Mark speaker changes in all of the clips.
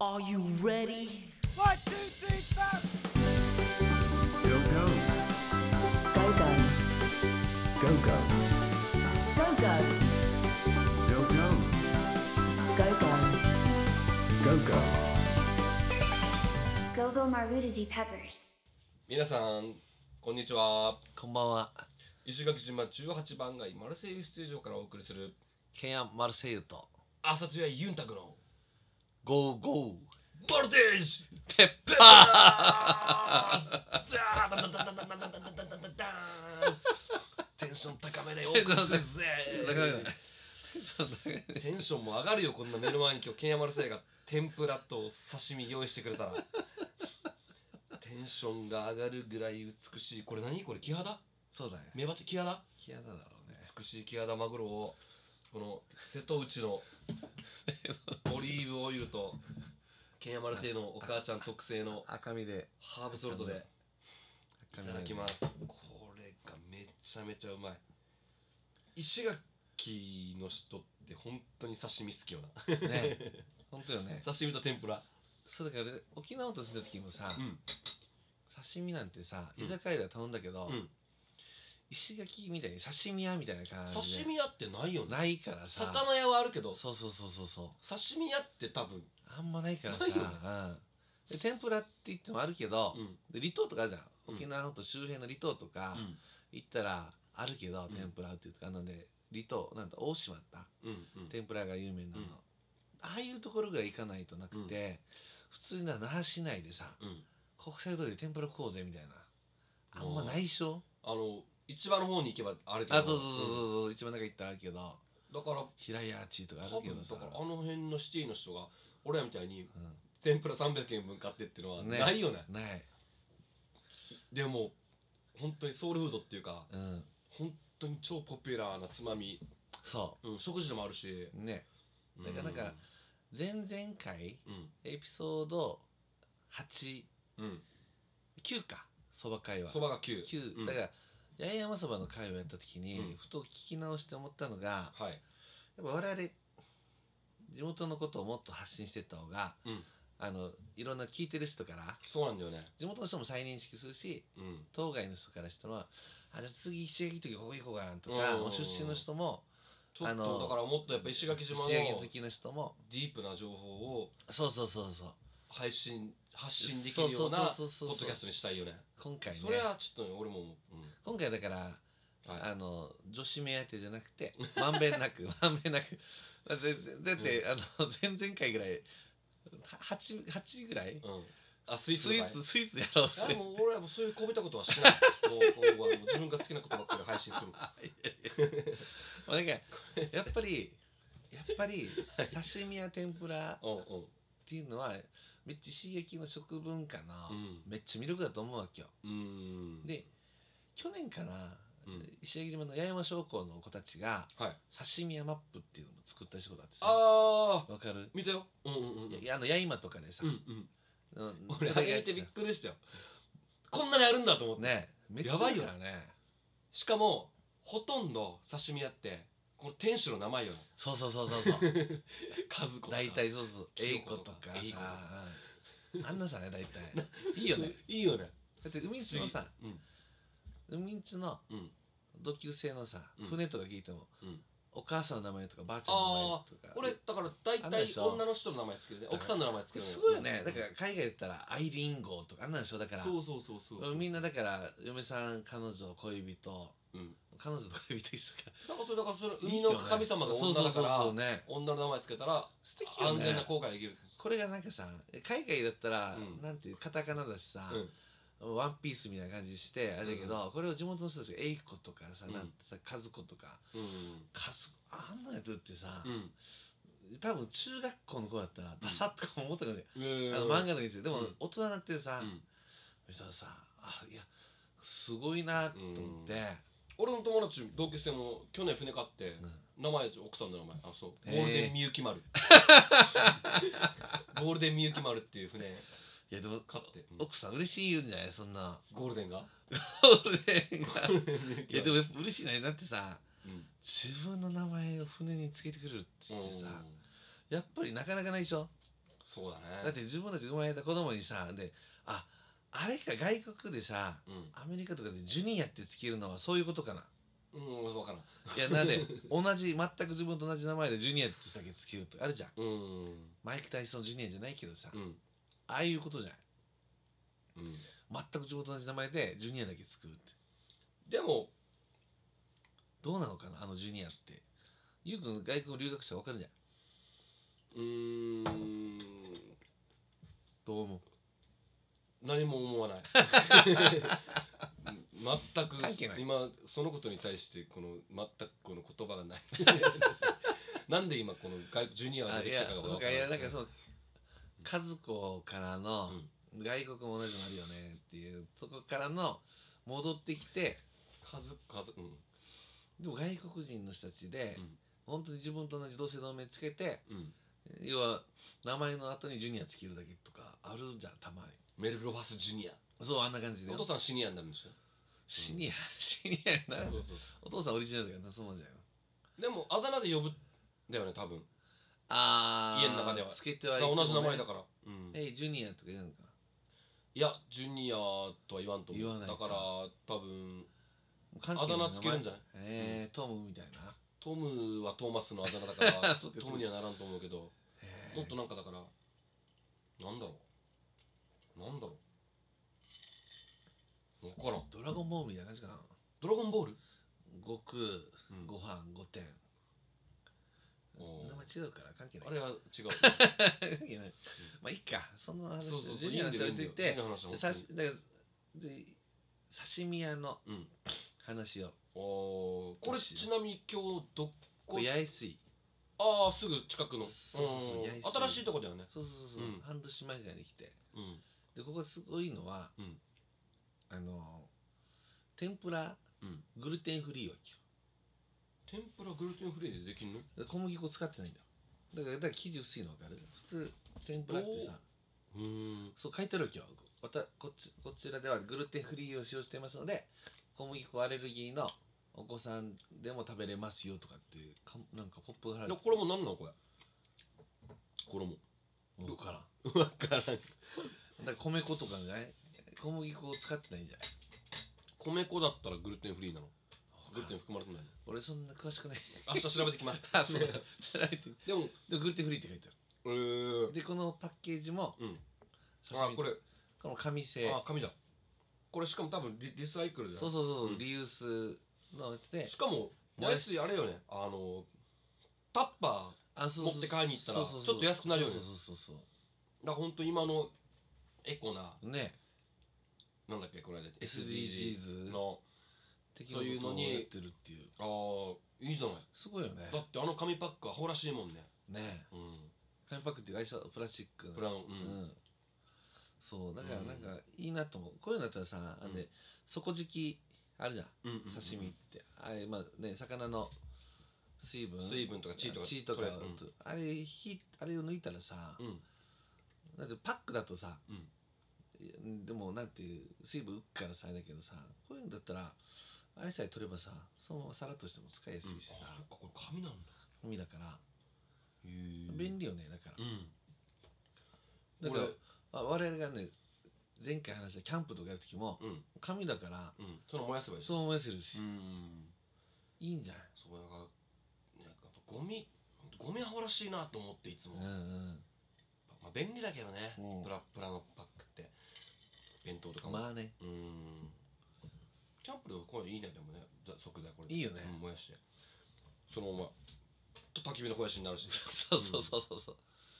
Speaker 1: Are you ready?
Speaker 2: One, two, three, four.
Speaker 3: Go go.
Speaker 4: Go go.
Speaker 3: Go go.
Speaker 4: Go go.
Speaker 3: Go go.
Speaker 4: Go go.
Speaker 3: Go go.
Speaker 5: Gogo Marudaji Peppers.
Speaker 6: 皆さんこんにちは
Speaker 7: こんばんは。
Speaker 6: 石垣島18番街マルセイユステージ場からお送りする
Speaker 7: ケンアン・マルセイユと、
Speaker 6: 朝とやユンタクの
Speaker 7: ゴーゴー。
Speaker 6: ボルテージ
Speaker 7: ペッパ
Speaker 6: テンション高めでお
Speaker 7: ー
Speaker 6: 送りするぜ
Speaker 7: ー
Speaker 6: テンションも上がるよこんな目の前に今日ケンヤマルセイユが天ぷらと刺身用意してくれたら テンションが上がるぐらい美しいこれ何これキハダ
Speaker 7: そうだね。
Speaker 6: メバチキハダ
Speaker 7: 嫌だだろうね。
Speaker 6: 美しいキハダマグロをこの瀬戸内 のオリーブオイルとケンヤマルセイユのお母ちゃん特製の
Speaker 7: 赤身で。
Speaker 6: ハーブソルトでい
Speaker 7: い。
Speaker 6: ただきますすこれがめちゃめちゃうまい石垣の人って本当に刺身好きよな
Speaker 7: ね。 本当よね。
Speaker 6: 刺身と天ぷら
Speaker 7: そうだから、沖縄と住んだ時もさ、
Speaker 6: うん
Speaker 7: 刺身なんてさ、
Speaker 6: うん
Speaker 7: 居酒屋で頼んだけど、
Speaker 6: うん
Speaker 7: 石垣みたいに刺身屋みたいな感じで。
Speaker 6: 刺身屋ってないよね
Speaker 7: ないからさ。
Speaker 6: 魚屋はあるけど
Speaker 7: そうそうそうそうそう。
Speaker 6: 刺身屋って多分
Speaker 7: あんまないから
Speaker 6: な
Speaker 7: さ。
Speaker 6: いよね
Speaker 7: うんで天ぷらって言ってもあるけど、
Speaker 6: うん
Speaker 7: で離島とかあるじゃん
Speaker 6: うん
Speaker 7: 沖縄本島周辺の離島とか、行ったらあるけど天ぷらっていうとかなんで離島なんだ大島だった
Speaker 6: うんうん
Speaker 7: 天ぷらが有名なの、
Speaker 6: うん
Speaker 7: ああいうところぐらい行かないとなくて、普通な那覇市内でさ
Speaker 6: うん
Speaker 7: 国際通りで天ぷら食おうぜみたいなあんまないっしょ
Speaker 6: あの市場の方に行けばあるけど
Speaker 7: あそうそうそうそうそう、一番なんか行ったらあるけど
Speaker 6: うんだから
Speaker 7: 平屋地とかあ
Speaker 6: 多
Speaker 7: るけ
Speaker 6: 分
Speaker 7: ど
Speaker 6: だ
Speaker 7: さ
Speaker 6: からあの辺のシティの人が俺らみたいに
Speaker 7: う
Speaker 6: 天ぷら300円分買ってってのは
Speaker 7: ね
Speaker 6: ないよね
Speaker 7: んない
Speaker 6: でも本当にソウルフードっていうか
Speaker 7: うん
Speaker 6: 本当に超ポピュラーなつまみ、
Speaker 7: そ
Speaker 6: うん、食事でもあるし
Speaker 7: うねなかなか前々回
Speaker 6: うん
Speaker 7: エピソード89
Speaker 6: うん
Speaker 7: かそば会は
Speaker 6: そばが9
Speaker 7: 9、
Speaker 6: うん
Speaker 7: だから八重山そばの会をやった時に、
Speaker 6: うん
Speaker 7: ふと聞き直して思ったのが
Speaker 6: はい
Speaker 7: やっぱ我々地元のことをもっと発信してった方が、
Speaker 6: うん
Speaker 7: あのいろんな聞いてる人から
Speaker 6: そうなんだよね
Speaker 7: 地元の人も再認識するし
Speaker 6: うん
Speaker 7: 当該の人からしたら「あじゃあ次石垣の時ここ行こうかな」と
Speaker 6: う
Speaker 7: か
Speaker 6: ん
Speaker 7: お出身の人も
Speaker 6: ちょっ
Speaker 7: あの
Speaker 6: とだからもっとやっぱ石垣島の
Speaker 7: 石垣好
Speaker 6: デ
Speaker 7: きの人も
Speaker 6: ィープな情報を
Speaker 7: そうそうそうそう
Speaker 6: 配信発信できるようなポ
Speaker 7: そうそうそうそうそう
Speaker 6: ッドキャストにしたいよね
Speaker 7: 今回ね
Speaker 6: それはちょっとね俺も、うん
Speaker 7: 今回だから
Speaker 6: はい、
Speaker 7: あの女子目当てじゃなくてまんべんなく まんべんなくだってだって、あの前々回ぐらい八八ぐらい
Speaker 6: うん、あスイーツ
Speaker 7: ス
Speaker 6: の
Speaker 7: イ
Speaker 6: 回
Speaker 7: ーツスイーツやろうっ
Speaker 6: いや
Speaker 7: て
Speaker 6: もう俺はもうそういうこびたことはし ないもう今後はもう自分が好きなことばっかり配信する
Speaker 7: なんかやっぱりやっぱり刺身や天ぷらっ
Speaker 6: うんうん
Speaker 7: ていうのはめっちゃ刺激の食文化
Speaker 6: う
Speaker 7: の
Speaker 6: ん
Speaker 7: めっちゃ魅力だと思うわけよ
Speaker 6: うん
Speaker 7: で去年かな、
Speaker 6: うん
Speaker 7: 石垣島の八重山商工の子たちが
Speaker 6: はい
Speaker 7: 刺身屋マップっていうのも作った仕事あってさわ
Speaker 6: ああ
Speaker 7: かる
Speaker 6: 見たようんうんうんうん
Speaker 7: いやあの八重山とかでさ、
Speaker 6: うんうん
Speaker 7: うん
Speaker 6: 俺あれ見てびっくりしたよこんなにあるんだと思って、
Speaker 7: ねめっちゃ
Speaker 6: やばいよ
Speaker 7: いいからね
Speaker 6: しかもほとんど刺身屋ってこの店主の名前よね
Speaker 7: そうそうそうそうそう
Speaker 6: 和子とか
Speaker 7: 大体そうそう
Speaker 6: キ
Speaker 7: 英
Speaker 6: ヨコ
Speaker 7: 子
Speaker 6: と
Speaker 7: と
Speaker 6: か
Speaker 7: か
Speaker 6: エイコと
Speaker 7: さ
Speaker 6: か
Speaker 7: うんあんなさね大体いいよね
Speaker 6: いいよね
Speaker 7: だって海んちのさ
Speaker 6: うん
Speaker 7: 海んちの
Speaker 6: うん
Speaker 7: 同級生のさ
Speaker 6: うん
Speaker 7: 船とか聞いても
Speaker 6: うん
Speaker 7: お母さんの名前とかばあちゃんの名前とか
Speaker 6: 俺だから大
Speaker 7: あんなで
Speaker 6: 体
Speaker 7: しょ
Speaker 6: 女の人の名前つけるね奥さんの名前つける
Speaker 7: すごいよね
Speaker 6: うん
Speaker 7: だから海外だったらアイリン号とかあんなんでしょだから
Speaker 6: そうそうそうそうそう
Speaker 7: みんなだから嫁さん彼女恋人
Speaker 6: うん
Speaker 7: 彼女と恋人一緒か
Speaker 6: だからそれだからそれ海の神様が
Speaker 7: そう
Speaker 6: 女
Speaker 7: そ
Speaker 6: だ
Speaker 7: うそ
Speaker 6: か
Speaker 7: うそう
Speaker 6: ら
Speaker 7: ね
Speaker 6: 女の名前つけたら
Speaker 7: 素敵よ
Speaker 6: 安
Speaker 7: ね
Speaker 6: 全な航海できる
Speaker 7: これがなんかさ海外だったら、
Speaker 6: うん
Speaker 7: なんていうカタカナだしさ、ワンピースみたいな感じしてあれだけど、これを地元の人たちがエイコとかさ、
Speaker 6: うん
Speaker 7: なんてさカズコとか
Speaker 6: うん
Speaker 7: カズあんなやつってさ、
Speaker 6: うん
Speaker 7: 多分中学校の子だったらダサっとか思ったかもしれ
Speaker 6: うん
Speaker 7: ない、あの漫画の時ですよでも、
Speaker 6: うん
Speaker 7: 大人になってさ、
Speaker 6: うん
Speaker 7: そしたらさあいやすごいなと思って、
Speaker 6: 俺の友達同級生も去年船買って
Speaker 7: うん
Speaker 6: 名前奥さんの名前あそう
Speaker 7: へー
Speaker 6: ゴールデンみゆき 丸ゴールデンみゆき丸っていう船
Speaker 7: いやでも
Speaker 6: 買って
Speaker 7: 奥さん嬉しいんじゃないそんな
Speaker 6: ゴールデンが
Speaker 7: 俺がいやでもやっぱ嬉しいねだってさ
Speaker 6: うん
Speaker 7: 自分の名前を船につけてくれるって言ってさ、
Speaker 6: うん
Speaker 7: やっぱりなかなかないでしょ
Speaker 6: そうだね
Speaker 7: だって自分たち生まれた子供にさでああれか外国でさ
Speaker 6: うん
Speaker 7: アメリカとかでジュニアってつけるのはそういうことかな
Speaker 6: うん分からん
Speaker 7: いやな んで同じ全く自分と同じ名前でジュニアってだけつけるとかあるじゃん
Speaker 6: うん
Speaker 7: マイク・タイソンジュニアじゃないけどさ、
Speaker 6: うん
Speaker 7: ああいうことじゃない
Speaker 6: うん
Speaker 7: 全く自分と同じ名前でジュニアだけ作るって
Speaker 6: でも
Speaker 7: どうなのかなあのジュニアってゆうくん外国留学したら分かるじゃん
Speaker 6: うーん
Speaker 7: どう思う
Speaker 6: 何も思わない 全く
Speaker 7: 関係ない
Speaker 6: 今そのことに対してこの全くこの言葉が ないなんで今この外ジュニアが
Speaker 7: あ
Speaker 6: 出て
Speaker 7: い
Speaker 6: きた
Speaker 7: や
Speaker 6: かが
Speaker 7: そ
Speaker 6: 分
Speaker 7: う
Speaker 6: から
Speaker 7: か
Speaker 6: ない
Speaker 7: いやなんかその和子からの
Speaker 6: うん
Speaker 7: 外国も同じのあるよねっていうとこからの戻ってきて
Speaker 6: 数数うん
Speaker 7: でも外国人の人たちで
Speaker 6: うん
Speaker 7: 本当に自分と同じ同姓同名つけて
Speaker 6: うん
Speaker 7: 要は名前の後にジュニアつけるだけとかあるじゃんたま
Speaker 6: メルロバスジュニア
Speaker 7: にそうあんな感じで
Speaker 6: お父さんシニアになるんでしょ
Speaker 7: シニア シニアな
Speaker 6: そうそう
Speaker 7: お父さんオリジナルだからなそうなんじゃないの
Speaker 6: でもあだ名で呼ぶんだよね多分
Speaker 7: あー
Speaker 6: 家の中では
Speaker 7: つけて
Speaker 6: だ
Speaker 7: は
Speaker 6: から同じ名前だ
Speaker 7: ら
Speaker 6: から、うん、
Speaker 7: えジュニアとか言うのか
Speaker 6: いやジュニアとは言わんと思う
Speaker 7: 言わない
Speaker 6: だ
Speaker 7: か
Speaker 6: から多分
Speaker 7: な
Speaker 6: あだ名つけるんじゃない
Speaker 7: ないえー、トムみたいな
Speaker 6: トムはトーマスのあだ名だから
Speaker 7: そっか
Speaker 6: トムにはならんと思うけどもっとなんかだからなんだろうなんだろう分からん
Speaker 7: ドラゴンボールみたいな感じかな
Speaker 6: ドラゴンボール、
Speaker 7: 悟空
Speaker 6: うん
Speaker 7: ご飯五点
Speaker 6: おー
Speaker 7: 名前違うから関係ない
Speaker 6: あれは違う
Speaker 7: 関係ないま あいいかその話
Speaker 6: そうそう
Speaker 7: ジ
Speaker 6: そう
Speaker 7: ュ
Speaker 6: いい
Speaker 7: ニア
Speaker 6: ん
Speaker 7: の
Speaker 6: だよいいんだよジ
Speaker 7: 話置いとい
Speaker 6: ュニ
Speaker 7: て
Speaker 6: アの話は
Speaker 7: さ
Speaker 6: 本
Speaker 7: しだからで刺身屋の
Speaker 6: 当にうん
Speaker 7: 話を
Speaker 6: おーこれちなみに今日ど
Speaker 7: こ
Speaker 6: こ
Speaker 7: れ八重水
Speaker 6: ああすぐ近くの
Speaker 7: そうそうそう
Speaker 6: うん
Speaker 7: 八重洲
Speaker 6: 新しいとこだよね
Speaker 7: そうそうそうそう、
Speaker 6: うん
Speaker 7: 半年前ぐらいに来て
Speaker 6: うん
Speaker 7: でここすごいのは、
Speaker 6: うん
Speaker 7: あの天ぷら
Speaker 6: うん
Speaker 7: グルテンフリーは基
Speaker 6: 天ぷらグルテンフリーでできんの
Speaker 7: 本小麦粉使ってないんだよだからだから生地薄いの分かる普通天ぷらってさ
Speaker 6: うん
Speaker 7: そう書いてあるわけよまたこっちこちらではグルテンフリーを使用していますので小麦粉アレルギーのお子さんでも食べれますよとかっていうかなんかポップが貼られて
Speaker 6: これも何なのこれこれも
Speaker 7: 分からんだか
Speaker 6: 分からん
Speaker 7: ら米粉とかじゃない小麦粉を使ってないんじゃない
Speaker 6: 米粉だったらグルテンフリーなのグルテン含まれてないの
Speaker 7: 俺そんな詳しくない
Speaker 6: 明日調べてきます
Speaker 7: あそうだ 知らないって
Speaker 6: でも
Speaker 7: でグルテンフリーって書いてあ
Speaker 6: え
Speaker 7: る
Speaker 6: ー、
Speaker 7: でこのパッケージも
Speaker 6: うん
Speaker 7: 刺
Speaker 6: あ
Speaker 7: 身
Speaker 6: これ
Speaker 7: この紙製
Speaker 6: あ紙だこれしかも多分リリサイクルじゃん
Speaker 7: そうそうそう、
Speaker 6: うん
Speaker 7: リユースのやつで
Speaker 6: しかも
Speaker 7: 安
Speaker 6: 安
Speaker 7: い
Speaker 6: いあれよねあのタッパ
Speaker 7: あそうそう
Speaker 6: 持って買いに行ったら
Speaker 7: そうそうそう
Speaker 6: ちょっと安くなるよね
Speaker 7: そうそうそうそう
Speaker 6: ーだからほんと今のエコな
Speaker 7: そうね
Speaker 6: なんだっけこの間
Speaker 7: SDGs
Speaker 6: のそういうのに
Speaker 7: 的なことをやってるっていう
Speaker 6: あーいいじゃない
Speaker 7: すごいよね
Speaker 6: だってあの紙パックはアホらしいもんね
Speaker 7: ね
Speaker 6: うん
Speaker 7: 紙パックっていうか相性プラスチックの
Speaker 6: プランうん、
Speaker 7: うん、そうだからなん
Speaker 6: う
Speaker 7: かいいなと思うこういうのだったらさあの
Speaker 6: う
Speaker 7: ね底敷きあるじゃん
Speaker 6: うんうんうん
Speaker 7: 刺身ってあれまあね魚の水分
Speaker 6: 水分とか血とか
Speaker 7: 血とか
Speaker 6: 取れうん
Speaker 7: あれひあれを抜いたらさ
Speaker 6: うん
Speaker 7: だってパックだとさ
Speaker 6: うん
Speaker 7: でもなんていう水分浮くからさあれだけどさこういうのだったらあれさえ取ればさそのままさらっとしても使いやす
Speaker 6: うん
Speaker 7: いしさ
Speaker 6: あそっかこれ紙なんだ
Speaker 7: 海だから
Speaker 6: へえ
Speaker 7: 便利よねだから
Speaker 6: うん
Speaker 7: だから
Speaker 6: 俺
Speaker 7: あ我々がね前回話したキャンプとかやる時も
Speaker 6: うん
Speaker 7: 紙だから
Speaker 6: うんその燃やせばいいし
Speaker 7: そう思いするし、
Speaker 6: うん
Speaker 7: いいんじゃない
Speaker 6: そうだからねやっぱゴミゴミアホらしいなと思っていつも、
Speaker 7: うんう
Speaker 6: まあ、便利だけどね、
Speaker 7: うん
Speaker 6: プラプラのパックって弁当とか
Speaker 7: ん
Speaker 6: も、
Speaker 7: まあね
Speaker 6: うんキャンプでこれいいねでもねざ食材これ
Speaker 7: いいよね
Speaker 6: うん燃やしてそのままと焚き火の肥やしになるし
Speaker 7: そうそうそうそうそ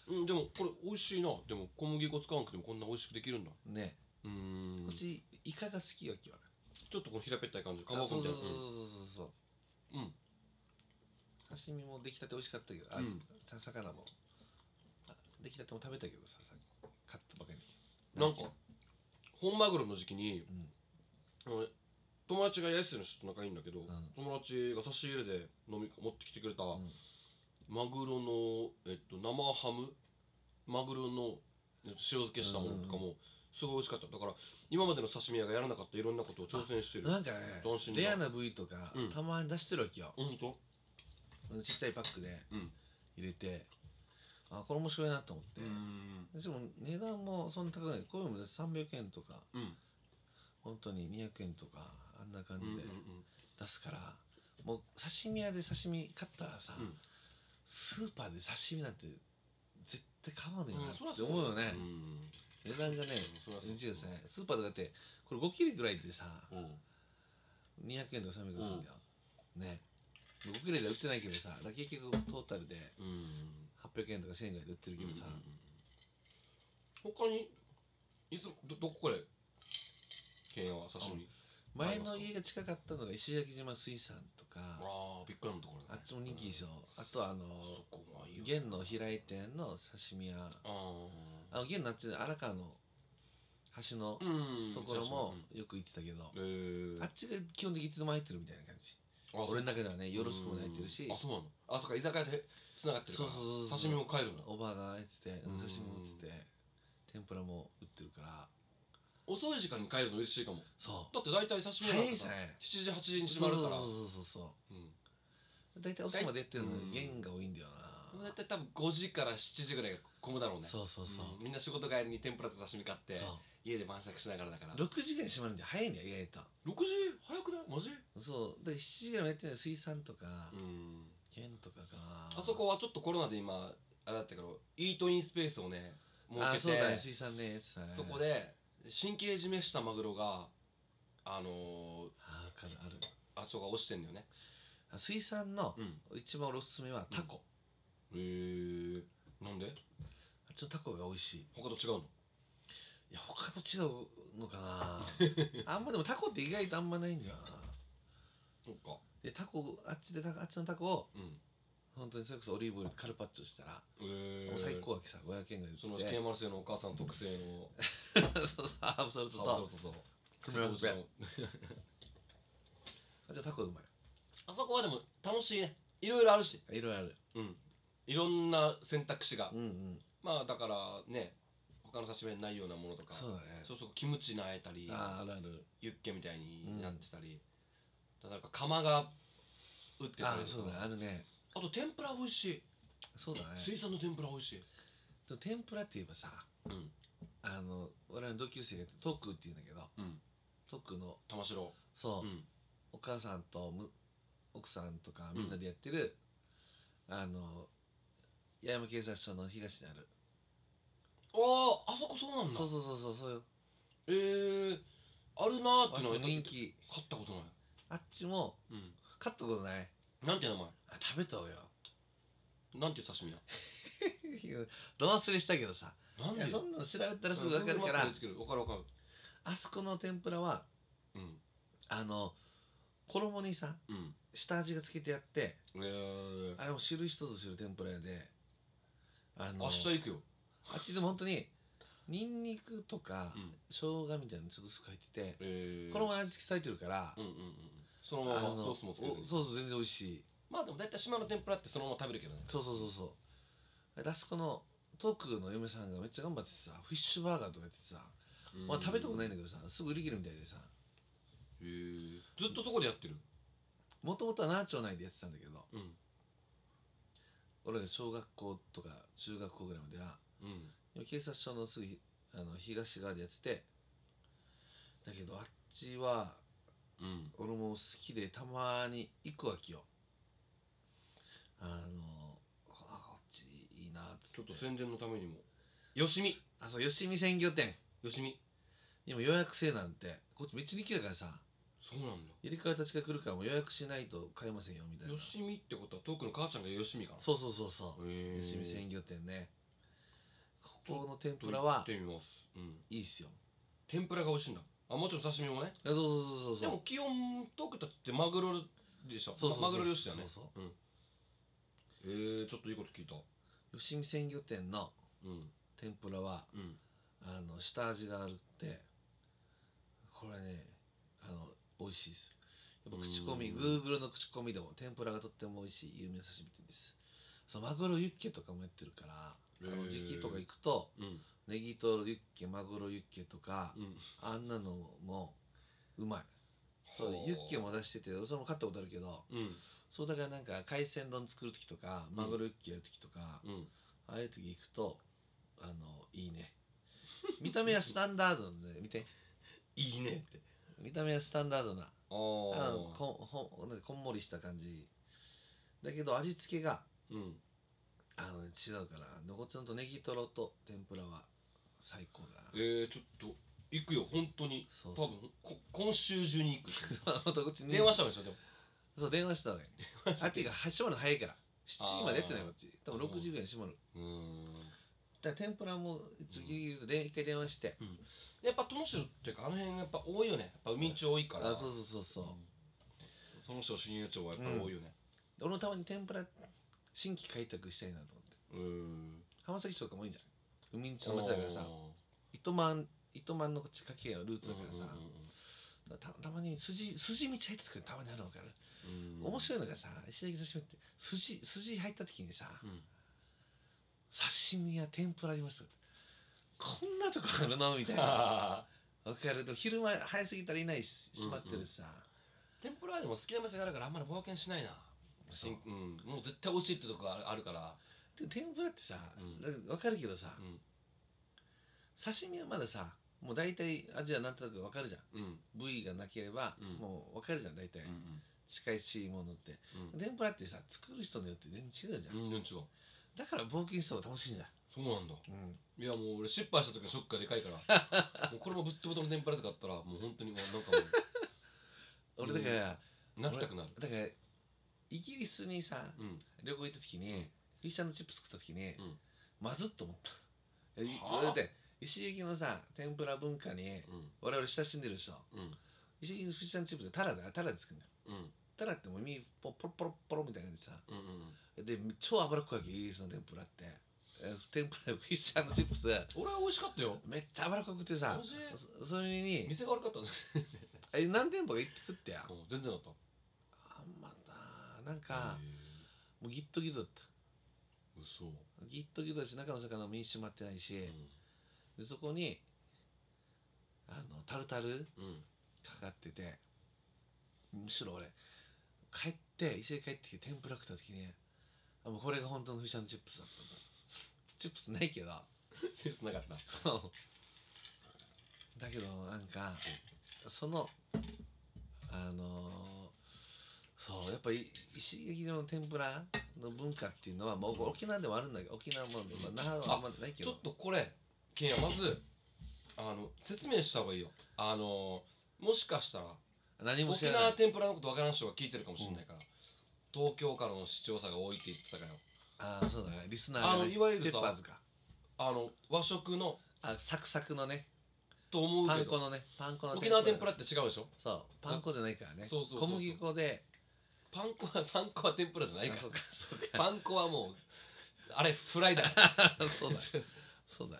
Speaker 6: うんでもこれ美味しいなでも小麦粉使わなくてもこんな美味しくできるんだ
Speaker 7: うね
Speaker 6: うん
Speaker 7: うちイカが好きよ今
Speaker 6: ちょっとこの平べったい感じか
Speaker 7: 日
Speaker 6: まぼこ
Speaker 7: そう
Speaker 6: みたい
Speaker 7: そ
Speaker 6: うな
Speaker 7: そうそうそうそう
Speaker 6: うんうん
Speaker 7: 刺身もできたて美味しかったけどあ、
Speaker 6: うん
Speaker 7: さ魚もあできたても食べたけどささ買ったばかりに
Speaker 6: なんか本マグロの時期に
Speaker 7: うん
Speaker 6: 俺友達が八重洲の人と仲いいんだけど、
Speaker 7: ん
Speaker 6: 友達が差し入れで飲み持ってきてくれた、
Speaker 7: うん
Speaker 6: マグロの、えっと、生ハムマグロのえっと塩漬けしたものとか
Speaker 7: うん
Speaker 6: もすごい美味しかっただから今までの刺身屋がやらなかったいろんなことを挑戦してる
Speaker 7: なんかね
Speaker 6: 斬新な
Speaker 7: レアな部位とか、
Speaker 6: うん
Speaker 7: たまに出してるわけよ
Speaker 6: ほんと
Speaker 7: ちっちゃいパックで
Speaker 6: うん
Speaker 7: 入れて、あこれ面白いなと思って、
Speaker 6: うん
Speaker 7: でも値段もそんな高くないこういうのも300円とか
Speaker 6: うん
Speaker 7: 本当に200円とかあんな感
Speaker 6: う
Speaker 7: じ
Speaker 6: ん
Speaker 7: で出すから、もう刺身屋で刺身買ったらさ、
Speaker 6: うん
Speaker 7: スーパーで刺身なんて絶対買わねえ
Speaker 6: う
Speaker 7: なん
Speaker 6: そら
Speaker 7: っ
Speaker 6: そ
Speaker 7: て思うよね、
Speaker 6: うん
Speaker 7: 値段がね
Speaker 6: そらそう
Speaker 7: 違うさスーパーとかだってこれ5切れぐらいでさ
Speaker 6: うん
Speaker 7: 200円とか300円するんだよ、ね5切れでは売ってないけどさだから結局トータルで
Speaker 6: うん
Speaker 7: 800円とか1000円ぐらいで売ってるけどさ、
Speaker 6: 他にいつどどこから県やは刺身
Speaker 7: 前の家が近かったのが石垣島水産と
Speaker 6: あ
Speaker 7: か
Speaker 6: あびっくりのところね
Speaker 7: あっちも人気でしょ、あとはあの
Speaker 6: うんあそこもいいよ
Speaker 7: 現の平井店の刺身屋
Speaker 6: あ
Speaker 7: あの現のあっちの荒川の橋の
Speaker 6: あうん
Speaker 7: ところもよく行ってたけど、
Speaker 6: えー
Speaker 7: あっちが基本的にいつでも入ってるみたいな感じ
Speaker 6: あ
Speaker 7: 俺の中ではねよろしくも入ってるし
Speaker 6: うんあそうなのあそっか居酒屋でつながってる
Speaker 7: そ
Speaker 6: か
Speaker 7: う
Speaker 6: ら
Speaker 7: そうそうそう
Speaker 6: 刺身も買えるんだ
Speaker 7: おばあが入っててうん
Speaker 6: うん
Speaker 7: 刺身も売ってて天ぷらも売ってるから
Speaker 6: 遅い時間に帰るの嬉しいかも
Speaker 7: そう
Speaker 6: だって大体刺身なん
Speaker 7: 早い
Speaker 6: か
Speaker 7: じ
Speaker 6: さ
Speaker 7: ゃない
Speaker 6: 7時8時に閉まるから
Speaker 7: そうそうそうそう
Speaker 6: うん
Speaker 7: そう大体おそまでやってるのに
Speaker 6: 大
Speaker 7: 弦が多いんだよ
Speaker 6: でも
Speaker 7: な
Speaker 6: 大体多分5時から7時ぐらいが混むだろうね
Speaker 7: そうそうそう、
Speaker 6: んみんな仕事帰りに天ぷらと刺身買って
Speaker 7: そう
Speaker 6: 家で晩酌しながらだから6
Speaker 7: 6時ぐらいに閉まるんで早いね意外と
Speaker 6: 時早くないマジ
Speaker 7: そうだから7時ぐらいまでやってるの水産とか
Speaker 6: うん
Speaker 7: 県とかが
Speaker 6: あそこはちょっとコロナで今あれだったけどイートインスペースをね設
Speaker 7: あ
Speaker 6: けて
Speaker 7: そうだね水産ねやってたね
Speaker 6: そこで神経締めしたマグロがあのー、
Speaker 7: あわかるある
Speaker 6: あそこが落ちてんだよね
Speaker 7: あ水産の
Speaker 6: うん
Speaker 7: 一番俺おすすめはタコ、
Speaker 6: へえなんで
Speaker 7: あっちのタコが美味しい
Speaker 6: 他と違うの
Speaker 7: いや他と違うのかな あんまでもタコって意外とあんまないんだよな
Speaker 6: そっか
Speaker 7: でタコあっちでタコあっちのタコを
Speaker 6: うん
Speaker 7: 本当にそれこそオリーブオイルでカルパッチョしたら、
Speaker 6: へ
Speaker 7: もう最高わけさ500円ぐらいで
Speaker 6: その
Speaker 7: 売って
Speaker 6: ケイマルセのお母さん特製の
Speaker 7: そうそうハーブソルト
Speaker 6: ハーブソ
Speaker 7: と
Speaker 6: ルトと
Speaker 7: クロワッサン
Speaker 6: 瀬戸内の
Speaker 7: あじゃあタコうま
Speaker 6: あそこはでも楽しいねいろいろあるし
Speaker 7: いいろいろある
Speaker 6: うんいろんな選択肢が
Speaker 7: うんうん
Speaker 6: まあだからね他の刺身にないようなものとか
Speaker 7: そうだね
Speaker 6: そうそうキムチなえたり
Speaker 7: あああるある
Speaker 6: ユッケみたいになってたり、だから釜が打ってた
Speaker 7: あ
Speaker 6: り
Speaker 7: そ
Speaker 6: と
Speaker 7: うだね
Speaker 6: か
Speaker 7: あるね
Speaker 6: あと天ぷら美味しい
Speaker 7: そうだね
Speaker 6: 水産の天ぷら美味しい
Speaker 7: でも天ぷらって言えばさ
Speaker 6: うん
Speaker 7: あの我々の同級生がトクって言うんだけど
Speaker 6: うん
Speaker 7: トクの
Speaker 6: 玉城
Speaker 7: そう、
Speaker 6: うん
Speaker 7: お母さんとむ奥さんとかみんなでやってる、あの八重山警察署の東にある
Speaker 6: あーあそこそうなんだ
Speaker 7: そうそうそうそうそうよ
Speaker 6: えー、あるなーって
Speaker 7: あっ
Speaker 6: い
Speaker 7: ち
Speaker 6: うの
Speaker 7: も
Speaker 6: は
Speaker 7: 人気
Speaker 6: 買ったことない
Speaker 7: あっちも
Speaker 6: うん
Speaker 7: 買ったことない
Speaker 6: なんて名前
Speaker 7: あ食べたわよ
Speaker 6: なんていう刺身や
Speaker 7: ど忘れしたけどさ
Speaker 6: なん
Speaker 7: い
Speaker 6: で
Speaker 7: やそんなの調べたらすぐ分かるから
Speaker 6: 分かる分かる
Speaker 7: あそこの天ぷらは
Speaker 6: うん
Speaker 7: あの衣にさ
Speaker 6: うん
Speaker 7: 下味がつけてやって
Speaker 6: えー、
Speaker 7: あれも知る人ぞ知る天ぷら屋であの
Speaker 6: 明日行くよ
Speaker 7: あっちでも本当にニンニクとか、
Speaker 6: うん
Speaker 7: 生姜みたいなのちょっと薄く入ってて、
Speaker 6: えー、
Speaker 7: この前味付けされてるから、
Speaker 6: うんうんうんそのままソースもつけず
Speaker 7: お
Speaker 6: に
Speaker 7: そうそう全然美味しい
Speaker 6: まあでも大体島の天ぷらってそのまま食べるけどね
Speaker 7: そうそうそうそうあそこのトークの嫁さんがめっちゃ頑張っててさフィッシュバーガーとかやっててさ、まあ、食べたことないんだ
Speaker 6: け
Speaker 7: けどさすぐ売り切るみたいでさ
Speaker 6: どへーずっとそこでやってる
Speaker 7: もともとは奈良町内でやってたんだけど
Speaker 6: うん
Speaker 7: 俺が小学校とか中学校ぐらいまでは
Speaker 6: うん
Speaker 7: 今警察署のすぐひあの東側でやっててだけどあっちは
Speaker 6: うん
Speaker 7: 俺も好きでたまに行くわけよあのあこっちいいなっつ
Speaker 6: ちょ
Speaker 7: っ
Speaker 6: ってと宣伝のためにもよしみ
Speaker 7: あそう吉見鮮魚店
Speaker 6: よしみ
Speaker 7: 今予約制なんてこっち道に来だからさ
Speaker 6: そうなんだ
Speaker 7: 入れ替わり立ちが来るからもう予約しないと買えませんよみたいな
Speaker 6: よしみってことはトークの母ちゃんがよしみかな
Speaker 7: そうそうそうそう
Speaker 6: へー
Speaker 7: 吉見鮮魚店ねこ
Speaker 6: ちょ
Speaker 7: この天
Speaker 6: ちょ
Speaker 7: ぷ
Speaker 6: っと
Speaker 7: ら
Speaker 6: 行っ
Speaker 7: は
Speaker 6: てみますうん
Speaker 7: いいっすよ
Speaker 6: 天ぷらが美味しいんだあもちろん刺身もね
Speaker 7: あそうそうそうそうそう
Speaker 6: でも気温トークたちってマグロでしょ
Speaker 7: そうそうそう
Speaker 6: まマグロ漁師だよね
Speaker 7: そう
Speaker 6: うんえー、ちょっといいこと聞いた
Speaker 7: 吉見鮮魚店の
Speaker 6: うん
Speaker 7: 天ぷらは
Speaker 6: うん
Speaker 7: あの下味があるってこれねあの美味しいですやっぱ口コミ
Speaker 6: う
Speaker 7: Google の口コミでも天ぷらがとっても美味しい有名な刺身店ですそうマグロユッケとかもやってるからあ
Speaker 6: へ
Speaker 7: の
Speaker 6: ー
Speaker 7: 時期とか行くと
Speaker 6: うん
Speaker 7: ネギとユッケマグロユッケとか
Speaker 6: うん
Speaker 7: あんなのもうまいそうユッケも出しててそれも買ったことあるけど
Speaker 6: うん
Speaker 7: そうだからなんか海鮮丼作る時とかマグロユッケやる時とか
Speaker 6: うん
Speaker 7: ああいう時行くとあのいいね見た目はスタンダードなんで見て
Speaker 6: いいねって
Speaker 7: 見た目はスタンダードな
Speaker 6: あ
Speaker 7: あ
Speaker 6: ー
Speaker 7: のこんほんこんもりした感じだけど味付けが
Speaker 6: うん
Speaker 7: あの、ね、違うからのこちゃんとネギトロと天ぷらは最高だな
Speaker 6: えー、ちょっと行くよ本当に
Speaker 7: そ
Speaker 6: 多
Speaker 7: うそう
Speaker 6: 分こ今週中 に行く
Speaker 7: こっちね
Speaker 6: 電話したんでしょでも
Speaker 7: そう電話したわけあっていうか閉まるの早いから7時までやってない
Speaker 6: あー
Speaker 7: こっち多分6時ぐらいに閉まる
Speaker 6: うーん
Speaker 7: だから天ぷらも一応ギリギリで一回電話して
Speaker 6: やっぱともしろっていうかあの辺やっぱ多いよねやっぱ海町多いから
Speaker 7: あそうそうそうそう
Speaker 6: その人信用町はやっぱ多いよね
Speaker 7: で俺もたまに天ぷら新規開拓したいなと
Speaker 6: うー
Speaker 7: 思って
Speaker 6: ん
Speaker 7: 浜崎町とかもいいじゃん海んちの町だからさ
Speaker 6: お
Speaker 7: 糸満糸満の地下系はルーツ
Speaker 6: ー
Speaker 7: だからさ、
Speaker 6: うんうん
Speaker 7: たたまに筋筋道入った時にたまにあるのから、
Speaker 6: うんうん
Speaker 7: 面白いのがさ石崎刺身って筋筋入った時にさ、
Speaker 6: うん
Speaker 7: 刺身や天ぷらありますこんなとこあるのみたいな
Speaker 6: あ
Speaker 7: わかるでも昼間早すぎたらいないし閉まってるしさ、
Speaker 6: ー天ぷらでも好きな店があるからあんまり冒険しないなし、
Speaker 7: そうん
Speaker 6: うん、もう絶対美味しいってとこがあるあるから
Speaker 7: で天ぷらってさ、
Speaker 6: うん
Speaker 7: なんかわかるけどさ、
Speaker 6: うん
Speaker 7: 刺身はまださもう大体味はなんとなくわかるじゃん
Speaker 6: うん
Speaker 7: 部位がなければ、
Speaker 6: うん
Speaker 7: もうわかるじゃん大体、
Speaker 6: うん
Speaker 7: 近いしいものって
Speaker 6: うん
Speaker 7: 天ぷらってさ作る人によって全然違うじゃん、
Speaker 6: うんうん違うそ
Speaker 7: だから冒険した方が楽しいんだ、
Speaker 6: うなんだ
Speaker 7: うん、
Speaker 6: いやもう俺失敗した時のショックがでかいから もうこれもぶっとぶとの天ぷらとかあったらもう本当にもうなんかも
Speaker 7: 俺だから、
Speaker 6: う泣きたくなる
Speaker 7: だからイギリスにさ
Speaker 6: うん
Speaker 7: 旅行行った時にフィッシュチップス食った時に、
Speaker 6: ん
Speaker 7: まずっと思ったいやい
Speaker 6: はあ
Speaker 7: 俺だって石垣のさ天ぷら文化に
Speaker 6: うん
Speaker 7: 我々親しんでる人
Speaker 6: うん
Speaker 7: 石垣のフィッシュチップスってタラだタラで作るんだよ
Speaker 6: うん
Speaker 7: タラってもう耳ポポロポロポロみたいな感じでさ
Speaker 6: うんうん
Speaker 7: で超脂っこいわけイギリスの天ぷらってえ天ぷ らフィッシュチップス
Speaker 6: 俺は美味しかったよ
Speaker 7: めっちゃ脂っこくてさ
Speaker 6: 美味しい
Speaker 7: そそれに
Speaker 6: 店が悪かったんですうん
Speaker 7: え何店舗か行って食ってや
Speaker 6: 全然だった
Speaker 7: あんまだなんか
Speaker 6: へ
Speaker 7: もうギットギトだった
Speaker 6: ー嘘
Speaker 7: ギットギトだし中の魚も身締まってないし、
Speaker 6: うん
Speaker 7: でそこにあのタルタル
Speaker 6: うん
Speaker 7: かかっててむしろ俺帰って伊勢帰ってきて天ぷら食った時にあもうこれが本当のフィッシュチップスだったんだチップスないけど
Speaker 6: センスなかった
Speaker 7: だけどなんかそのあのそうやっぱり石垣島の天ぷらの文化っていうのは、まあ、
Speaker 6: うん
Speaker 7: 沖縄でもあるんだけど沖縄も、まあ、那覇はあんまないけ
Speaker 6: ちょ
Speaker 7: ど
Speaker 6: っとこれケンヤまずあの説明した方がいいよあのもしかしたら
Speaker 7: 何も
Speaker 6: 沖
Speaker 7: 知らない
Speaker 6: 縄天ぷらのことわからん人が聞いてるかもしれないから、東京からの視聴者が多いって言ってたから
Speaker 7: ああそうだねリスナーがね
Speaker 6: あのいわゆるさ
Speaker 7: ペッパーズか
Speaker 6: あの和食の
Speaker 7: あサクサクのね
Speaker 6: と思う
Speaker 7: パ
Speaker 6: け
Speaker 7: ン粉
Speaker 6: ど
Speaker 7: のねパン粉の
Speaker 6: 沖縄天ぷら
Speaker 7: ら
Speaker 6: って違うでしょ
Speaker 7: そうパン粉じゃないからね
Speaker 6: そうそうそうそう
Speaker 7: 小麦粉で
Speaker 6: パン粉は パン粉は天ぷらじゃない
Speaker 7: あ
Speaker 6: か
Speaker 7: そうかそう
Speaker 6: ら
Speaker 7: か
Speaker 6: パン粉はもうあれフライだ
Speaker 7: そうだそうだ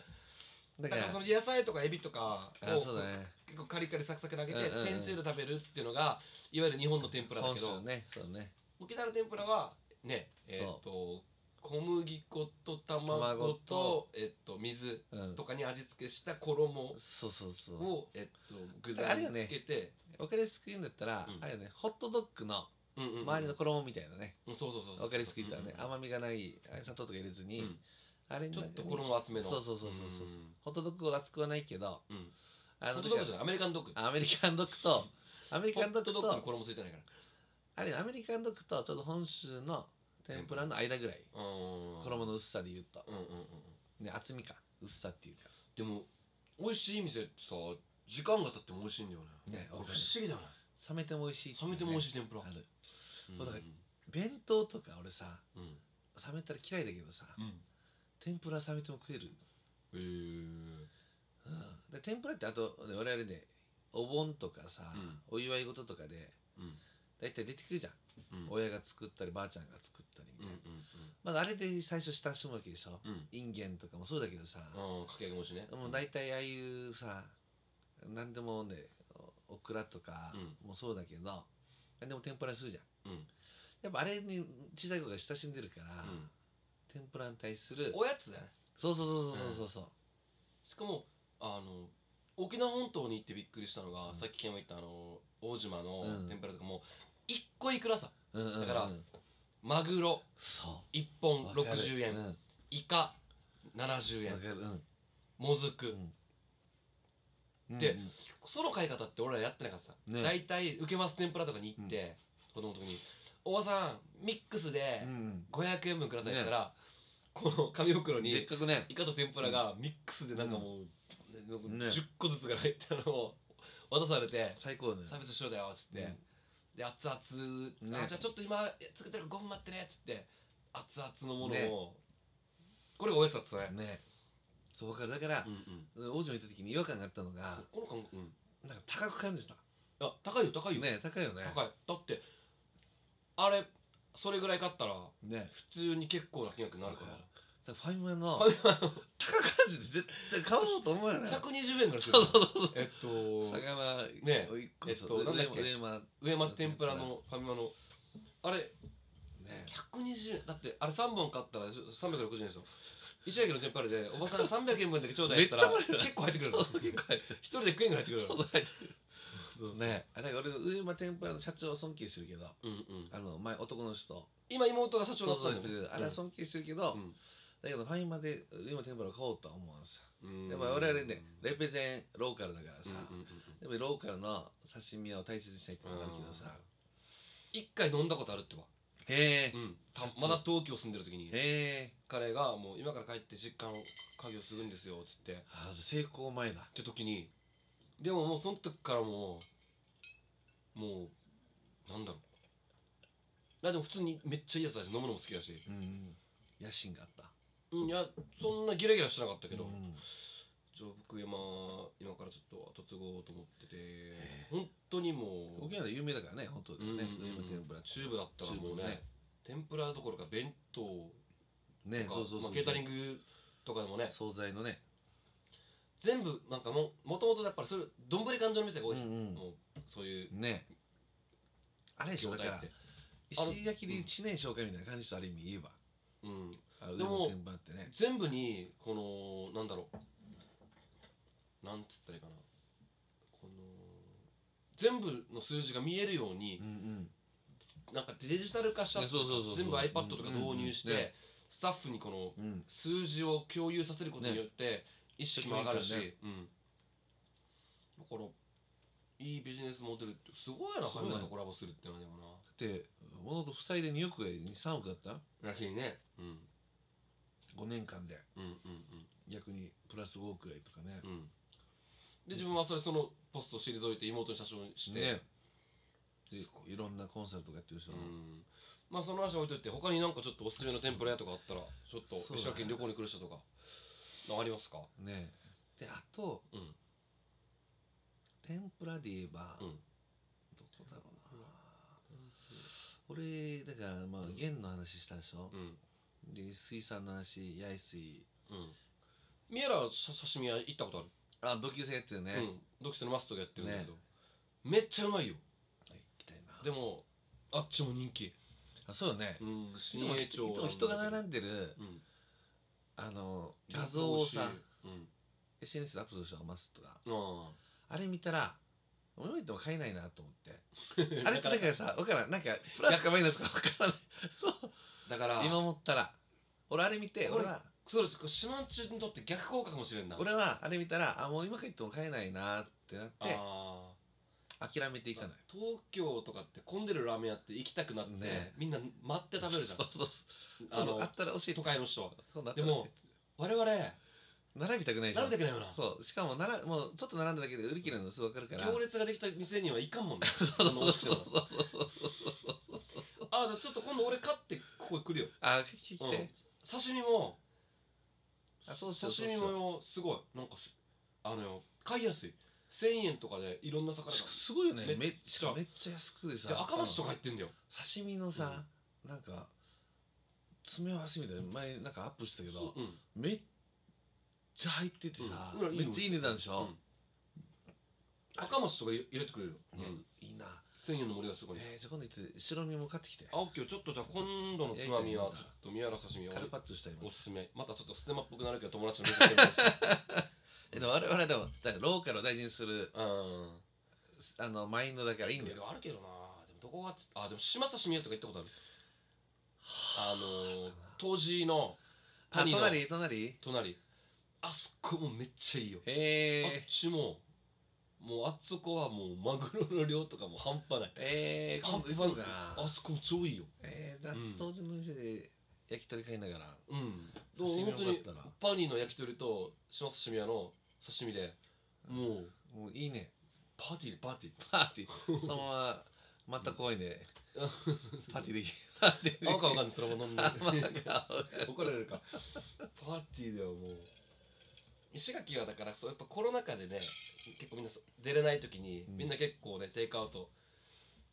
Speaker 6: だ
Speaker 7: だか
Speaker 6: かららその野菜とかエビとか
Speaker 7: あ
Speaker 6: を
Speaker 7: そうだね
Speaker 6: 結構カリカリサクサク投げて
Speaker 7: うんうんうん
Speaker 6: 天つゆで食べるっていうのがいわゆる日本の天ぷらだ
Speaker 7: 本
Speaker 6: け
Speaker 7: 州
Speaker 6: ど
Speaker 7: ねそうね
Speaker 6: 沖縄の天ぷらはねえっと小麦粉と卵
Speaker 7: 卵
Speaker 6: と
Speaker 7: と
Speaker 6: えっと水
Speaker 7: うん
Speaker 6: とかに味付けした衣
Speaker 7: そうそうそう
Speaker 6: をえっと具材につけて
Speaker 7: わかりやすく言うんだったら
Speaker 6: うん
Speaker 7: あれねホットドッグの
Speaker 6: うんうんうん
Speaker 7: 周りの衣みたいなね
Speaker 6: うんそうそうそうそう
Speaker 7: わかりやすく言ったらね
Speaker 6: うんうんうん
Speaker 7: 甘みがないあれ砂糖とか入れず
Speaker 6: う
Speaker 7: に
Speaker 6: ん
Speaker 7: あれに
Speaker 6: ちょっと衣厚めの
Speaker 7: そうそうそうそうそう
Speaker 6: うん
Speaker 7: ホットドッグを厚くはないけど
Speaker 6: うん
Speaker 7: あ
Speaker 6: ホットドッグじゃないアメリカンドッグ
Speaker 7: アメリカンドッグとアメリ
Speaker 6: ホ
Speaker 7: カンド
Speaker 6: ッ
Speaker 7: ッグ
Speaker 6: トドッグに
Speaker 7: と
Speaker 6: 衣ついてないから
Speaker 7: あれアメリカンドッグとちょっと本州の天ぷらの間ぐらい
Speaker 6: うん
Speaker 7: 衣の薄さで言うと
Speaker 6: うんうんうんうん
Speaker 7: ね厚みか薄さっていうか
Speaker 6: でも美味しい店ってさ時間が経っても美味しいんだよね
Speaker 7: ね
Speaker 6: これ
Speaker 7: わ
Speaker 6: 不思
Speaker 7: かる
Speaker 6: 議だよね
Speaker 7: 冷めても美味しい
Speaker 6: 冷めても美味し
Speaker 7: い
Speaker 6: い天ぷら
Speaker 7: ある
Speaker 6: うん
Speaker 7: そうだから弁当とか俺さ
Speaker 6: うん
Speaker 7: 冷めたら嫌いだけどさ
Speaker 6: うん
Speaker 7: 天ぷら冷めても食える、
Speaker 6: えー
Speaker 7: うん、で天ぷらってあとね我々ねお盆とかさ、
Speaker 6: うん
Speaker 7: お祝い事とかで
Speaker 6: うん
Speaker 7: 大体出てくるじゃん、
Speaker 6: うん
Speaker 7: 親が作ったりばあちゃんが作ったりみ
Speaker 6: う
Speaker 7: た
Speaker 6: んう
Speaker 7: いな、
Speaker 6: ん
Speaker 7: まだあれで最初親しむわけでしょ、
Speaker 6: うん
Speaker 7: インゲンとかもそうだけどさ、
Speaker 6: うんあーかき揚げも美味しいね
Speaker 7: もう大体ああいうさ何でもねおオクラとか
Speaker 6: う
Speaker 7: もそうだけど、何でも天ぷらにするじゃん
Speaker 6: うん
Speaker 7: やっぱあれに小さい子が親しんでるから、
Speaker 6: うん
Speaker 7: 天ぷらに対する
Speaker 6: おやつだね
Speaker 7: そうそうそうそうそうそう、
Speaker 6: しかもあの沖縄本島に行ってびっくりしたのが、
Speaker 7: うん
Speaker 6: さっきケンも言ったあの大島の
Speaker 7: うん
Speaker 6: 天ぷらとかも一個いくらさ
Speaker 7: うんうんうん
Speaker 6: だからマグロ
Speaker 7: そ
Speaker 6: 1本
Speaker 7: うわかる
Speaker 6: 60円、
Speaker 7: うん
Speaker 6: イカ70円
Speaker 7: わかるうん
Speaker 6: もずく、
Speaker 7: うん
Speaker 6: で
Speaker 7: うん
Speaker 6: その買い方って俺らやってなかったさ、
Speaker 7: ね
Speaker 6: 大体受けます天ぷらとかに行って、子供の時に「おばさんミックスで
Speaker 7: うん
Speaker 6: 500円分ください」って言ったら、この紙袋
Speaker 7: でっ
Speaker 6: に
Speaker 7: かくね
Speaker 6: イカと天ぷらがミックスでなんかもう、
Speaker 7: ね
Speaker 6: 10個ずつぐらい入ったの を渡されて
Speaker 7: 最高だ
Speaker 6: 「
Speaker 7: ね
Speaker 6: サービスしろだよ」っつって、
Speaker 7: うん
Speaker 6: で熱々、
Speaker 7: ね
Speaker 6: あ「じゃあちょっと今作ってるから5分待ってね」っつって熱々のものを、
Speaker 7: ね
Speaker 6: これがおやつだったね、
Speaker 7: ねそうわかるだから
Speaker 6: うんうん
Speaker 7: 王子も行った時に違和感があったのが
Speaker 6: この感覚うん
Speaker 7: なんか高く感じた
Speaker 6: あ高いよ高いよ、
Speaker 7: ね高いよね
Speaker 6: 高いだってあれそれぐらい買ったら
Speaker 7: ね
Speaker 6: 普通に結構な金額になるか
Speaker 7: わ
Speaker 6: ら
Speaker 7: だからファミマの
Speaker 6: ファ
Speaker 7: 高く感じて絶対買おうと思うよね
Speaker 6: 120円ぐらいするそうそうそうえっと
Speaker 7: 魚
Speaker 6: ね
Speaker 7: おい
Speaker 6: えっとなんだっけ
Speaker 7: 上ま
Speaker 6: 上間天ぷらのファミマのあれ
Speaker 7: ね
Speaker 6: 120円だってあれ3本買ったら360円ですよ石焼の天ぷらでおばさん300円分だけちょうだいって言ったら
Speaker 7: めっちゃも
Speaker 6: 結構入っ
Speaker 7: らえる
Speaker 6: てくるの
Speaker 7: そう結構入ってる
Speaker 6: 一人で食えんぐらい入ってくるのそうそう
Speaker 7: ねあだから俺上間天ぷらの社長を尊敬してるけど
Speaker 6: うんうん
Speaker 7: あの前男の人
Speaker 6: 今妹が社長だったん
Speaker 7: そう
Speaker 6: だ
Speaker 7: そう
Speaker 6: よね
Speaker 7: そうあれは尊敬してるけど、
Speaker 6: うん
Speaker 7: だけどファインまで上間天ぷらを買おうとは思うんですよ
Speaker 6: うん
Speaker 7: やっぱり我々ねレペゼンローカルだからさ、
Speaker 6: うんうんうんうん
Speaker 7: やっぱりローカルの刺身を大切にしたいってのがあるけどさ
Speaker 6: 一回飲んだことあるってば
Speaker 7: へえ
Speaker 6: うんた
Speaker 7: 社長
Speaker 6: まだ東京住んでる時に
Speaker 7: へえ
Speaker 6: 彼がもう今から帰って実家の家業するんですよっつってっ
Speaker 7: あじゃあ成功前だ
Speaker 6: て時にでももうその時からもうもうなんだろうあでも普通にめっちゃいいやつだし飲むのも好きだし
Speaker 7: うん野心があった
Speaker 6: うんいやそんなギラギラしてなかったけど、
Speaker 7: うん
Speaker 6: じゃあ僕今今からちょっと後継ごうと思ってて本当にもう
Speaker 7: 沖縄で有名だからね本当
Speaker 6: うんうん
Speaker 7: ね
Speaker 6: うん
Speaker 7: 上間天ぷら
Speaker 6: チューブだったらもうね
Speaker 7: チューブね
Speaker 6: 天ぷらどころか弁当
Speaker 7: ね
Speaker 6: とか
Speaker 7: そうそうそう
Speaker 6: まあ、ケータリングとかでもね
Speaker 7: 惣菜のね
Speaker 6: 全部なんかももともとやっぱりそれどんぶり感情の店が多いです、
Speaker 7: うんうん
Speaker 6: もうそういう
Speaker 7: ねあれでし
Speaker 6: 業
Speaker 7: ょだ
Speaker 6: 態
Speaker 7: か
Speaker 6: っ
Speaker 7: ら
Speaker 6: て、
Speaker 7: 石垣で1年紹介みたいな感じとある意味言えば
Speaker 6: うん、
Speaker 7: あ
Speaker 6: で
Speaker 7: 上
Speaker 6: も
Speaker 7: 間天ぷらってね
Speaker 6: 全部にこのなんだろうなんつったらいいかなこの全部の数字が見えるように
Speaker 7: うんうん
Speaker 6: なんかデジタル化した
Speaker 7: いやそうそうそうそう
Speaker 6: 全部 iPad とか導入して、
Speaker 7: うんうんうんね
Speaker 6: スタッフにこの
Speaker 7: うん
Speaker 6: 数字を共有させることによって意識も上がるし、
Speaker 7: テクニ
Speaker 6: うん、だからいいビジネスモデルってすごいな
Speaker 7: すご
Speaker 6: ファ
Speaker 7: いね
Speaker 6: ミマとコラボするってのはでも
Speaker 7: で物と負債で2億円3億だった
Speaker 6: ならしいね、うん、
Speaker 7: 5年間で
Speaker 6: うんうん
Speaker 7: 逆にプラス5億円とかね
Speaker 6: うんうんで自分はそれそのポストを退いて妹に社長にして、
Speaker 7: ねです
Speaker 6: ご
Speaker 7: いろんなコンサルとかやってる人
Speaker 6: う
Speaker 7: の
Speaker 6: ん、まあその話は置いといて他になんかちょっとおすすめの天ぷら屋とかあったらちょっと
Speaker 7: そうだね
Speaker 6: 石川県旅行に来る人とかなんかありますか
Speaker 7: ねであと
Speaker 6: うん
Speaker 7: 天ぷらで言え
Speaker 6: う
Speaker 7: ばど
Speaker 6: ん
Speaker 7: こだろうな俺だからまあ
Speaker 6: うん
Speaker 7: 元の話したでしょ
Speaker 6: うん
Speaker 7: で水産の話八重水
Speaker 6: うん宮原はさ刺身屋行ったことある
Speaker 7: あ同級生やってるね
Speaker 6: う
Speaker 7: 行
Speaker 6: ん、読書のマストがやってるんだけど、めっちゃうまいよ
Speaker 7: きたいな
Speaker 6: でもあっちも人気
Speaker 7: あそうよね
Speaker 6: うん
Speaker 7: いつも人いつも人が並んでる
Speaker 6: うん
Speaker 7: あの画像をさ
Speaker 6: うん、
Speaker 7: SNS でアップするでしょマスとか
Speaker 6: あ
Speaker 7: あれ見たら俺も言っても買えないなと思って
Speaker 6: ー
Speaker 7: あれってだからさ分からんなんかプラスかマイナスか分からないそう
Speaker 6: だから
Speaker 7: 今思ったら俺あれ見て
Speaker 6: これ
Speaker 7: 俺は
Speaker 6: そうですこれ島中にとって逆効果かもしれんな
Speaker 7: 俺はあれ見たらあもう今帰っても買えないなってなって
Speaker 6: あ
Speaker 7: 諦めてい
Speaker 6: ー
Speaker 7: かない
Speaker 6: 東京とかって混んでるラーメン屋って行きたくなって、
Speaker 7: ね
Speaker 6: みんな待って食べるじゃん
Speaker 7: そうそう
Speaker 6: あ
Speaker 7: そう
Speaker 6: の
Speaker 7: あったら教えて
Speaker 6: 都会の人は
Speaker 7: 今度あった
Speaker 6: で
Speaker 7: ら
Speaker 6: も我々
Speaker 7: 並びたくないじゃん
Speaker 6: 並びたくないよな
Speaker 7: そうしかもならもうちょっと並んだだけで売り切れるのすぐ分かるから
Speaker 6: 行列ができた店にはいかんもんね
Speaker 7: そう
Speaker 6: あの美味しくて
Speaker 7: そ
Speaker 6: も
Speaker 7: うそうそうそう
Speaker 6: ああちょっと今度俺買ってここへ来るよ
Speaker 7: あ聞いて、
Speaker 6: うん刺身も
Speaker 7: あそうしよう
Speaker 6: 刺身
Speaker 7: そうし
Speaker 6: もすごいなんかすあのよ買いやすい1000円とかでいろんな魚が
Speaker 7: しすごいよねめ
Speaker 6: め
Speaker 7: っ
Speaker 6: っ
Speaker 7: ち
Speaker 6: ちゃ
Speaker 7: ゃめっちゃ安くでさ
Speaker 6: で赤松とか入ってんだよ
Speaker 7: 刺身のさ、なんか詰め合わせみたいな前なんかアップしたけど
Speaker 6: そううん
Speaker 7: めっちゃ入っててさ、
Speaker 6: うん
Speaker 7: めっちゃいい値段でしょ、
Speaker 6: うん赤松とか入れてくれるよ
Speaker 7: ね
Speaker 6: うん
Speaker 7: いいな、
Speaker 6: 1000円の森がすごい
Speaker 7: えー、じゃあ今度行って白身も買ってきて
Speaker 6: あオッケーちょっとじゃあ今度のつまみはちょっと宮原刺身を
Speaker 7: カルパッチョしたいもん
Speaker 6: おすすめまたちょっとステマっぽくなるけど友達の店で
Speaker 7: えでも我々でもだからローカルを大事にする
Speaker 6: うん
Speaker 7: あのマインドだからいいんだ
Speaker 6: い
Speaker 7: よ
Speaker 6: ろいろあるけどなでもどこがつあでも島刺身屋とか行ったことあるあのー、当時の
Speaker 7: あ
Speaker 6: 谷の
Speaker 7: 隣隣
Speaker 6: 隣あそこもめっちゃいいよ、
Speaker 7: へ
Speaker 6: あっちももうあそこはもうマグロの量とかも半端ない
Speaker 7: えええ
Speaker 6: 半
Speaker 7: 今
Speaker 6: 端
Speaker 7: 度行こうかな
Speaker 6: あそこ超いいよ
Speaker 7: ええー、だ
Speaker 6: うん
Speaker 7: 当時の店で焼き鳥買いながら
Speaker 6: うん
Speaker 7: 刺身
Speaker 6: 本当に
Speaker 7: よかったな
Speaker 6: パニーの焼き鳥と島刺身屋の刺身でもう
Speaker 7: もういいね
Speaker 6: パーティーパーティー
Speaker 7: パーティーそのまま全く怖いね
Speaker 6: あ
Speaker 7: パーティーできパーティーでき
Speaker 6: 赤わかんないそのまま 飲んで
Speaker 7: あまあ
Speaker 6: 怒られるかパーティーではもう石垣はだからそうやっぱコロナ禍でね結構みんなそ出れない時に、
Speaker 7: うん
Speaker 6: みんな結構ねテイクアウト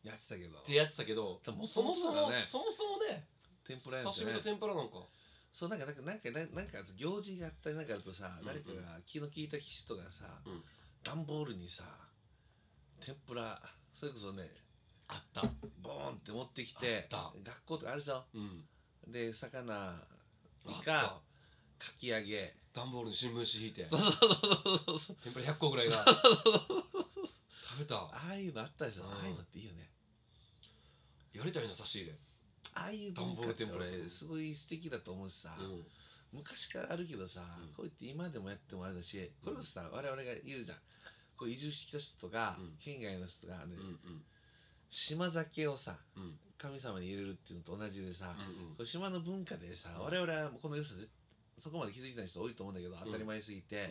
Speaker 7: やってたけど
Speaker 6: ってやってたけど
Speaker 7: でも
Speaker 6: そもそもそもそも
Speaker 7: 元々がね
Speaker 6: ね
Speaker 7: 天ぷらやんじ
Speaker 6: 刺
Speaker 7: ゃな
Speaker 6: 身
Speaker 7: い
Speaker 6: と天ぷらなんか
Speaker 7: そうなんかなんかなんかなんかなんか行事があったりなんかあるとさ、
Speaker 6: うん
Speaker 7: 誰かが気の利いた人がさ、
Speaker 6: うん
Speaker 7: 段ボールにさ天ぷらそれこそね
Speaker 6: あった
Speaker 7: ボーンって持ってきて
Speaker 6: あっ
Speaker 7: 学校とかあるでしょ
Speaker 6: うん
Speaker 7: で魚
Speaker 6: あった
Speaker 7: がかき揚げ
Speaker 6: 段ボールに新聞紙引いて
Speaker 7: そうそうそうそうそう
Speaker 6: 天ぷら100個ぐらいが食べた
Speaker 7: ああいうのあったでしょ、
Speaker 6: うん
Speaker 7: ああいうのっていいよね
Speaker 6: やりたいな差し入れ
Speaker 7: ああいう文化って
Speaker 6: 段ボール天ぷら
Speaker 7: 俺すごい素敵だと思うしさ、
Speaker 6: うん
Speaker 7: 昔からあるけどさ、
Speaker 6: うん
Speaker 7: こうやって今でもやってもあれだしこれこそさ我々が言うじゃんこう移住してきた人とか、
Speaker 6: うん
Speaker 7: 県外の人が、ね
Speaker 6: うんうん
Speaker 7: 島酒をさ
Speaker 6: うんうん
Speaker 7: 神様に入れるっていうのと同じでさ、
Speaker 6: うん
Speaker 7: こう島の文化でさ
Speaker 6: うん
Speaker 7: 我々はこの良さ絶そこまで気づいてない人多いと思うんだけど当たり前すぎて、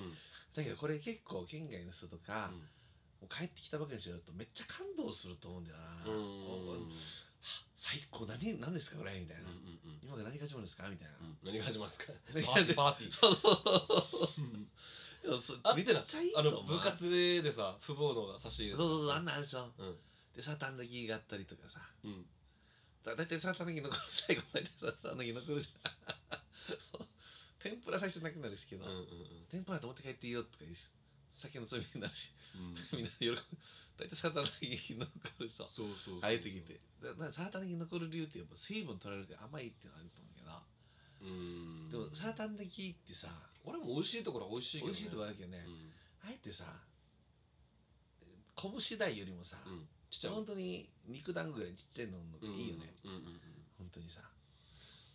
Speaker 7: だけどこれ結構県外の人とか、もう帰ってきたばかりの人だとめっちゃ感動すると思うんだよな、
Speaker 6: うん
Speaker 7: おは最高何何ですかこれみたいな、
Speaker 6: うんうん
Speaker 7: 今が何が始まるんですかみたいな、
Speaker 6: 何が始まるんです か
Speaker 7: 何
Speaker 6: パ
Speaker 7: が
Speaker 6: ーティーパーティー
Speaker 7: そうそうそ
Speaker 6: う
Speaker 7: う
Speaker 6: ん
Speaker 7: でもそ
Speaker 6: あっ
Speaker 7: め
Speaker 6: て
Speaker 7: っ
Speaker 6: な
Speaker 7: ちゃいいと
Speaker 6: あ
Speaker 7: 思
Speaker 6: の部活でさ父母の差し入れ
Speaker 7: そうそうそうあん
Speaker 6: な
Speaker 7: なんあるでしょ
Speaker 6: うん
Speaker 7: でサーターアンダギーがあったりとかさ
Speaker 6: うん
Speaker 7: だ大体サーターアンダギー残る最後大体サーターアンダギー残るじゃん そう天ぷら最初なくなるんですけ
Speaker 6: う
Speaker 7: ど、
Speaker 6: んうん
Speaker 7: 天ぷらと思って帰っていいよとか言うし酒の罪になるし
Speaker 6: うん
Speaker 7: みんな喜ぶ大体サーターアンダギー残るでしょ
Speaker 6: そうそうそう
Speaker 7: あえてきてだだサーターアンダギー残る理由ってやっぱ水分取られるから甘いっていうのあると思うけど
Speaker 6: うん
Speaker 7: でもサーターアンダギーってさ
Speaker 6: 俺も美味しいところは美味しいけど
Speaker 7: 美
Speaker 6: ね
Speaker 7: 味しいとこあるけどね、
Speaker 6: うん
Speaker 7: あえてさ拳代よりもさ、
Speaker 6: うんちっちゃい
Speaker 7: 本当に肉団子ぐらいちっちゃいののがいいよね、
Speaker 6: うんうん
Speaker 7: 本当にさ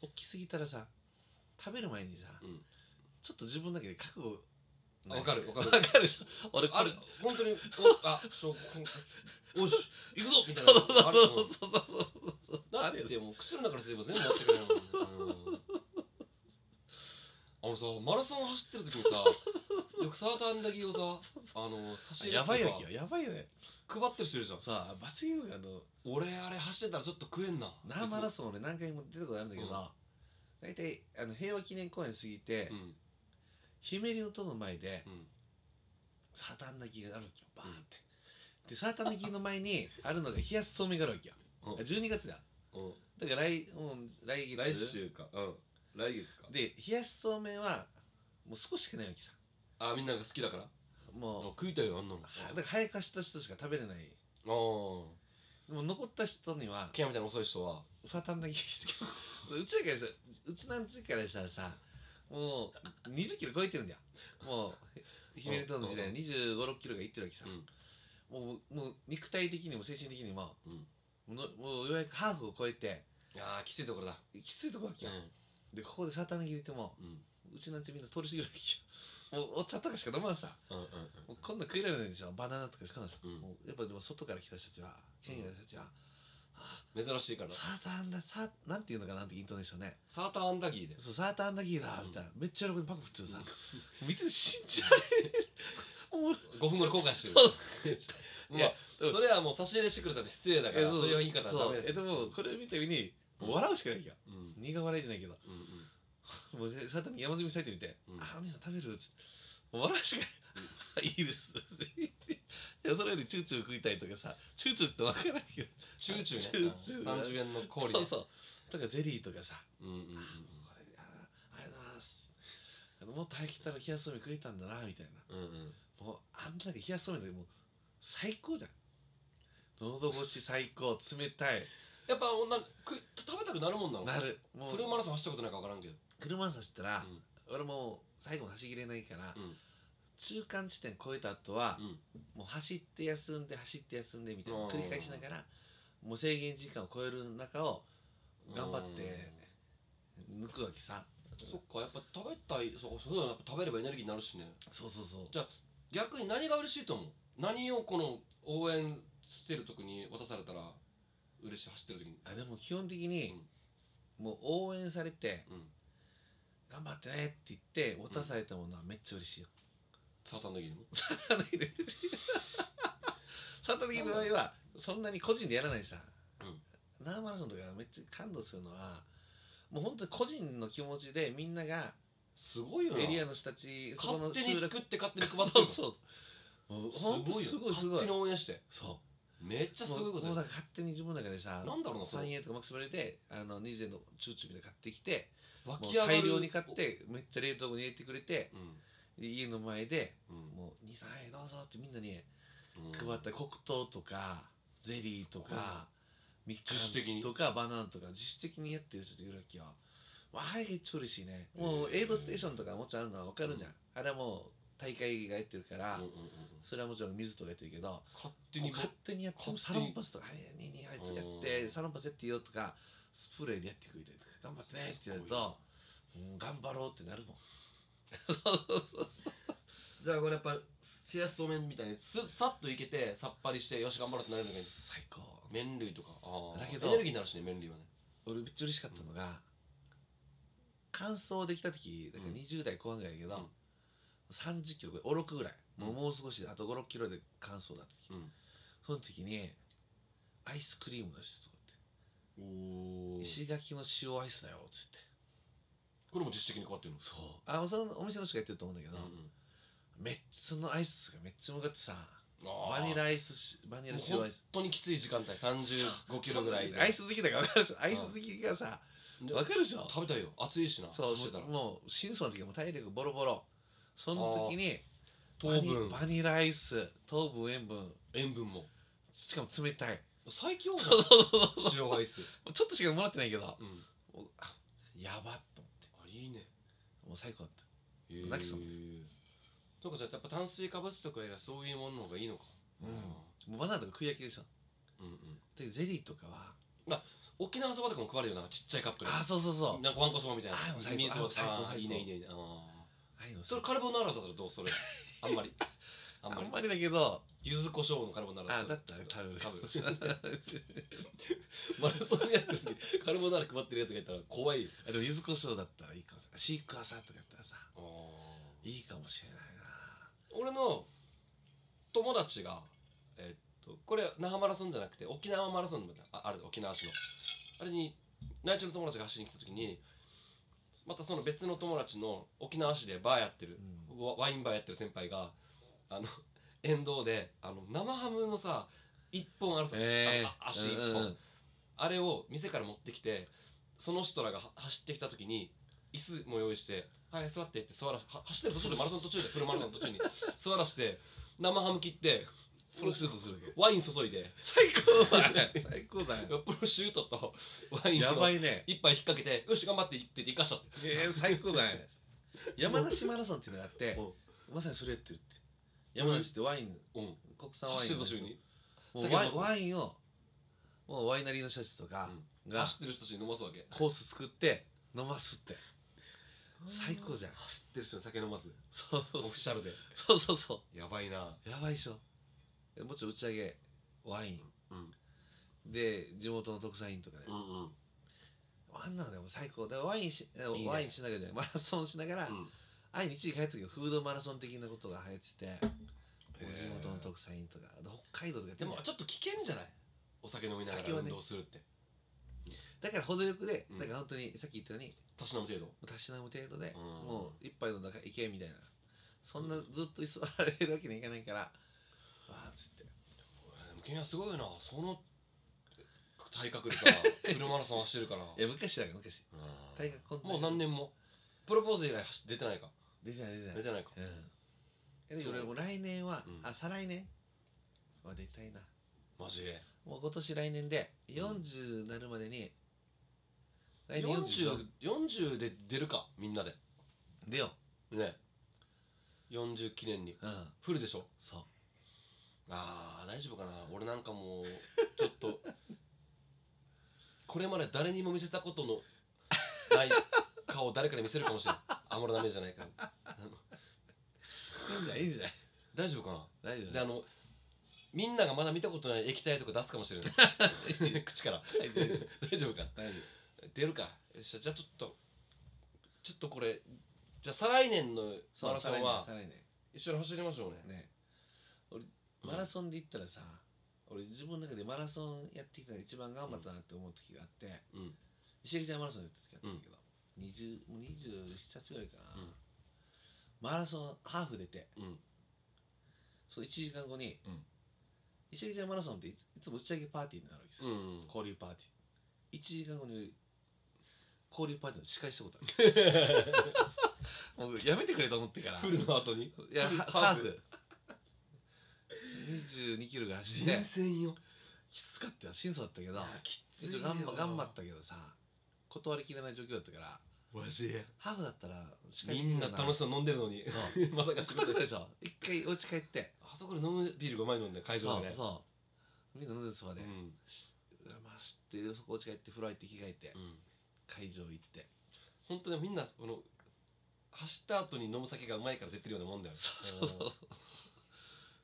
Speaker 7: 大きすぎたらさ食べる前にさ、
Speaker 6: うんうん
Speaker 7: ちょっと自分だけで覚悟
Speaker 6: あわかるわかる
Speaker 7: わかるでしょ俺
Speaker 6: あ
Speaker 7: これ
Speaker 6: る本当におあそうこんおし行くぞみたいな
Speaker 7: そう
Speaker 6: の
Speaker 7: そう
Speaker 6: あると思う
Speaker 7: そうそうそうそうそう
Speaker 6: だ
Speaker 7: あ
Speaker 6: っ
Speaker 7: るよね
Speaker 6: てもう口の中からすれば全部持ってくれるもん、うん、あのさマラソン走ってる時にさよくサーターアンダギーをさあの差し入れ
Speaker 7: や
Speaker 6: とか
Speaker 7: ばい
Speaker 6: 配
Speaker 7: よ今日やばいよね
Speaker 6: ってる人いるじゃん
Speaker 7: さあ罰ゲームがあの
Speaker 6: 俺あれ走ってたらちょっと食えんな
Speaker 7: 生マラソン俺何回も出たことあるんだけど、
Speaker 6: うん
Speaker 7: 大体あの平和記念公園過ぎて、
Speaker 6: うん
Speaker 7: ひめりの塔の前で、
Speaker 6: うん
Speaker 7: サーターアンダギーがあるわけよバーンって、でサーターアンダギーの 前にあるのが冷やしそうめんがあるわけよ、
Speaker 6: うん
Speaker 7: 12月だ
Speaker 6: うん
Speaker 7: だから来もう来月
Speaker 6: 来週かうん来月か
Speaker 7: で冷やしそうめんはもう少ししかないわけさ
Speaker 6: あみんなが好きだからあ
Speaker 7: も
Speaker 6: 食いたいよあんなの
Speaker 7: うはだから早かした人しか食べれない
Speaker 6: あー
Speaker 7: でも残った人には
Speaker 6: ケアみたいな遅い人は
Speaker 7: サーターアンダギーしてうちらからさうちなんちからしたらさもう2 0キロ超えてるんだよもうひめりとの時代
Speaker 6: うん
Speaker 7: 2 5 6キロがいってるわけさ、
Speaker 6: うん
Speaker 7: もうもう肉体的にも精神的にも、
Speaker 6: うん
Speaker 7: もうもうようやくハーフを超えて
Speaker 6: あーきついところだ
Speaker 7: きついとこわけ
Speaker 6: う
Speaker 7: よ、
Speaker 6: ん
Speaker 7: でここでサーターアンダギー入れても
Speaker 6: うん
Speaker 7: うちなんちみんな通り過ぎるわけよもうお茶とかしか飲まんさ
Speaker 6: うんうん
Speaker 7: もうこんなん食いられないでしょバナナとかしかないでし
Speaker 6: う
Speaker 7: ょ、
Speaker 6: ん
Speaker 7: もうやっぱでも外から来た人たちは県外の人たちは、あ
Speaker 6: うん珍しいから
Speaker 7: サーターアンダサーなんていうのかなってイントネーションね
Speaker 6: サーターアンダギーで
Speaker 7: そうサーターアンダギーだみたいな、めっちゃ喜んでパク食ってさ、見てて信じられないもう
Speaker 6: 5分後に後悔してる
Speaker 7: い
Speaker 6: い
Speaker 7: や
Speaker 6: やそれはもう差し入れしてくれたって失礼だから
Speaker 7: え
Speaker 6: そういう言い方はダメ
Speaker 7: そうえ
Speaker 6: です
Speaker 7: でもこれ見た目にもう笑うしかないよ
Speaker 6: うんうん
Speaker 7: 苦笑いじゃないけど
Speaker 6: うん
Speaker 7: もうさサーターアンダギー山積みされてみて「
Speaker 6: うん
Speaker 7: あお兄さん食べる?」っつってもう笑うしかない、いいですいやそれよりチューチュー食いたいとかさチューチューって分からないけど
Speaker 6: チューチューね
Speaker 7: チューチュー
Speaker 6: 30円の氷
Speaker 7: そうそうとかゼリーとかさ
Speaker 6: うんうんうん
Speaker 7: あこれあありがとうございますあのもっと早く来たら冷やしそうめん食えたんだなみたい
Speaker 6: うんうん
Speaker 7: なもうあんだけ冷やしそうめんだけどもう最高じゃん喉越し最高冷たい
Speaker 6: やっぱ女食い食べたくなるもんなの
Speaker 7: なるもう
Speaker 6: フルマラソン走ったことないか分からんけど
Speaker 7: 車さしたら、
Speaker 6: うん
Speaker 7: 俺もう最後まで走り切れないから、
Speaker 6: うん
Speaker 7: 中間地点越えた後は、
Speaker 6: うん
Speaker 7: もう走って休んで走って休んでみたいな
Speaker 6: うん
Speaker 7: 繰り返しながらもう制限時間を超える中を頑張って抜くわけさ
Speaker 6: そっかやっぱ食べたいそうそうだよやっぱ食べればエネルギーになるしね
Speaker 7: そうそうそう
Speaker 6: 逆に何が嬉しいと思う何をこの応援してる時に渡されたら嬉しい走ってる時に
Speaker 7: あでも基本的に、もう応援されて
Speaker 6: うん
Speaker 7: 頑張ってねって言って渡されたものはめっちゃ嬉しいよ、
Speaker 6: サーターの時にも
Speaker 7: サタデーサタデーの場合はそんなに個人でやらないしさ、生マラソンとかめっちゃ感動するのはもう本当に個人の気持ちでみんなが
Speaker 6: すごいよな
Speaker 7: エリアの人たちそこ
Speaker 6: 勝
Speaker 7: の
Speaker 6: 手に
Speaker 7: 集落
Speaker 6: 作って勝手に配って
Speaker 7: そう
Speaker 6: る
Speaker 7: そうもう本当
Speaker 6: の
Speaker 7: す
Speaker 6: すご
Speaker 7: ごい
Speaker 6: いよ
Speaker 7: すごい
Speaker 6: 勝手に応援して
Speaker 7: そう
Speaker 6: めっちゃすごいこと
Speaker 7: もうもうだ
Speaker 6: や
Speaker 7: から勝手に自分の中でさ
Speaker 6: なんだろうなその
Speaker 7: 3A とかマックスバレであの20のチューチューで買ってきて
Speaker 6: 湧
Speaker 7: も
Speaker 6: き
Speaker 7: う
Speaker 6: 上がる
Speaker 7: 大量に買ってめっちゃ冷凍庫に入れてくれて
Speaker 6: うん
Speaker 7: 家の前で
Speaker 6: うん
Speaker 7: もう「兄さんはいどうぞ」ってみんなに
Speaker 6: うん
Speaker 7: 配った黒糖とかゼリーと
Speaker 6: すごいな
Speaker 7: かみかん
Speaker 6: 自主的に
Speaker 7: とかバナナとか自主的にやってる人いるわけよまああれが一番嬉しいねもうエイドステーションとかもちろんあるのは分かるじゃん、
Speaker 6: うん
Speaker 7: あれはもう大会がやってるから、
Speaker 6: うんうんうんうん
Speaker 7: それはもちろん水とかやってるけど
Speaker 6: 勝手に
Speaker 7: 勝手にやって
Speaker 6: 勝手
Speaker 7: サ
Speaker 6: に
Speaker 7: ロンパスとか「あれににあいつやっ
Speaker 6: う
Speaker 7: て
Speaker 6: ん
Speaker 7: サロンパスやっていいよ」とかスプレーでやってくれたりとか「頑張ってね」って言われる
Speaker 6: すご
Speaker 7: と「うん頑張ろう」ってなるもん
Speaker 6: じゃあこれやっぱシラスと麺みたいにすさっといけてさっぱりしてよし頑張ろうってなれるのがいい
Speaker 7: 最高
Speaker 6: 麺類とかあー
Speaker 7: だけど
Speaker 6: エネルギーになるしね麺類はね
Speaker 7: 俺めっちゃ嬉しかったのが、乾燥できた時だから
Speaker 6: うん
Speaker 7: 20代後半ぐらいだけど、
Speaker 6: うん
Speaker 7: 30キロ5 6ぐらい、もう
Speaker 6: うん
Speaker 7: もう少しであと5 6キロで乾燥だった時、
Speaker 6: うん
Speaker 7: その時にアイスクリームの人とか
Speaker 6: お
Speaker 7: って「石垣の塩アイスだよ」っつって
Speaker 6: これも実績に変わってるの
Speaker 7: そうあそのお店の人がやってると思うんだけど、
Speaker 6: うんうん
Speaker 7: めっちゃのアイスがめっちゃ向かってさ
Speaker 6: あ
Speaker 7: バ
Speaker 6: ー
Speaker 7: ニラアイスしバニラ
Speaker 6: もう
Speaker 7: 塩ア
Speaker 6: 本
Speaker 7: イス
Speaker 6: 当にきつい時間帯35キロぐらい
Speaker 7: そ
Speaker 6: で
Speaker 7: うアイス好きだから分かるでしょアイス好きがさ
Speaker 6: で
Speaker 7: 分かるでしょ
Speaker 6: 食べたいよ暑いしな
Speaker 7: そう
Speaker 6: 走ってたら
Speaker 7: もう真相の時はもう体力ボロボロその時に
Speaker 6: 糖
Speaker 7: バニ
Speaker 6: 分
Speaker 7: バニラアイス糖分塩分
Speaker 6: 塩分も
Speaker 7: しかも冷たい
Speaker 6: 最強じゃん
Speaker 7: そうそうそう
Speaker 6: 塩アイス
Speaker 7: ちょっとしかもらってないけど
Speaker 6: うん
Speaker 7: もうあやばっと思って
Speaker 6: あいいね
Speaker 7: もう最高だった
Speaker 6: へー
Speaker 7: 泣きそう
Speaker 6: そうかじゃあやっぱ炭水化物とかよりはそういうものの方がいいのか
Speaker 7: もうバナナとか食い焼きでしょ
Speaker 6: うんうん
Speaker 7: でゼリーとかは
Speaker 6: 沖縄そばとかも配るよなちっちゃいカップで
Speaker 7: あそうそうそう
Speaker 6: なんかわんこそばみたいな
Speaker 7: あでも最高
Speaker 6: 水を
Speaker 7: あ最高
Speaker 6: あー
Speaker 7: 最高
Speaker 6: いいねいいねいいねあ
Speaker 7: ああいうの
Speaker 6: ーそれカルボナーラだったらどうそれあんまりあ
Speaker 7: あ
Speaker 6: んまり
Speaker 7: んまりだけど
Speaker 6: 柚子胡椒のカルボナーラ
Speaker 7: あ
Speaker 6: った
Speaker 7: だ
Speaker 6: ら
Speaker 7: ったら食べる
Speaker 6: 多分 マラソンやってる時カルボナーラ配ってるやつがいたら怖い
Speaker 7: あでも柚子胡椒だったらいいかもしれないシークワーサーとかやったらさいいかもしれない
Speaker 6: 俺の友達がえっとこれ那覇マラソンじゃなくて沖縄マラソンみたいなあある沖縄市のあれに内地の友達が走りに来た時にまたその別の友達の沖縄市でバーやってる
Speaker 7: な、
Speaker 6: ワワインバーやってる先輩があの 沿道であの生ハムのさ一本あるさ、
Speaker 7: ええ
Speaker 6: ああ足一本、
Speaker 7: うんうん
Speaker 6: あれを店から持ってきてその人らがは走ってきた時に椅子も用意して「はい座って」って座らしは走ってる途中でマラソン途中でフルマラソン途中に座らして生ハム切って
Speaker 7: プロシュートするわけ
Speaker 6: ワイン注いで
Speaker 7: 最高だね最 高だね
Speaker 6: プロシュートとワイン
Speaker 7: やば
Speaker 6: を
Speaker 7: いね
Speaker 6: 一杯引っ掛けて「よし頑張って」って言って生かしたって
Speaker 7: えー、最高 だね山梨マラソンっていうのがあってまさにそれやってるって山梨ってワイン
Speaker 6: うん、
Speaker 7: 国産ワイ
Speaker 6: 走って
Speaker 7: ン
Speaker 6: る途中に
Speaker 7: もうワイ
Speaker 6: 酒飲
Speaker 7: ン
Speaker 6: ます
Speaker 7: ワインをもうワイナリーの人たちとかが
Speaker 6: 走ってる人たちに飲ますわけ
Speaker 7: コース作って飲ますって最高じゃん
Speaker 6: 走ってる人に酒飲ます
Speaker 7: そう
Speaker 6: オフィシャルで
Speaker 7: そうそうそう
Speaker 6: やばいな
Speaker 7: やばいでしょえもちろん打ち上げワイン、
Speaker 6: うん
Speaker 7: で地元の特産品とかで、
Speaker 6: うんうん
Speaker 7: あんなのでも最高でワインし
Speaker 6: いね
Speaker 7: ワインしながらじゃないマラソンしながら、
Speaker 6: うん
Speaker 7: あいに一時帰った時はフードマラソン的なことが流行ってて、
Speaker 6: へー
Speaker 7: 地元の特産品とかで北海道とかやって
Speaker 6: で
Speaker 7: んじゃん
Speaker 6: もちょっと危険じゃないお酒飲みながら
Speaker 7: 酒はね
Speaker 6: 運動するって
Speaker 7: だから程よくで、
Speaker 6: うん
Speaker 7: だから本当にさっき言ったように
Speaker 6: たしなむ程度
Speaker 7: たしなむ程度で、
Speaker 6: うん
Speaker 7: もう一杯の中いけみたいなそんなずっと居座られるわけにいかないから、わあっつって
Speaker 6: えーでもケンヤすごいなその体格でさ フルマラソン走ってるから
Speaker 7: いや昔だから昔
Speaker 6: うん
Speaker 7: 体格こんな
Speaker 6: もう何年もプロポーズ以来走出てないか
Speaker 7: 出てない出てない
Speaker 6: 出てないか
Speaker 7: うんえだけど俺も来年は、
Speaker 6: うん
Speaker 7: あ再来年は出たいな
Speaker 6: マジで
Speaker 7: もう今年来年で40なるまでに、来年
Speaker 6: 40, 40で出るかみんなで
Speaker 7: 出よ
Speaker 6: ね40記念に
Speaker 7: う、うん、
Speaker 6: フルでしょ
Speaker 7: そう
Speaker 6: あー大丈夫かな俺なんかもうちょっとこれまで誰にも見せたことのない顔を誰かに見せるかもしれないアモロな目じゃないから
Speaker 7: いいんじゃないいいんじゃない
Speaker 6: 大丈夫か
Speaker 7: 大丈
Speaker 6: な
Speaker 7: 夫
Speaker 6: であのみんながまだ見たことない液体とか出すかもしれない 口から
Speaker 7: 大丈夫
Speaker 6: 大丈夫かな
Speaker 7: 大丈
Speaker 6: 出るかよっしゃじゃあちょっとちょっとこれじゃあ再来年の
Speaker 7: 夫
Speaker 6: マラソンは
Speaker 7: 再来年
Speaker 6: 一
Speaker 7: 再来
Speaker 6: 緒に走りましょうね
Speaker 7: 年ね
Speaker 6: うん
Speaker 7: マラソンで言ったらさ俺自分の中でマラソンやってきたら一番頑張ったなって思う時があって、
Speaker 6: うん
Speaker 7: 石垣ちゃんマラソンやった時あったんだけど、20もう27歳ぐらいかな、
Speaker 6: うん
Speaker 7: マラソンハーフ出て
Speaker 6: うん
Speaker 7: その1時間後に、
Speaker 6: うん
Speaker 7: 石垣ちゃんマラソンっていついつも打ち上げパーティーになるわけです
Speaker 6: う
Speaker 7: よ、
Speaker 6: ん
Speaker 7: 交流パーティー1時間後に交流パーティーの司会したこ と あるもうやめてくれと思ってから
Speaker 6: フルの後に
Speaker 7: いや
Speaker 6: フル
Speaker 7: ハハーフ22キロぐらい走って
Speaker 6: 人選よ
Speaker 7: きつかったよ心臓だったけど
Speaker 6: き
Speaker 7: 一応頑張頑張ったけどさ断りきれない状況だったから
Speaker 6: マジ
Speaker 7: ハーフだったら司会
Speaker 6: み
Speaker 7: できる
Speaker 6: ん
Speaker 7: よ
Speaker 6: な楽しそうに飲んでるのに
Speaker 7: そう
Speaker 6: まさか仕
Speaker 7: 仕事
Speaker 6: 事で
Speaker 7: でしょ一回お家帰って
Speaker 6: あそこで飲むビールがうまいのね会
Speaker 7: そ
Speaker 6: 場
Speaker 7: う
Speaker 6: でね
Speaker 7: そうみんな飲んでるそば
Speaker 6: う
Speaker 7: で、
Speaker 6: ん
Speaker 7: まあ知ってるそこお家帰って風呂入って着替えて、
Speaker 6: うん
Speaker 7: 会場行って
Speaker 6: 本当にみんなこの走った後に飲む酒がうまいから出てるようなもんだよね
Speaker 7: そうそうそ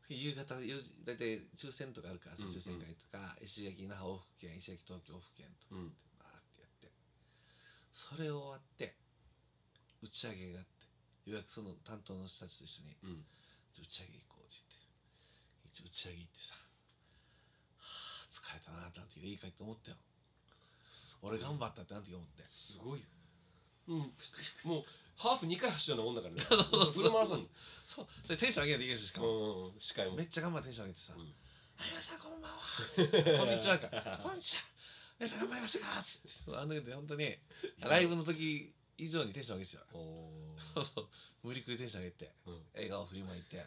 Speaker 7: う夕方4時大体抽選とかあるから、
Speaker 6: うんうん
Speaker 7: 抽選会とか石垣那覇往復券石垣東京往復券と
Speaker 6: う
Speaker 7: か
Speaker 6: んうん
Speaker 7: バーってやってそれ終わって打ち上げがあってようやくその担当の人たちと一緒に
Speaker 6: うん
Speaker 7: 打ち上げ行こうって言って一応打ち上げ行ってさはあ疲れたなってあの時いいかいと思ったよ俺頑張ったってあの時思って
Speaker 6: すごいようんもうハーフ2回走るようなもん だからねフルマラソン
Speaker 7: そうでテンション上げないといけないししか
Speaker 6: う
Speaker 7: も、
Speaker 6: んうん司会も
Speaker 7: めっちゃ頑張ってテンション上げてさ
Speaker 6: う
Speaker 7: 「
Speaker 6: ん
Speaker 7: あ皆さんこんばんは こんにちはか」こんにちは皆さん頑張りましたか」つってそうあの時で本当にライブの時以上にテンション上げてたよ
Speaker 6: おお
Speaker 7: そうそう無理くりテンション上げて
Speaker 6: うん
Speaker 7: 笑顔振りまいて「あ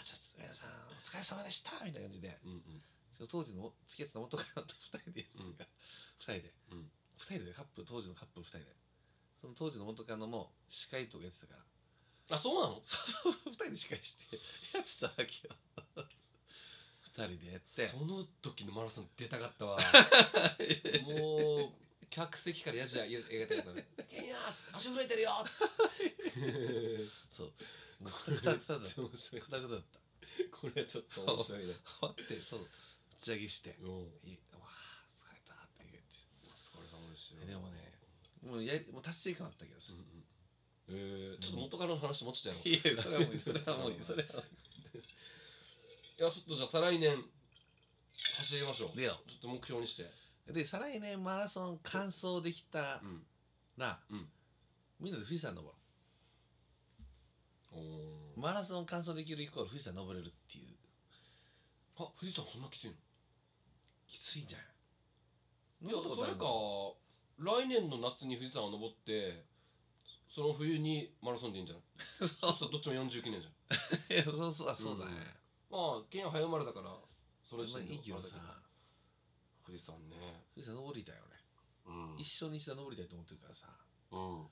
Speaker 7: あじゃあ皆さんお疲れ様でした」みたいな感じで
Speaker 6: うん
Speaker 7: その当時の付き合ってた元カノと2人でやってたから、2人で、
Speaker 6: うん
Speaker 7: 2人でカップル当時のカップル2人でその当時の元カノも司会とかやってたから
Speaker 6: あそうなの
Speaker 7: そうそう2人で司会してやってたわけよ2人でやって
Speaker 6: その時のマラソン出たかった わもう客席からやじややりたかったね「ケンヤー足震えてるよ!」
Speaker 7: そうもうくたくただった
Speaker 6: 超面白い
Speaker 7: くたくただっ た
Speaker 6: これちょっと面白いね
Speaker 7: 終わってそう打ち上げして
Speaker 6: うんお
Speaker 7: いわあ疲れたって言っ
Speaker 6: 疲れ様ですよ
Speaker 7: でもねてもうやりもう達成感あったけど
Speaker 6: う
Speaker 7: さ
Speaker 6: んうんえー、ちょっと元からの話もうちょっとやろう
Speaker 7: いやそれは もういいそれはもういいそれはも
Speaker 6: いやちょっとじゃあ再来年走りましょう
Speaker 7: うでよ
Speaker 6: ちょっと目標にして
Speaker 7: で再来年マラソン完走できた
Speaker 6: うん
Speaker 7: ら、
Speaker 6: うん
Speaker 7: みんなで富士山登ろ
Speaker 6: おお
Speaker 7: うマラソン完走できるイコール富士山登れるっていう
Speaker 6: あ富士山そんなきついの
Speaker 7: きついじゃん
Speaker 6: いや
Speaker 7: 登ったこと
Speaker 6: そ
Speaker 7: あ
Speaker 6: れ
Speaker 7: る
Speaker 6: か来年の夏に富士山を登ってその冬にマラソンでいいんじゃない そうするとどっちも49年じゃん
Speaker 7: いや そうそうあそうだね、
Speaker 6: まあ県は早生まれだからそれ
Speaker 7: ま
Speaker 6: 自
Speaker 7: あ
Speaker 6: 体
Speaker 7: いいけどさ
Speaker 6: 富士山ね
Speaker 7: 富士山登りたいよ
Speaker 6: うん
Speaker 7: 俺一生に一度は登りたいと思ってるからさ
Speaker 6: うん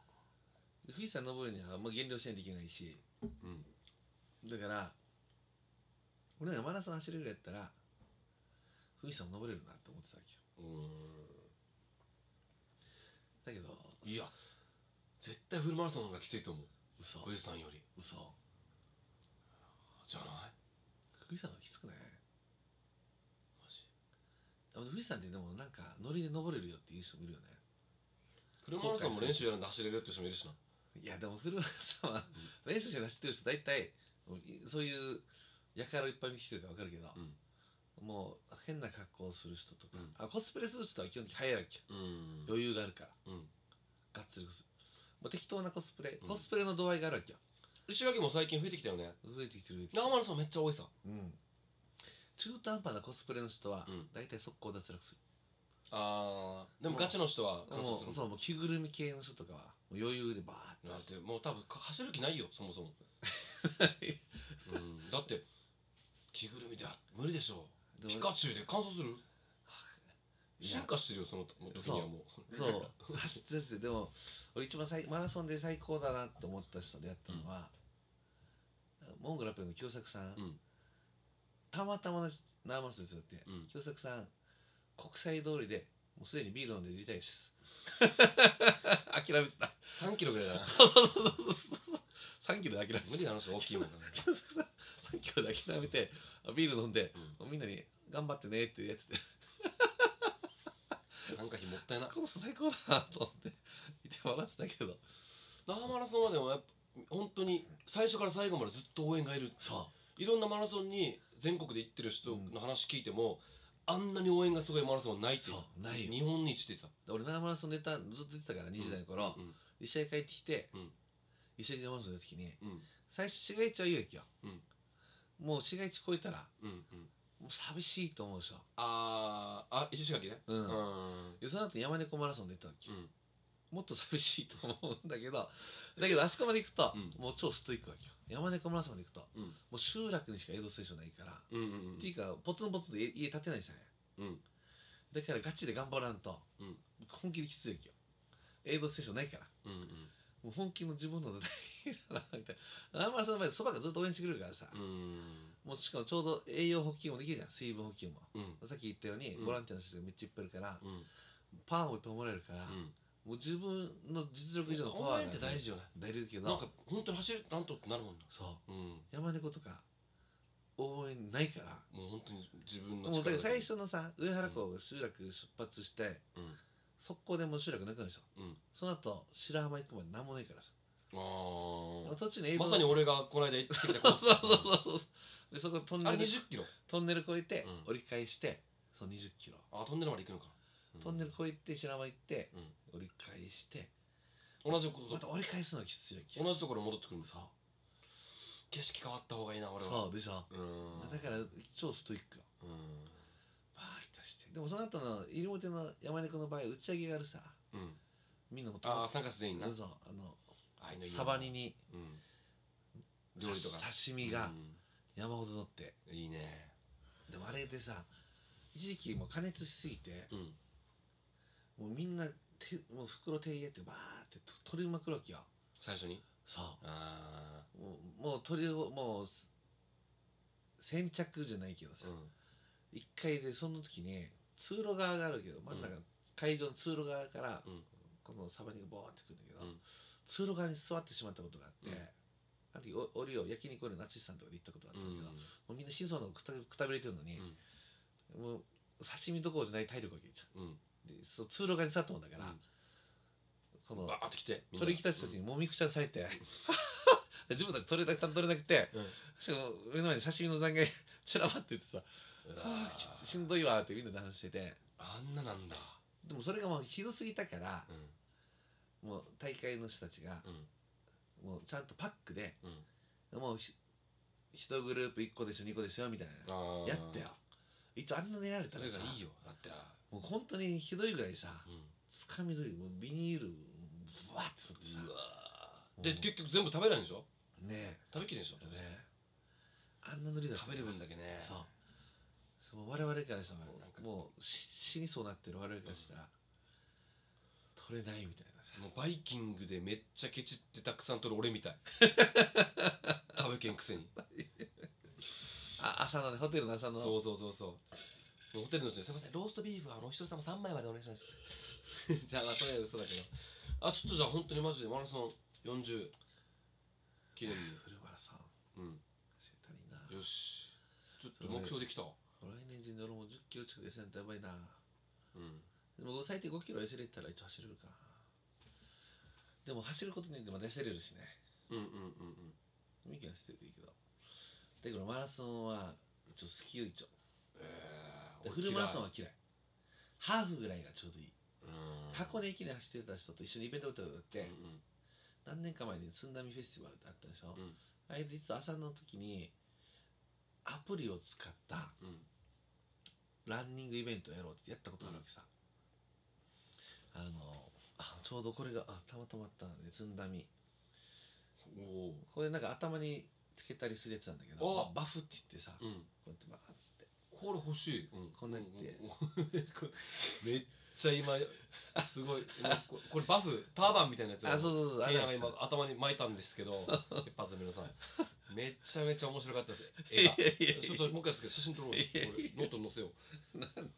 Speaker 7: で富士山登るにはもう減量しないといけないし
Speaker 6: うん
Speaker 7: だから俺がマラソン走れるぐらいやったら富士山も登れるなって思ってたわけよ
Speaker 6: う
Speaker 7: だけど
Speaker 6: んいや絶対フルマラソンの方がきついと思う
Speaker 7: 嘘
Speaker 6: 富士山より
Speaker 7: 嘘
Speaker 6: じゃない
Speaker 7: 富士山はきつくない
Speaker 6: マジ
Speaker 7: あ富士山ってでもなんかノリで登れるよっていう人もいるよね
Speaker 6: フルマラソンも練習やるんで走れるって人もいるしない
Speaker 7: やでも古川さんは練習して走ってる人大体そういうやからをいっぱい見てきてるから分かるけど、もう変な格好をする人と
Speaker 6: う
Speaker 7: か、
Speaker 6: ん
Speaker 7: あコスプレする人は基本的に早いわけよ
Speaker 6: うん
Speaker 7: 余裕があるから
Speaker 6: うん
Speaker 7: がっつりコスもう適当なコスプレ、
Speaker 6: うん
Speaker 7: コスプレの度合いがあるわけよ
Speaker 6: 石垣も最近増えてきたよね
Speaker 7: 増えてきてる増えてきてる
Speaker 6: 長マラソンめっちゃ多いさ
Speaker 7: うん中途半端なコスプレの人は
Speaker 6: うん
Speaker 7: 大体速攻脱落する、
Speaker 6: あーでもガチの人は完走
Speaker 7: も
Speaker 6: す
Speaker 7: う
Speaker 6: る
Speaker 7: そうもう着ぐるみ系の人とかはもう余裕でバー
Speaker 6: だ
Speaker 7: っ
Speaker 6: っててもう多分か走る気ないよそもそ も、
Speaker 7: 走る
Speaker 6: うん、だって着ぐるみでは無理でしょう
Speaker 7: で
Speaker 6: ピ
Speaker 7: も
Speaker 6: カチュウで完走する
Speaker 7: いや
Speaker 6: 進化してるよそのもう時にはもう
Speaker 7: そう 走って走ってでも俺一番最マラソンで最高だなって思った人でやったのは、モンゴルラッペの清作さん、
Speaker 6: うん
Speaker 7: たまたま生マラソンですよって、
Speaker 6: うん
Speaker 7: 清作さん国際通りでもうすでにビール飲んでリタイアです 諦めて た
Speaker 6: 3キロぐらいだな
Speaker 7: そうそうそうそうそう3キロで諦めてた
Speaker 6: 無理だなあの人大きいもんな
Speaker 7: 清作さん3キロで諦めてビール飲んで、みんなに「頑張ってね」ってやってて
Speaker 6: 参加費もったいな
Speaker 7: この人最高だなと思っていて笑ってたけど
Speaker 6: 那覇マラソンはでもやっぱ本当に最初から最後までずっと応援がいる
Speaker 7: そ
Speaker 6: いろんなマラソンに全国で行ってる人の話聞いても、あんなに応援がすごいマラソンはないって言ってた
Speaker 7: そうないよ
Speaker 6: 日本一って言って
Speaker 7: う俺生マラソン出たずっと出てたから20代の
Speaker 6: た
Speaker 7: 頃、
Speaker 6: うん
Speaker 7: 一試合帰ってきて、
Speaker 6: うん
Speaker 7: 一試合マラソン出た時に
Speaker 6: うん
Speaker 7: 最初市街地は有益よ、
Speaker 6: うん
Speaker 7: もう市街地超えたら
Speaker 6: うんうん
Speaker 7: もう寂しいと思うでしょ
Speaker 6: あーあ石垣ね
Speaker 7: うん
Speaker 6: う、ん
Speaker 7: でその後山猫マラソン出た時、
Speaker 6: うん
Speaker 7: もっと寂しいと思うんだけどだけどあそこまで行くと、
Speaker 6: うん
Speaker 7: もう超ストイックわけよ山猫マラソンまで行くと
Speaker 6: うん
Speaker 7: もう集落にしか江戸ステーションないから、
Speaker 6: うんうん
Speaker 7: っていうかポツンポツンで家建てないじゃない
Speaker 6: うん
Speaker 7: だからガチで頑張らんと、
Speaker 6: うん
Speaker 7: 本気できついわけよエイドステーションないから
Speaker 6: うん
Speaker 7: もう本気の自分のだなみたいな南原さんの場合そばがずっと応援してくれるからさ、
Speaker 6: うんうん
Speaker 7: もうしかもちょうど栄養補給もできるじゃん水分補給も
Speaker 6: うん
Speaker 7: さっき言ったように、
Speaker 6: うん
Speaker 7: ボランティアの人がめっちゃいっぱいいるから、
Speaker 6: うん
Speaker 7: パワーもいっぱいもらえるから、もう自分の実力以上のパワ
Speaker 6: 応援
Speaker 7: ー
Speaker 6: って大事よね
Speaker 7: 出るけど
Speaker 6: なんか本当に走るなんとってなるもんな
Speaker 7: そう
Speaker 6: うん
Speaker 7: 山猫とか応援ないから
Speaker 6: もう本当に自分の
Speaker 7: もうだから
Speaker 6: け
Speaker 7: 最初のさ上原港集落出発して、
Speaker 6: うん
Speaker 7: 速攻でもう集落なくなるでしょ
Speaker 6: うん
Speaker 7: その後白浜行くまで何もないからさ、
Speaker 6: あ
Speaker 7: 途中に映
Speaker 6: あ
Speaker 7: 像
Speaker 6: まさに俺がこの間行ってきたコ
Speaker 7: そう
Speaker 6: ース
Speaker 7: そうそうそうでそこトン
Speaker 6: あ
Speaker 7: ネ
Speaker 6: れ
Speaker 7: ル
Speaker 6: 20キロ
Speaker 7: トンネル越えて、
Speaker 6: うん
Speaker 7: 折り返してそう2 0キロ
Speaker 6: あトンネルまで行くのか
Speaker 7: トンネル越えて白浜行って、
Speaker 6: うん
Speaker 7: 折り返して
Speaker 6: 同じこと
Speaker 7: また折り返すのがきついわけ
Speaker 6: 同じところ戻ってくるんです
Speaker 7: そう
Speaker 6: 景色変わった方がいいな俺は
Speaker 7: そうでしょ
Speaker 6: うーん
Speaker 7: だから超ストイックよ
Speaker 6: うーん
Speaker 7: バーッとしてでもその後の入り表の山猫の場合打ち上げがあるさ
Speaker 6: うん
Speaker 7: みんなも
Speaker 6: ああ参加者全員な
Speaker 7: そうあの
Speaker 6: あいいのいいな
Speaker 7: サバニに
Speaker 6: うん料理とか
Speaker 7: 刺刺身が
Speaker 6: うん
Speaker 7: 山ほど乗って、
Speaker 6: いいね
Speaker 7: でもあれでさ一時期もう加熱しすぎて
Speaker 6: うん
Speaker 7: もうみんな手もう袋手入れてバーってと取りまくるわけよ
Speaker 6: 最初に
Speaker 7: そ
Speaker 6: あ
Speaker 7: うもうもう取りをもうす先着じゃないけど
Speaker 6: あ
Speaker 7: さ、
Speaker 6: うん
Speaker 7: 一回でその時に通路側があるけど真ん中、会場の通路側から、
Speaker 6: うん
Speaker 7: このサバニがボーンってくるんだけど、
Speaker 6: うん
Speaker 7: 通路側に座ってしまったことがあって、
Speaker 6: うん
Speaker 7: あの時おおりを焼肉おりのナチスさんとかで行ったことがあっ
Speaker 6: う
Speaker 7: たんだけど、
Speaker 6: ん
Speaker 7: もうみんな心臓のくたくたびれてるのに、もう刺身どころじゃない体力がけちゃ
Speaker 6: うん
Speaker 7: うでそう通路側に座ったもんだから、こ
Speaker 6: うん
Speaker 7: の
Speaker 6: バーって来てみんな
Speaker 7: 取り来た人たちにもみくちゃにされて、 自分たち取れなく取れなくて、
Speaker 6: うん
Speaker 7: しかも目の前に刺身の残骸 散らばっててさ
Speaker 6: うんう
Speaker 7: 「
Speaker 6: わ
Speaker 7: あーきつ
Speaker 6: ー
Speaker 7: しんどいわ」ってみんなで話してて
Speaker 6: あんななんだ
Speaker 7: でもそれがもうひどすぎたから
Speaker 6: う、ん
Speaker 7: もう大会の人たちが
Speaker 6: うん
Speaker 7: もうちゃんとパックで
Speaker 6: うん
Speaker 7: もうひ1グループ1個ですよ2個ですよみたい
Speaker 6: あ
Speaker 7: な
Speaker 6: ー
Speaker 7: やったよ一応あんな寝られた
Speaker 6: そ
Speaker 7: ら
Speaker 6: れ
Speaker 7: さ
Speaker 6: がいいよだってあ
Speaker 7: もう本当にひどいぐらいさ
Speaker 6: うん
Speaker 7: つかみ取りもうビニールブワッて取ってさ
Speaker 6: うわーで
Speaker 7: うん
Speaker 6: 結局全部食べないんでしょ
Speaker 7: ね
Speaker 6: 食べきれんでしょ
Speaker 7: えねあんなノリだった
Speaker 6: 食べる分だけね
Speaker 7: そうそう我々からしたらも
Speaker 6: なんか
Speaker 7: うもうし死にそうなってる我々からしたら、取れないみたいなさ
Speaker 6: もうバイキングでめっちゃケチってたくさん取る俺み たい食べけんくせに
Speaker 7: あ朝のねホテルの朝の
Speaker 6: そうそうそうそうホテルの人に「すいませんローストビーフはあのお一人様3枚までお願いします」 じゃあまあそれは嘘だけどあちょっとじゃあ本当にマジでマラソン40記念に
Speaker 7: フルマラソン
Speaker 6: うん
Speaker 7: 走れたらいいな
Speaker 6: よしちょっと目標できたわ
Speaker 7: 来年中に俺も1 0キロ近く痩せないとやばいな
Speaker 6: うん
Speaker 7: でも最低5キロ痩せれたら一応走れるかなでも走ることによってまた痩せれるしね
Speaker 6: うんうんうんうん
Speaker 7: ミキは痩せてるといいけどだけどマラソンは一応好きよ一応
Speaker 6: え
Speaker 7: で
Speaker 6: ー
Speaker 7: フルマラソンは嫌いハーフぐらいがちょうどいい
Speaker 6: うん
Speaker 7: 箱根駅伝走ってた人と一緒にイベント歌歌っ
Speaker 6: うん
Speaker 7: て、
Speaker 6: うん
Speaker 7: 何年か前に津波フェスティバルってあったでしょ、
Speaker 6: うん
Speaker 7: あれで実は朝の時にアプリを使った
Speaker 6: うん
Speaker 7: ランニングイベントをやろうってやったことあるわけさ、あのあちょうどこれがあたまたまあったんで津波
Speaker 6: お
Speaker 7: これなんか頭につけたりするやつなんだけ
Speaker 6: お
Speaker 7: どバフって言ってさ、
Speaker 6: おう
Speaker 7: こ
Speaker 6: ん
Speaker 7: うやってバーッつって
Speaker 6: これ欲しい、うん、
Speaker 7: こんなにって
Speaker 6: うんうん これめっちゃ今すごい今ここれバフターバンみたいなやつを
Speaker 7: あそうそうそうあ
Speaker 6: ケ
Speaker 7: れ
Speaker 6: ンヤが 今頭に巻いたんですけ ど一発目のさんめちゃめちゃ面 白かったです絵が
Speaker 7: いやいやいや
Speaker 6: ちょっともう一回やっつけて写真撮ろうよこれノートに載せよう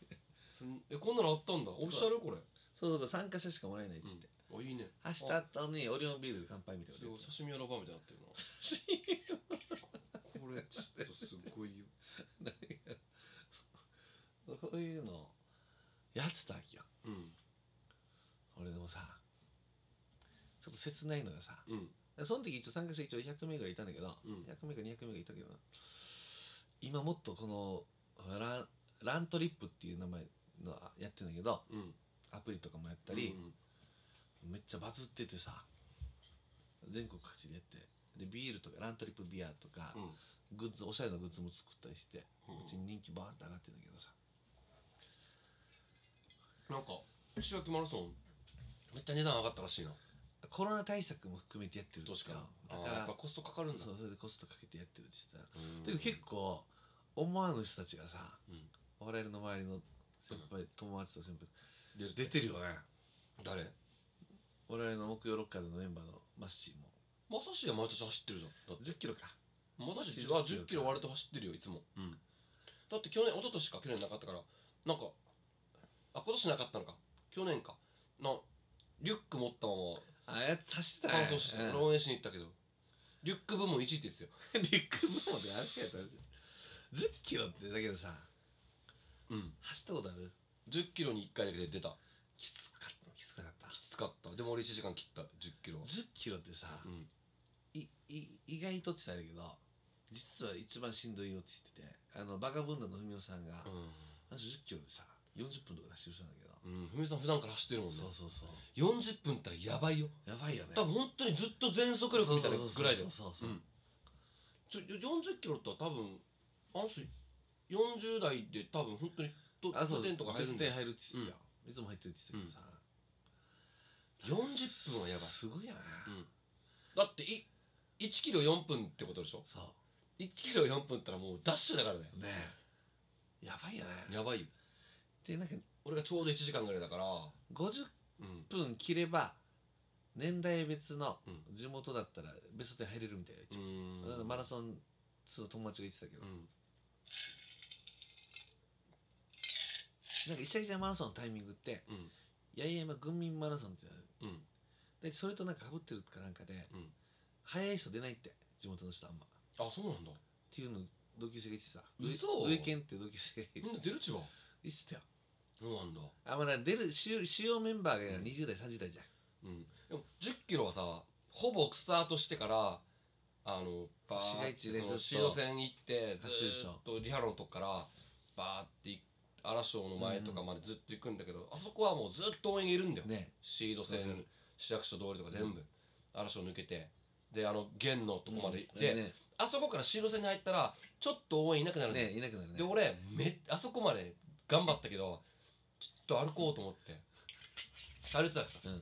Speaker 6: つんえこんなのあったんだオフィシャルこれ
Speaker 7: そうそうこれ参加者しかもらえないって言って、
Speaker 6: おいいね
Speaker 7: 明日あったのにオリオンビールで乾杯みたい
Speaker 6: す
Speaker 7: な
Speaker 6: ごい刺身屋のバーみたいになってるなこれちょっとすごいよ
Speaker 7: そういうのやってたわけよ
Speaker 6: うん
Speaker 7: 俺でもさちょっと切ないのがさ
Speaker 6: うん
Speaker 7: その時一応参加者一応100名ぐらいいたんだけど、
Speaker 6: うん
Speaker 7: 100名か200名ぐらいいたけどな今もっとこのランラントリップっていう名前のあやってんだけど
Speaker 6: うん
Speaker 7: アプリとかもやっ
Speaker 6: た
Speaker 7: たり、めっちゃバズっててさ全国各地でやってでビールとかラントリップビアとか、
Speaker 6: うん
Speaker 7: グッズおしゃれなグッズも作ったりして
Speaker 6: うん
Speaker 7: うちに人気バーンって上がってんだけどさ
Speaker 6: なんか石垣マラソンめっちゃ値段上がったらしいな
Speaker 7: コロナ対策も含めてやってるって
Speaker 6: 確か
Speaker 7: だ
Speaker 6: に
Speaker 7: か
Speaker 6: あーやっ
Speaker 7: ら
Speaker 6: ぱコストかかるんだ
Speaker 7: そうそれでコストかけてやってるって言って
Speaker 6: うん
Speaker 7: たで結構思わぬ人たちがさ
Speaker 6: うん
Speaker 7: 我々の周りの先輩友達と先輩
Speaker 6: 出
Speaker 7: 出てるよね
Speaker 6: 誰
Speaker 7: 我々の木曜ロッカーズのメンバーのマッシー
Speaker 6: ま
Speaker 7: も
Speaker 6: さしが毎年走ってるじゃんだって
Speaker 7: 1 0キロか
Speaker 6: まさし
Speaker 7: 10
Speaker 6: あ
Speaker 7: キロ
Speaker 6: 10キロ割と走ってるよいつもうんだって去年一昨年か去年なかったからなんかあ今年なかったのか去年かなリュック持ったまま
Speaker 7: ああやって走ってた
Speaker 6: 乾
Speaker 7: ね
Speaker 6: 燥して
Speaker 7: うん
Speaker 6: 俺応援しに行ったけどリュック部門1位って言ってたよ
Speaker 7: リュックママで歩けやったらしい10キロってだけどさ
Speaker 6: うん
Speaker 7: 走ったことある
Speaker 6: 10キロに1回だけで出た
Speaker 7: きつかったきつかった
Speaker 6: きつかったでも俺1時間切った10キロは
Speaker 7: 10キロってさ、
Speaker 6: うん
Speaker 7: いい意外とって言ったんだけど実は一番しんどいよって言っててあのバカブンダの文雄さんが、あの人10キロでさ40分とかで走ってる人なんだけど、
Speaker 6: うんうんふみさん普段から走ってるもんね
Speaker 7: そうそうそう
Speaker 6: 40分ったらやばいよ
Speaker 7: やばいよね
Speaker 6: 多分本当にずっと全速力みたいなぐらいだよ
Speaker 7: そうそうそうそうう、
Speaker 6: んちょ40キロって多分あの人40代で多分本当にと
Speaker 7: あそう
Speaker 6: 点とか入るんだ
Speaker 7: 点
Speaker 6: よ
Speaker 7: 入るって言ってたよ、いつも入ってるって言ってたけどさ、
Speaker 6: 40分はやばい、
Speaker 7: すごいやな、
Speaker 6: うん、だってい1キロ4分ってことでしょ
Speaker 7: そ
Speaker 6: 1キロ4分ったらもうダッシュだからね
Speaker 7: うねえやばいよね
Speaker 6: やばいよ
Speaker 7: でなんか
Speaker 6: 俺がちょうど1時間ぐらいだから
Speaker 7: 50
Speaker 6: うん
Speaker 7: 分切れば年代別の
Speaker 6: うん
Speaker 7: 地元だったらベスト10入れるみたいな、
Speaker 6: う
Speaker 7: 一応
Speaker 6: ーん
Speaker 7: マラソン通の友達が言ってたけど、
Speaker 6: うん
Speaker 7: なんか石垣島マラソンのタイミングって
Speaker 6: うん
Speaker 7: 八重山軍民マラソンってなる
Speaker 6: うん
Speaker 7: でそれとなんか被ってるかなんかで
Speaker 6: うん
Speaker 7: 早い人出ないって地元の人あんまっ
Speaker 6: あそうなんだ
Speaker 7: ていうの同級生が言ってさ
Speaker 6: 嘘
Speaker 7: 上上県って同級生が言
Speaker 6: み
Speaker 7: っ
Speaker 6: んな
Speaker 7: てた
Speaker 6: 出るちば
Speaker 7: 言ってたよ
Speaker 6: そうなんだ
Speaker 7: あまあだから出る主要主要メンバーが
Speaker 6: うん
Speaker 7: 20代30代じゃ
Speaker 6: う
Speaker 7: ん
Speaker 6: んでも1 0キロはさほぼスタートしてからあのバー
Speaker 7: 市街
Speaker 6: っ
Speaker 7: 地
Speaker 6: て
Speaker 7: で
Speaker 6: その
Speaker 7: ず
Speaker 6: シ
Speaker 7: っ
Speaker 6: ー
Speaker 7: と
Speaker 6: ド線行ってず
Speaker 7: 走るでし
Speaker 6: ー
Speaker 7: ょ
Speaker 6: っとリハロのとこからバーって荒汐の前とかまでずっと行くんだけど、あそこはもうずっと応援がいるんだよ、
Speaker 7: ね
Speaker 6: シード線
Speaker 7: わかる
Speaker 6: 市役所通りとか全部荒汐抜けてであの弦のとこまで行って、
Speaker 7: ねね
Speaker 6: あそこからシード線に入ったらちょっと応援いなくなるんだよ、
Speaker 7: ねいなくなるね
Speaker 6: で俺めあそこまで頑張ったけどちょっと歩こうと思って歩いてたわけさ、
Speaker 7: うん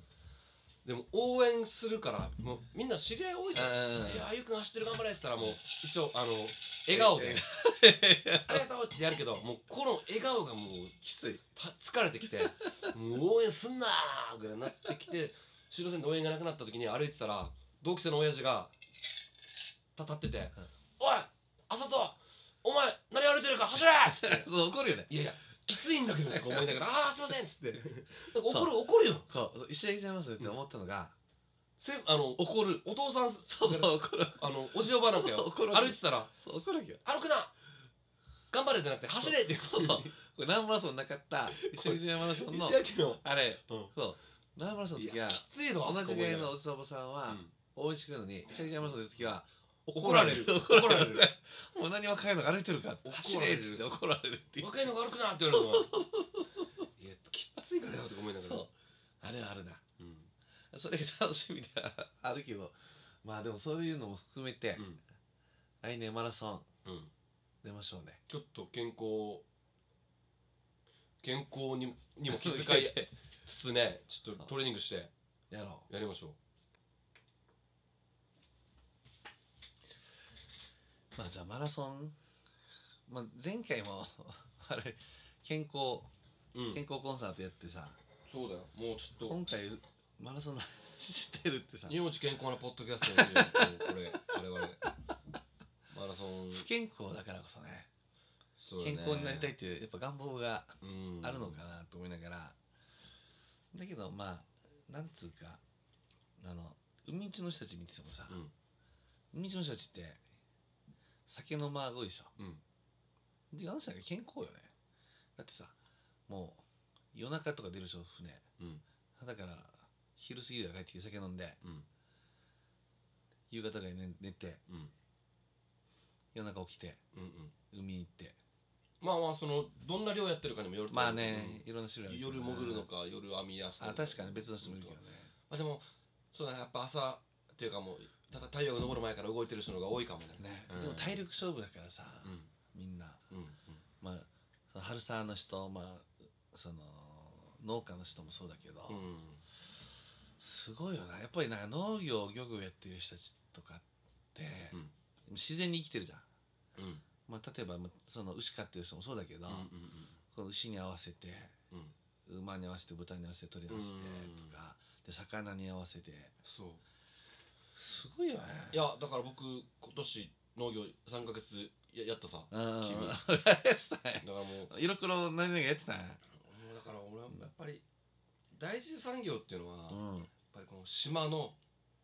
Speaker 6: でも応援するからもうみんな知り合い多いさ「
Speaker 7: うんうんうん
Speaker 6: いやあゆくん走ってる頑張れ」っつったらもう一応あの笑顔で「 ありがとう」ってやるけどもうこの笑顔がもう
Speaker 7: きつい
Speaker 6: た疲れてきて「もう応援すんな!」ぐらいになってきて終路線で応援がなくなった時に歩いてたら同期生の親父がた立ってて「おい浅戸お前何歩いてるか走れ!」っつって
Speaker 7: そう怒るよね
Speaker 6: いやいや、きついんだけどとか思いながら、ああ、すいませんっつって。なんか怒る、怒るよ。
Speaker 7: こう石垣島マラソンって思ったのが
Speaker 6: せあの、お
Speaker 7: 怒る
Speaker 6: お父さん、
Speaker 7: そうそう怒る
Speaker 6: あの、おじおばなんか
Speaker 7: そう
Speaker 6: よ。
Speaker 7: 怒る
Speaker 6: 歩いてたら、
Speaker 7: そう怒るわけよ
Speaker 6: 歩くな頑張れじゃなくて、走れって。
Speaker 7: そうそう。これ何マラソンなかった石垣島マラソンの
Speaker 6: 石焼の。
Speaker 7: あれ、
Speaker 6: うん
Speaker 7: そう何マラソンの時
Speaker 6: いや、
Speaker 7: は
Speaker 6: きついの
Speaker 7: 同じぐらいのお
Speaker 6: う
Speaker 7: じさんおばさんは
Speaker 6: ん
Speaker 7: 応援してくるのに石垣島マラソンの時は
Speaker 6: 怒られる。怒られる。
Speaker 7: もう何若いのが歩いてるかって
Speaker 6: 怒られる
Speaker 7: 走れっつって怒られるってい う
Speaker 6: 若いのが歩くなって言われるの。いや、きついからよとか思いながら。
Speaker 7: そうあれはあるな
Speaker 6: うん。
Speaker 7: それが楽しみではあるけどまあでもそういうのも含めて、
Speaker 6: うん。
Speaker 7: 来年マラソン
Speaker 6: うん。
Speaker 7: 出ましょうね
Speaker 6: ちょっと健康健康ににも気遣いつつねちょっとトレーニングして
Speaker 7: やろ
Speaker 6: やりましょ
Speaker 7: うまあじゃあマラソン、まあ、前回も あれ健康
Speaker 6: う、うん
Speaker 7: 健、康コンサートやってさ、
Speaker 6: そうだよもうちょっと
Speaker 7: 今回マラソンの話してるってさ
Speaker 6: 日本一健康なポッドキャストですよもうこれ我々マラソン
Speaker 7: 不健康だからこそね
Speaker 6: そうよね
Speaker 7: 健康になりたいっていうやっぱ願望が
Speaker 6: うん
Speaker 7: あるのかなと思いながら、だけどまあなんつうかあの海んちの人たち見ててもさ、
Speaker 6: うん
Speaker 7: 海んちの人たちって酒のまあごいでしょ
Speaker 6: うん
Speaker 7: であの人たち健康よねだってさもう夜中とか出るでしょ船
Speaker 6: うん
Speaker 7: だから昼過ぎが帰ってきて酒飲んで
Speaker 6: うん
Speaker 7: 夕方ぐらい寝寝て
Speaker 6: うん
Speaker 7: 夜中起きて
Speaker 6: うんうん
Speaker 7: 海に行って
Speaker 6: まあまあそのどんな量やってるかにもよると思う
Speaker 7: まあね、いろんな種類あ
Speaker 6: うん
Speaker 7: るけど
Speaker 6: 夜
Speaker 7: な
Speaker 6: 潜るのか夜網やすの
Speaker 7: あ確かに別の人もいるけどね
Speaker 6: まあでもそうだねやっぱ朝っていうかもうただ太陽が昇る前から動いてる人の方が多いかもね
Speaker 7: ね、
Speaker 6: うん
Speaker 7: でも体力勝負だからさ、
Speaker 6: うん
Speaker 7: みんな、
Speaker 6: うん
Speaker 7: まあ、その春沢の人、まあ、その農家の人もそうだけど、
Speaker 6: うんうん
Speaker 7: すごいよなやっぱりなんか農業漁業やってる人たちとかって、
Speaker 6: うん
Speaker 7: 自然に生きてるじゃん、
Speaker 6: うんうん
Speaker 7: まあ、例えばまあその牛飼ってる人もそうだけど、この牛に合わせて
Speaker 6: うんうん
Speaker 7: 馬に合わせて豚に合わせて鳥に合わせて
Speaker 6: うん
Speaker 7: とか、で魚に合わせて
Speaker 6: そう
Speaker 7: すごいよね
Speaker 6: いやだから僕今年農業3ヶ月ややったさだか
Speaker 7: うん
Speaker 6: 君
Speaker 7: やってたね
Speaker 6: らもう
Speaker 7: 色黒何々やってたね
Speaker 6: もうだから俺はやっぱり第一次産業っていうのは、
Speaker 7: う
Speaker 6: やっ
Speaker 7: ん
Speaker 6: ぱりこの島の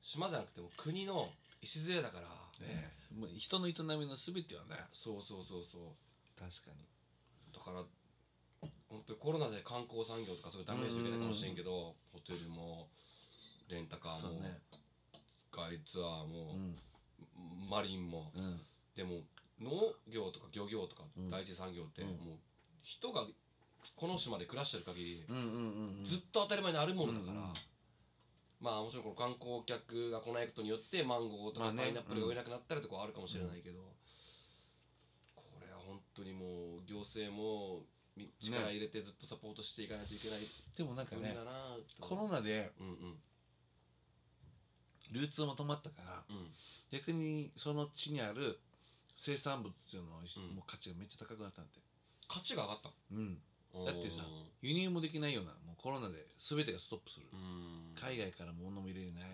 Speaker 6: 島じゃなくても国の礎だから
Speaker 7: ねえもう人の営みの全てはね
Speaker 6: そうそうそうそう
Speaker 7: 確かに
Speaker 6: だから本当にコロナで観光産業とかすごいダメージ受けたかもしれんけど、ホテルもレンタカー
Speaker 7: そう
Speaker 6: も、
Speaker 7: ね
Speaker 6: ガイツアー
Speaker 7: う
Speaker 6: も、
Speaker 7: ん
Speaker 6: マリンも
Speaker 7: うん
Speaker 6: でも農業とか漁業とか
Speaker 7: うん
Speaker 6: 第一次産業って、
Speaker 7: うん
Speaker 6: もう人がこの島で暮らしてる限り、
Speaker 7: うんうんうん
Speaker 6: ずっと当たり前にあるものだから、
Speaker 7: うんうん
Speaker 6: まあもちろんこの観光客が来ないことによってマンゴーと
Speaker 7: ま
Speaker 6: か
Speaker 7: あね
Speaker 6: パイナップルが売れなくなったりとかはあるかもしれないけど、これは本当にもう行政もみ力入れてずっとサポートしていかないといけない
Speaker 7: でもなんか
Speaker 6: 国
Speaker 7: ね
Speaker 6: だなと
Speaker 7: コロナで
Speaker 6: うんうん
Speaker 7: 流通も止まったから
Speaker 6: うん
Speaker 7: 逆にその地にある生産物っていうのは、
Speaker 6: ん
Speaker 7: もう価値がめっちゃ高くなったんで
Speaker 6: 価値が上がった
Speaker 7: うんだってさ輸入もできないようなもうコロナで全てがストップする、
Speaker 6: うん
Speaker 7: 海外からも物も入れれない、
Speaker 6: うん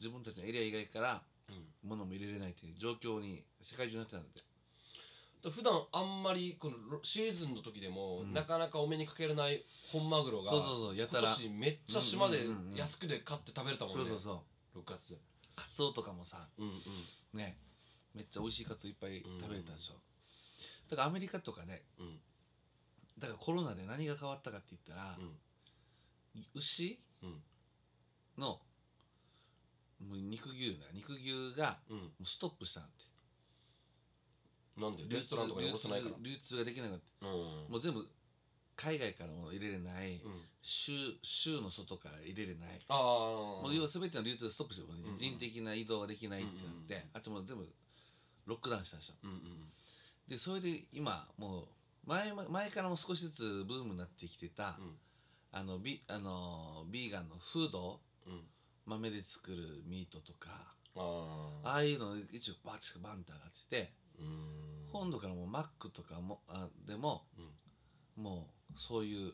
Speaker 7: 自分たちのエリア以外から
Speaker 6: うん
Speaker 7: 物も入れれないっていう状況に世界中になってたんだって
Speaker 6: だから普段あんまりこのロシーズンの時でも、
Speaker 7: うん
Speaker 6: なかなかお目にかけれない本マグロが
Speaker 7: そうそうそうやた
Speaker 6: 今
Speaker 7: ら
Speaker 6: 年めっちゃ島で
Speaker 7: うんうんうんうん
Speaker 6: 安くで買って食べれたもんね、
Speaker 7: そうそうそう
Speaker 6: 6月
Speaker 7: カツオとかもさ
Speaker 6: うんうん
Speaker 7: ねめっちゃ美味しいカツオいっぱい食べれたでしょ、だからアメリカとかね
Speaker 6: うん
Speaker 7: だからコロナで何が変わったかって言ったら、牛
Speaker 6: うん
Speaker 7: のもう肉牛な肉牛が
Speaker 6: うん
Speaker 7: もうストップしたんだって
Speaker 6: うんなんでレストランとかに
Speaker 7: 流
Speaker 6: 卸
Speaker 7: 通
Speaker 6: さないから
Speaker 7: 流通ができなかっ
Speaker 6: うん
Speaker 7: たもう全部海外からも入れれない、
Speaker 6: うん
Speaker 7: 州州の外から入れれない、
Speaker 6: ああ
Speaker 7: もう要は全ての流通がストップしてもう
Speaker 6: うん
Speaker 7: 人的な移動ができないってなって、
Speaker 6: うんうん
Speaker 7: あっちも全部ロックダウンしたでしょ
Speaker 6: うんうん
Speaker 7: でそれで今もう前ま前からも少しずつブームになってきてた、
Speaker 6: うん
Speaker 7: あのビあのビーガンのフード
Speaker 6: うん
Speaker 7: 豆で作るミートとか
Speaker 6: ああ
Speaker 7: ああいうの一応バチバンって上がってて、
Speaker 6: うん
Speaker 7: 今度からもうマックとかもあでも、もうそういう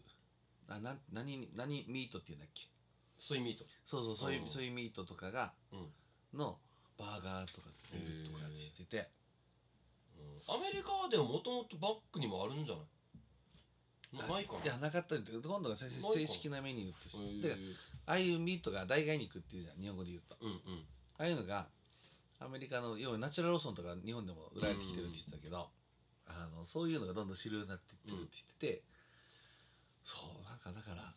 Speaker 7: あなん何何ミートっていうんだっけ
Speaker 6: ソイミート
Speaker 7: そうそうそういう
Speaker 6: うん
Speaker 7: そういうミートとかが、のバーガーとか出るとかしてて
Speaker 6: うんアメリカはでももともとバックにもあるんじゃないなないかな
Speaker 7: あいやなかったんだけど今度が正
Speaker 6: ないかな
Speaker 7: 正式なメニューとして、
Speaker 6: へー
Speaker 7: だからああいうミートが代替肉っていうじゃん日本語で言うと
Speaker 6: うんうん
Speaker 7: ああいうのがアメリカの要はナチュラルローソンとか日本でも売られてきてるって言ってたけど、あのそういうのがどんどん主流になってってるって言ってて、そうなんかだから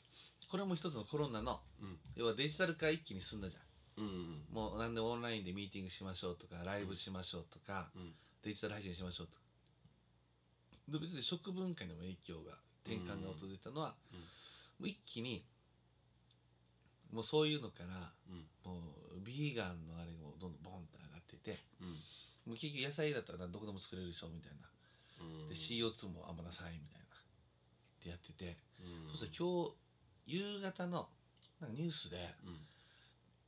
Speaker 7: これも一つのコロナの
Speaker 6: うん
Speaker 7: 要はデジタル化一気に進んだじゃん
Speaker 6: うんうん
Speaker 7: もうなんでオンラインでミーティングしましょうとかライブしましょうとか、
Speaker 6: うん
Speaker 7: デジタル配信しましょうとかで別に食文化にも影響が転換が訪れたのは、
Speaker 6: うん
Speaker 7: もう一気にもうそういうのから
Speaker 6: うん
Speaker 7: もうビーガンのあれもどんどんボンって上がってて
Speaker 6: うん
Speaker 7: もう結局野菜だったらどこでも作れるでしょみたいな
Speaker 6: うん
Speaker 7: で CO2 もあんまなさいみたいなってやってて、
Speaker 6: うん
Speaker 7: そしたら今日夕方のなんかニュースで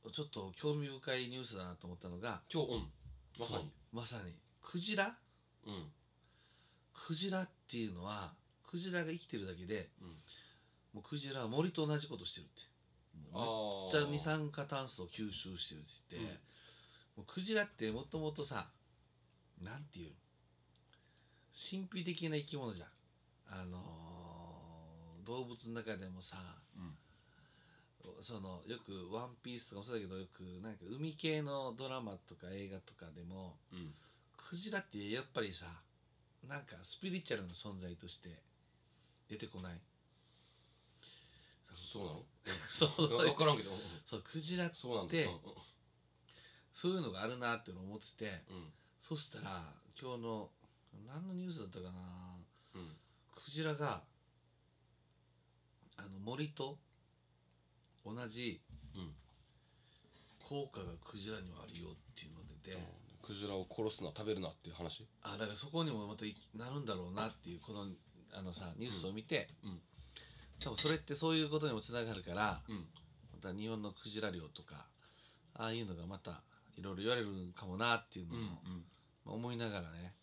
Speaker 6: うん
Speaker 7: ちょっと興味深いニュースだなと思ったのが
Speaker 6: 今日うんまさ
Speaker 7: そう
Speaker 6: に
Speaker 7: まさにクジラ
Speaker 6: うん
Speaker 7: クジラっていうのはクジラが生きてるだけで、
Speaker 6: うん
Speaker 7: もうクジラは森と同じことしてるって
Speaker 6: あー
Speaker 7: もうめっちゃ二酸化炭素を吸収してるっつって、
Speaker 6: うん
Speaker 7: もうクジラってもともとさなんていう神秘的な生き物じゃんあのー動物の中でもさ
Speaker 6: うん
Speaker 7: そのよく「ワンピースとかもそうだけどよくなんか海系のドラマとか映画とかでも
Speaker 6: うん
Speaker 7: クジラってやっぱりさなんかスピリチュアルな存在として出てこない
Speaker 6: そうなの
Speaker 7: そう
Speaker 6: うん分からんけどうん
Speaker 7: そうクジラ
Speaker 6: そうなんだ
Speaker 7: で
Speaker 6: うん
Speaker 7: そういうのがあるなっていうのを思ってて
Speaker 6: うん
Speaker 7: そしたら今日の何のニュースだったかな
Speaker 6: うん
Speaker 7: クジラがあの森と同じ
Speaker 6: うん
Speaker 7: 効果がクジラにはあるよっていうので出て、
Speaker 6: クジラを殺すな食べるなっていう話
Speaker 7: あだからそこにもまたいなるんだろうなっていうこのあのさニュースを見て、
Speaker 6: うんうん
Speaker 7: 多分それってそういうことにもつながるから
Speaker 6: うん
Speaker 7: また日本のクジラ漁とかああいうのがまたいろいろ言われるかもなっていうのを、
Speaker 6: ん
Speaker 7: まあ思いながらね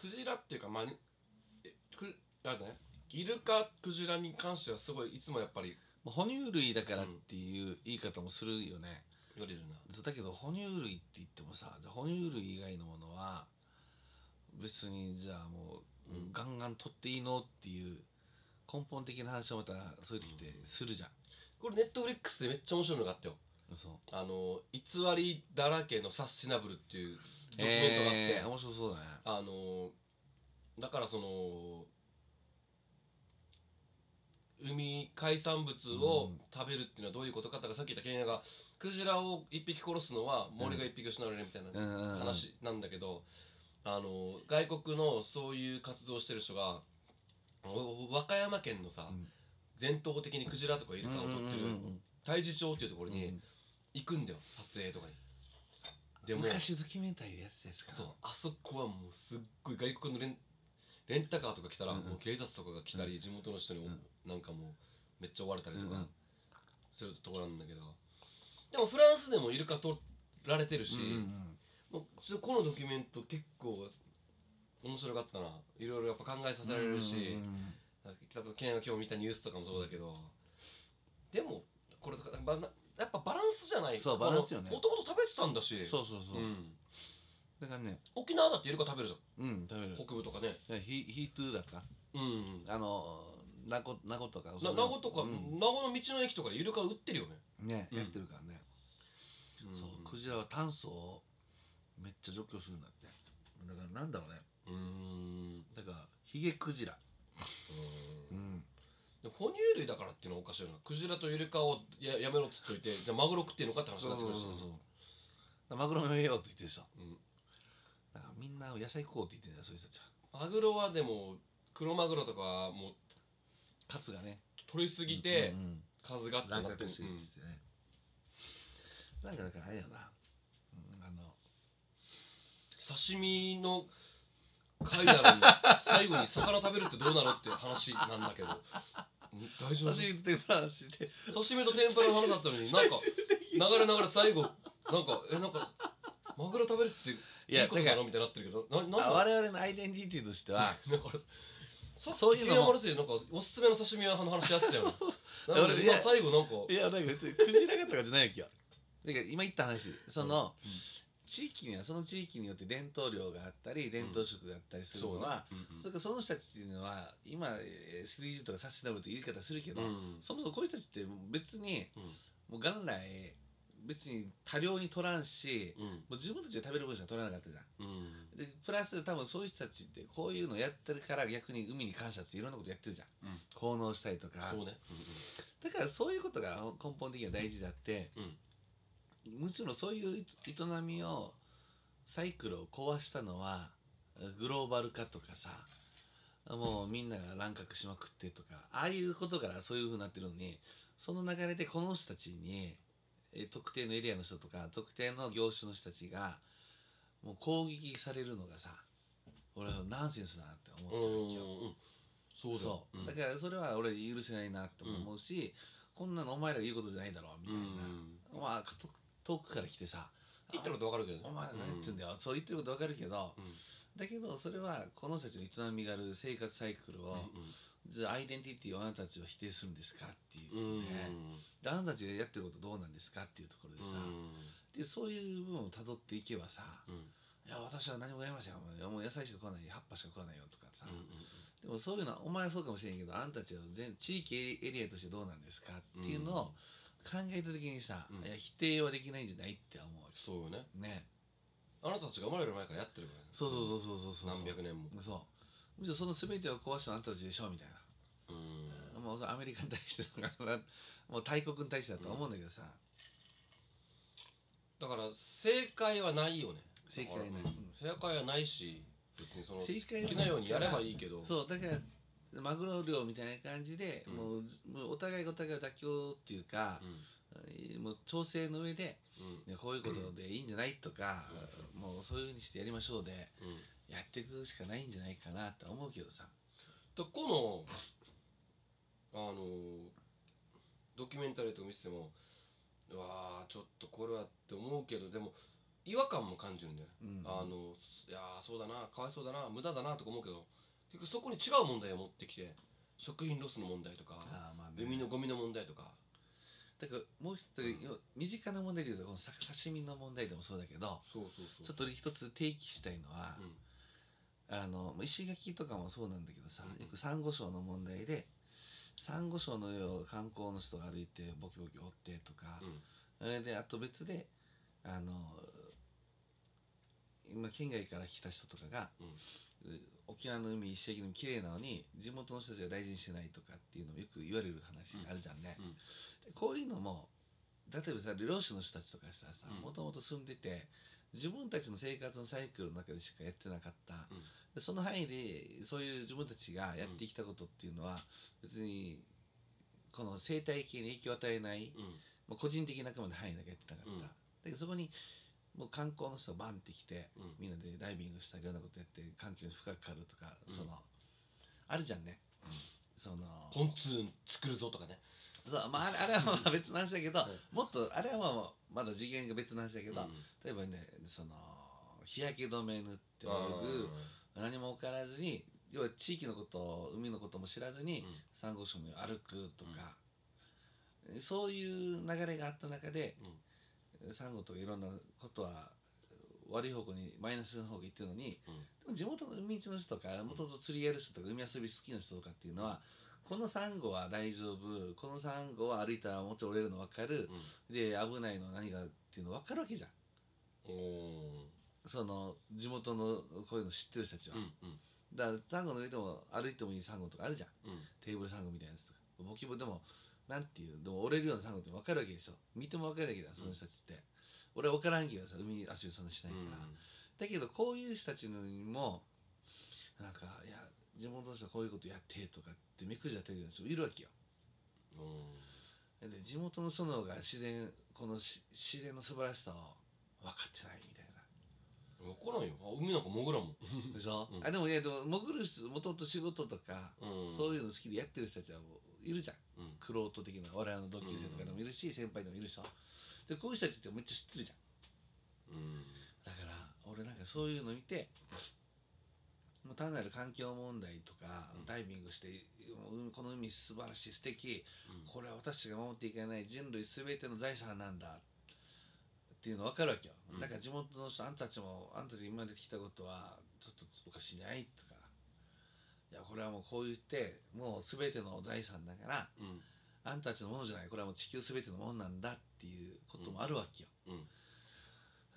Speaker 6: クジラっていうかまあにえくあれだねイルカクジラに関してはすごいいつもやっぱり
Speaker 7: まあ哺乳類だからっていう言い方もするよね、
Speaker 6: 乗れるな
Speaker 7: そうだけど哺乳類って言ってもさじゃあ哺乳類以外のものは別にじゃあもう、
Speaker 6: うん
Speaker 7: ガンガン取っていいのっていう根本的な話をまたそういう時ってするじゃん、
Speaker 6: これネットフリックスでめっちゃ面白いのがあったよ
Speaker 7: そう
Speaker 6: あの偽りだらけのサスティナブルっていうドキュメントがあって、
Speaker 7: えー面白そうだね
Speaker 6: あのだからその海海産物を食べるっていうのはどういうことかだからさっき言ったケンヤがクジラを一匹殺すのは森が一匹失われるみたいな
Speaker 7: うんうんうん
Speaker 6: 話なんだけど、あの外国のそういう活動をしてる人がお和歌山県のさ、
Speaker 7: うん
Speaker 6: 伝統的にクジラとかイルカを取ってる
Speaker 7: うんうんうん
Speaker 6: 太地町っていうところ
Speaker 7: うん
Speaker 6: に行くんだよ撮影とかに。でも
Speaker 7: 昔ドキュメンタリーでやってたやつか
Speaker 6: そうあそこはもうすっごい外国のレンレンタカーとか来たら
Speaker 7: うん
Speaker 6: も
Speaker 7: うん
Speaker 6: う警察とかが来たり地元の人に
Speaker 7: うん
Speaker 6: なんかもうめっちゃ追われたりと
Speaker 7: うんう
Speaker 6: か
Speaker 7: ん
Speaker 6: するところなんだけどでもフランスでもイルカ取られてるし
Speaker 7: うんうん
Speaker 6: もうちょっとこのドキュメント結構面白かったないろいろやっぱ考えさせられるし、
Speaker 7: うんうん
Speaker 6: 多分ケンが今日見たニュースとかもそうだけどでもこれとかばなやっぱバランスじゃない
Speaker 7: そうバランスよね
Speaker 6: もともと食べてたんだし
Speaker 7: うんそうそうそう、
Speaker 6: うん
Speaker 7: だからね
Speaker 6: 沖縄だってイルカ食べるじ
Speaker 7: うん食べる
Speaker 6: ゃん北部とかね
Speaker 7: だからヒヒートゥーだった
Speaker 6: うん
Speaker 7: あのナコナコとか
Speaker 6: な名護とか、
Speaker 7: うん
Speaker 6: 名護の道の駅とかでイルカ売ってるよね、
Speaker 7: ね
Speaker 6: うん
Speaker 7: やってるからね、そうクジラは炭素をめっちゃ除去するんだってだからなんだろうね
Speaker 6: うーん
Speaker 7: だからヒゲクジラうん
Speaker 6: で哺乳類だからっていうのはおかしいよなクジラとイルカをややめろっつっといてじゃあマグロ食ってんのかって話に
Speaker 7: そう
Speaker 6: な
Speaker 7: そ
Speaker 6: っ
Speaker 7: う
Speaker 6: てく
Speaker 7: そう
Speaker 6: るし
Speaker 7: そうだからマグロもええよって言ってるでしょ
Speaker 6: うん
Speaker 7: だからみんな野菜食おうって言ってんだよそういう人たちは
Speaker 6: マグロはでも黒マグロとかはもう
Speaker 7: カツがね
Speaker 6: 取りすぎて
Speaker 7: うんうん
Speaker 6: 数がってな
Speaker 7: 乱
Speaker 6: ってる、
Speaker 7: 獲してるっつってね、なんかだからあれやな、うん、あの
Speaker 6: 刺身の貝なのに最後に魚食べるってどうなのって話なん だけどん大丈夫
Speaker 7: 刺身でフランスで
Speaker 6: 刺身と天ぷらの話だったの になんか流れ流れ最後なんかえなんかマグロ食べるって
Speaker 7: いや
Speaker 6: いいことなのみたいになってるけどななん
Speaker 7: あ
Speaker 6: だ
Speaker 7: 我々のアイデンティティとしては
Speaker 6: なんかあれさっ
Speaker 7: そう
Speaker 6: き
Speaker 7: いう
Speaker 6: 桐
Speaker 7: のも
Speaker 6: 山でなんかおすすめの刺身屋の話やってたよねなんか
Speaker 7: 俺い
Speaker 6: 今
Speaker 7: や
Speaker 6: 最後なんか
Speaker 7: いやなんか別にクジラがとかじゃないわけよだから今言った話その、
Speaker 6: うん
Speaker 7: 地域にはその地域によって伝統料があったり伝統食があったりするのは、
Speaker 6: うん
Speaker 7: それからその人たちっていうのは今えー SDGs とかサステナブルという言い方するけど、
Speaker 6: うん
Speaker 7: そもそもこういう人たちって別にもう元来別に多量に取らんし
Speaker 6: うん
Speaker 7: もう自分たちで食べる分しか取らなかったじゃん
Speaker 6: うん
Speaker 7: でプラス多分そういう人たちってこういうのやってるから逆に海に感謝っていろんなことやってるじゃん、
Speaker 6: うん
Speaker 7: 効能したりとか
Speaker 6: そうね
Speaker 7: だからそういうことが根本的には大事であって、
Speaker 6: うん
Speaker 7: むしろそういう営営みをサイクルを壊したのはグローバル化とかさもうみんなが乱獲しまくってとかああいうことからそういうふうになってるのにその流れでこの人たちにえ特定のエリアの人とか特定の業種の人たちがもう攻撃されるのがさ俺はナンセンスだなって思っ
Speaker 6: う
Speaker 7: て
Speaker 6: ん
Speaker 7: る
Speaker 6: う
Speaker 7: わ
Speaker 6: ん
Speaker 7: けよ。
Speaker 6: うんそうだよ
Speaker 7: そう、
Speaker 6: うん
Speaker 7: だからそれは俺許せないなって思うし、こんなのお前らが言うことじゃないだろうみ
Speaker 6: う
Speaker 7: たい
Speaker 6: ん
Speaker 7: な、まあと遠くから来てさ「
Speaker 6: 言ってることわかるけどね
Speaker 7: お前ら何言ってん
Speaker 6: だ
Speaker 7: だよ、そう言ってることわかるけど、
Speaker 6: うん
Speaker 7: だけどそれはこの人たちの営みがある生活サイクルを、じゃあアイデンティティをあなたたちは否定するんですかっていうこ
Speaker 6: うんうん
Speaker 7: とで,、であなたたちがやってることどうなんですかっていうところでさ、でそういう部分をたどっていけばさ
Speaker 6: うん
Speaker 7: いや私は何もやりませんよいやもう野菜しか食わないよ葉っぱしか食わないよとかさ、
Speaker 6: うんうんうん
Speaker 7: でもそういうのはお前はそうかもしれんけどあんたたちは全地域エリアとしてどうなんですかっていうのを考えた時にさ、
Speaker 6: うん
Speaker 7: いや否定はできないんじゃないって思うよ
Speaker 6: そうよね
Speaker 7: ね
Speaker 6: あなたたちが生まれる前からやってるからね
Speaker 7: そうそうそうそうそうそう
Speaker 6: 何百年も
Speaker 7: そうむしろその全てを壊したのあんたたちでしょみたいな
Speaker 6: うん
Speaker 7: もうそれアメリカに対してだから もう大国に対してだとは思うんだけどさ、
Speaker 6: だから正解はないよね
Speaker 7: 正解はない
Speaker 6: だからうん正解はないし別にその好
Speaker 7: 正解はない
Speaker 6: きなようにやればいいけど
Speaker 7: そうだからマグロ漁みたいな感じで、
Speaker 6: うん
Speaker 7: もうずもうお互いがお互いを妥協っていうか
Speaker 6: う、ん
Speaker 7: もう調整の上で
Speaker 6: うん
Speaker 7: いやこういうことでいいんじゃないとか、もうそういうふうにしてやりましょうで
Speaker 6: うん
Speaker 7: やっていくしかないんじゃないかなとは思うけどさ
Speaker 6: だこのあのドキュメンタリーとか見ててもうわあちょっとこれはって思うけどでも違和感も感じるんだよね、
Speaker 7: うん
Speaker 6: あのいやーそうだなかわいそうだな無駄だなとか思うけど結局そこに違う問題を持ってきて食品ロスの問題とか
Speaker 7: あーまあね
Speaker 6: 海のゴミの問題とか
Speaker 7: だからもう一つ、今身近な問題でいうとこのさ刺身の問題でもそうだけど
Speaker 6: そうそうそう
Speaker 7: ちょっと俺一つ提起したいのは、
Speaker 6: うん
Speaker 7: あの石垣とかもそうなんだけどさ、
Speaker 6: うん
Speaker 7: よくサンゴ礁の問題でサンゴ礁の上を観光の人が歩いてボキボキ追ってとか、
Speaker 6: うん
Speaker 7: それであと別であの今県外から来た人とかが、う沖縄の海石垣の海綺麗なのに地元の人たちが大事にしてないとかっていうのもよく言われる話あるじゃんね、
Speaker 6: うんうん
Speaker 7: でこういうのも例えばさ漁師の人たちとかさ
Speaker 6: うん
Speaker 7: もともと住んでて自分たちの生活のサイクルの中でしかやってなかった、
Speaker 6: うん
Speaker 7: でその範囲でそういう自分たちがやってきたことっていうのは別にこの生態系に影響を与えない、
Speaker 6: うん
Speaker 7: まあ、個人的な中まで範囲だけやってなかっ
Speaker 6: う
Speaker 7: た、
Speaker 6: ん
Speaker 7: だけどそこにもう観光の人がバンって来て
Speaker 6: うん
Speaker 7: みんなでダイビングしたりいろんなことやって環境に負荷かかるとか、
Speaker 6: うん
Speaker 7: そのあるじゃんね、その
Speaker 6: ポンツーン作るぞとかね
Speaker 7: そう、まあ、あれあ れはまあ別の話だけど、
Speaker 6: う
Speaker 7: もっとあれはまあまだ次元が別の話だけど、
Speaker 6: うん
Speaker 7: 例えばねその日焼け止め塗って泳ぐ何も分からずに要は地域のこと海のことも知らずに、
Speaker 6: うん
Speaker 7: サンゴ礁を歩くとか、そういう流れがあった中で、サンゴとかいろんなことは悪い方向にマイナスの方がいってるのに、
Speaker 6: うん
Speaker 7: でも地元の海市の人とかもともと釣りやる人とか海遊び好きな人とかっていうのはこのサンゴは大丈夫このサンゴは歩いたらもちろん折れるの分かる
Speaker 6: うんうん
Speaker 7: で危ないのは何がっていうの分かるわけじゃん
Speaker 6: おー
Speaker 7: その地元のこういうの知ってる人たちは、
Speaker 6: うんうん
Speaker 7: だからサンゴの上でも歩いてもいいサンゴとかあるじゃん
Speaker 6: うん
Speaker 7: テーブルサンゴみたいなやつとかボキボでもなんていうでも折れるようなサンゴって分かるわけでしょ見ても分かるわけだその人たちって、俺は分からんけどさ海遊びそんなしないから、だけどこういう人たちのにもなんかいや地元の人はこういうことやってとかって目くじ当てるような人もいるわけよ
Speaker 6: うんうん
Speaker 7: で地元の人の方が自然このし自然の素晴らしさを分かってないみたいな
Speaker 6: 分からんよあ海なんか潜らんもん、
Speaker 7: でしょ、
Speaker 6: うん
Speaker 7: あでもねでも潜る人もともと仕事とか、
Speaker 6: うん、
Speaker 7: そう
Speaker 6: い
Speaker 7: いうの好きでやってる人たちはもういるじゃん
Speaker 6: うん、うん
Speaker 7: クロート的な我々の同級生とかでもいるし、先輩でもいるしょでこういう人たちってめっちゃ知ってるじゃん
Speaker 6: うん
Speaker 7: だから俺なんかそういうの見てもう単なる環境問題とか、
Speaker 6: うん
Speaker 7: ダイビングしてもううんこの海素晴らしい素敵
Speaker 6: うん
Speaker 7: これは私が守っていかない人類全ての財産なんだっていうの分かるわけよ、
Speaker 6: うん
Speaker 7: だから地元の人あんたたちもあんたたち今まで来たことはちょっとおかしいんじゃないとかいやこれはもうこう言ってもう全ての財産だから
Speaker 6: うん
Speaker 7: あんたたちのものじゃないこれはもう地球全てのものなんだっていうこともあるわけよ、
Speaker 6: うん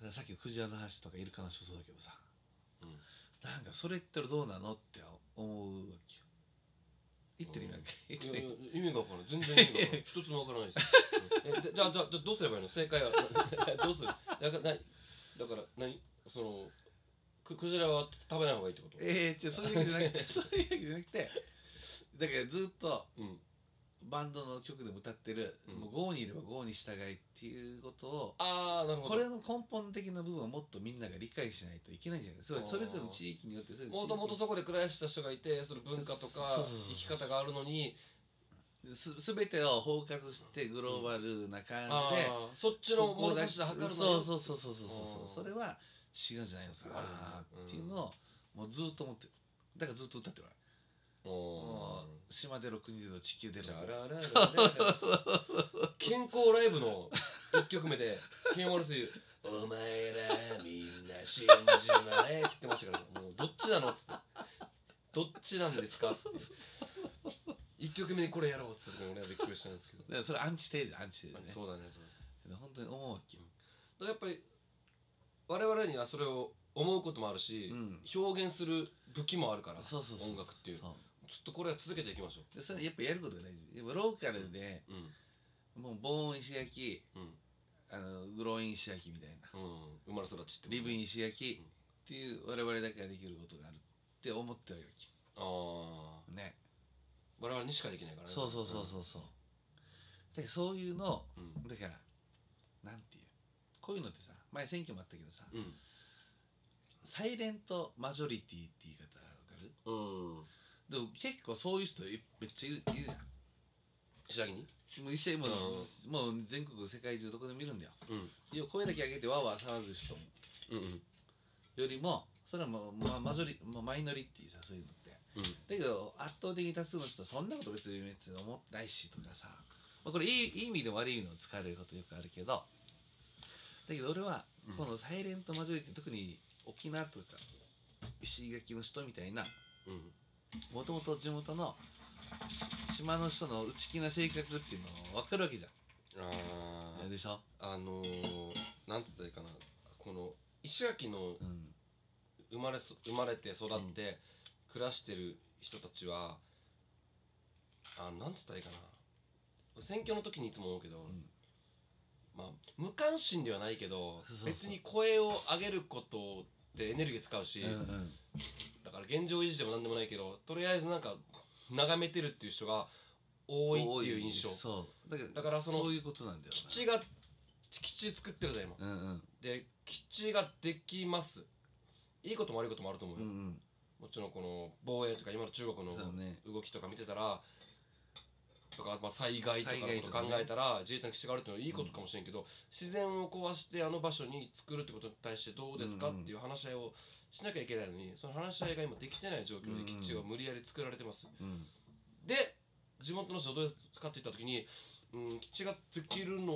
Speaker 7: だからさっきのクジラの話とかイルカの話もそうだけどさ、
Speaker 6: うん
Speaker 7: なんかそれってどうなのって思うわけよ言ってる意味わかる言って
Speaker 6: い
Speaker 7: る
Speaker 6: やいや意味が分からない全然意味が分からな
Speaker 7: 意味わ
Speaker 6: い一つも分からないですえでじゃあじゃあじゃあどうすればいいの正解は どうするだから何だから何そのククジラは食べない方がいいってこと
Speaker 7: かるええー、違うそういうわけじゃなくてそういうわけじゃなくてだからずっと
Speaker 6: うん
Speaker 7: バンドの曲でも歌ってる、
Speaker 6: うん
Speaker 7: もう郷にいれば郷に従いっていうことを
Speaker 6: ああなるほど
Speaker 7: これの根本的な部分をもっとみんなが理解しないといけないんじゃないですかそれそれぞれの地域によってそれぞれの
Speaker 6: も
Speaker 7: 地域
Speaker 6: ともとそこで暮らしてた人がいてその文化とか
Speaker 7: そうそうそう
Speaker 6: 生き方があるのに
Speaker 7: すすべてを包括してグローバルな感
Speaker 6: あ
Speaker 7: じで、
Speaker 6: ーそっちの物差しで測るの
Speaker 7: そう
Speaker 6: う
Speaker 7: そうそうそうそうそう
Speaker 6: うん
Speaker 7: それは違うんじゃないのかなっていうのをもうずっと思ってるだからずっと歌ってる俺もう島出ろ国出ろ地球出ろ
Speaker 6: じゃ
Speaker 7: と
Speaker 6: らららら健康ライブの1曲目でケンワルスお前らみんな信じないって言ってましたからもうどっちなのっつってどっちなんですかって1曲目にこれやろうっつって俺はびっくりしたんですけど、
Speaker 7: だからそれアンチテーゼアンチテーゼ
Speaker 6: ま
Speaker 7: ね
Speaker 6: あそうだねそう
Speaker 7: 本当に思うわけよ
Speaker 6: だねやっぱり我々にはそれを思うこともあるし、
Speaker 7: うん
Speaker 6: 表現する武器もあるから
Speaker 7: そうそうそう
Speaker 6: 音楽っていう
Speaker 7: そ
Speaker 6: ちょっとこれは続けていきましょ
Speaker 7: でそれやっぱやることが大事やっぱローカルで、
Speaker 6: ううん
Speaker 7: もうボーン石焼き
Speaker 6: うん
Speaker 7: あのグローイン石焼きみたいな
Speaker 6: うん生まれ育ちってことね
Speaker 7: リブイン石焼きっていう我々だけができることがあるって思ってはいるわ
Speaker 6: ああ
Speaker 7: けね
Speaker 6: 我々にしかできないからね
Speaker 7: そうそうそうそうそうだからそういうのを
Speaker 6: うん
Speaker 7: だからなんていうこういうのってさ前選挙もあったけどさ
Speaker 6: うん
Speaker 7: サイレントマジョリティって言い方わかる
Speaker 6: うん
Speaker 7: でも結構そういう人いめっちゃいるいるじゃ
Speaker 6: 白木に
Speaker 7: んもう一緒にもう
Speaker 6: う
Speaker 7: もう全国世界中どこでもいるんだよ
Speaker 6: うん
Speaker 7: 要は声だけ上げてわーわー騒ぐ人
Speaker 6: うんうん
Speaker 7: よりもそれはもう、まあ、マジョリもうマイノリティさそういうのって
Speaker 6: うん
Speaker 7: だけど圧倒的に多数の人はそんなこと別に別に思ってないしとかさ、まあ、これいいいい意味でも悪い意味でも使われることよくあるけどだけど俺は
Speaker 6: うん
Speaker 7: このサイレントマジョリティ、特に沖縄とか石垣の人みたいな
Speaker 6: うん
Speaker 7: もともと地元のし島の人の内気な性格っていうの分かるわけじ
Speaker 6: あ
Speaker 7: ゃん。でしょ、
Speaker 6: ああのー、なんて言ったらいいかなこの石垣の
Speaker 7: うん、
Speaker 6: 生まれそ生まれて育って暮らしてる人たちは、あなんて言ったらいいかな選挙の時にいつも思うけど、
Speaker 7: ん
Speaker 6: まあ無関心ではないけど
Speaker 7: そうそう
Speaker 6: 別に声を上げることってエネルギー使うし、
Speaker 7: うんうん
Speaker 6: だから現状維持でもなんでもないけどとりあえずなんか眺めてるっていう人が多いっていう印象
Speaker 7: そうだから
Speaker 6: だからその
Speaker 7: ういうことなんだよな
Speaker 6: 基地が基地作ってるじゃん今
Speaker 7: うんうん
Speaker 6: で基地ができますいいことも悪いこともあると思う
Speaker 7: う
Speaker 6: よ、
Speaker 7: ん
Speaker 6: もちろんこの防衛とか今の中国の
Speaker 7: そうね
Speaker 6: 動きとか見てたらとかまあ災害とか
Speaker 7: 災害と
Speaker 6: の
Speaker 7: か
Speaker 6: こ
Speaker 7: ね
Speaker 6: と考えたら自衛隊の基地があるっていうのはいいことかもしれんけど、自然を壊してあの場所に作るってことに対してどうですか
Speaker 7: うんうん
Speaker 6: っていう話し合いをしなきゃいけないのにその話し合いが今できてない状況で基地が無理やり作られてます、
Speaker 7: うんうん
Speaker 6: で地元の人はどうですかって言った時に、うん、基地ができるの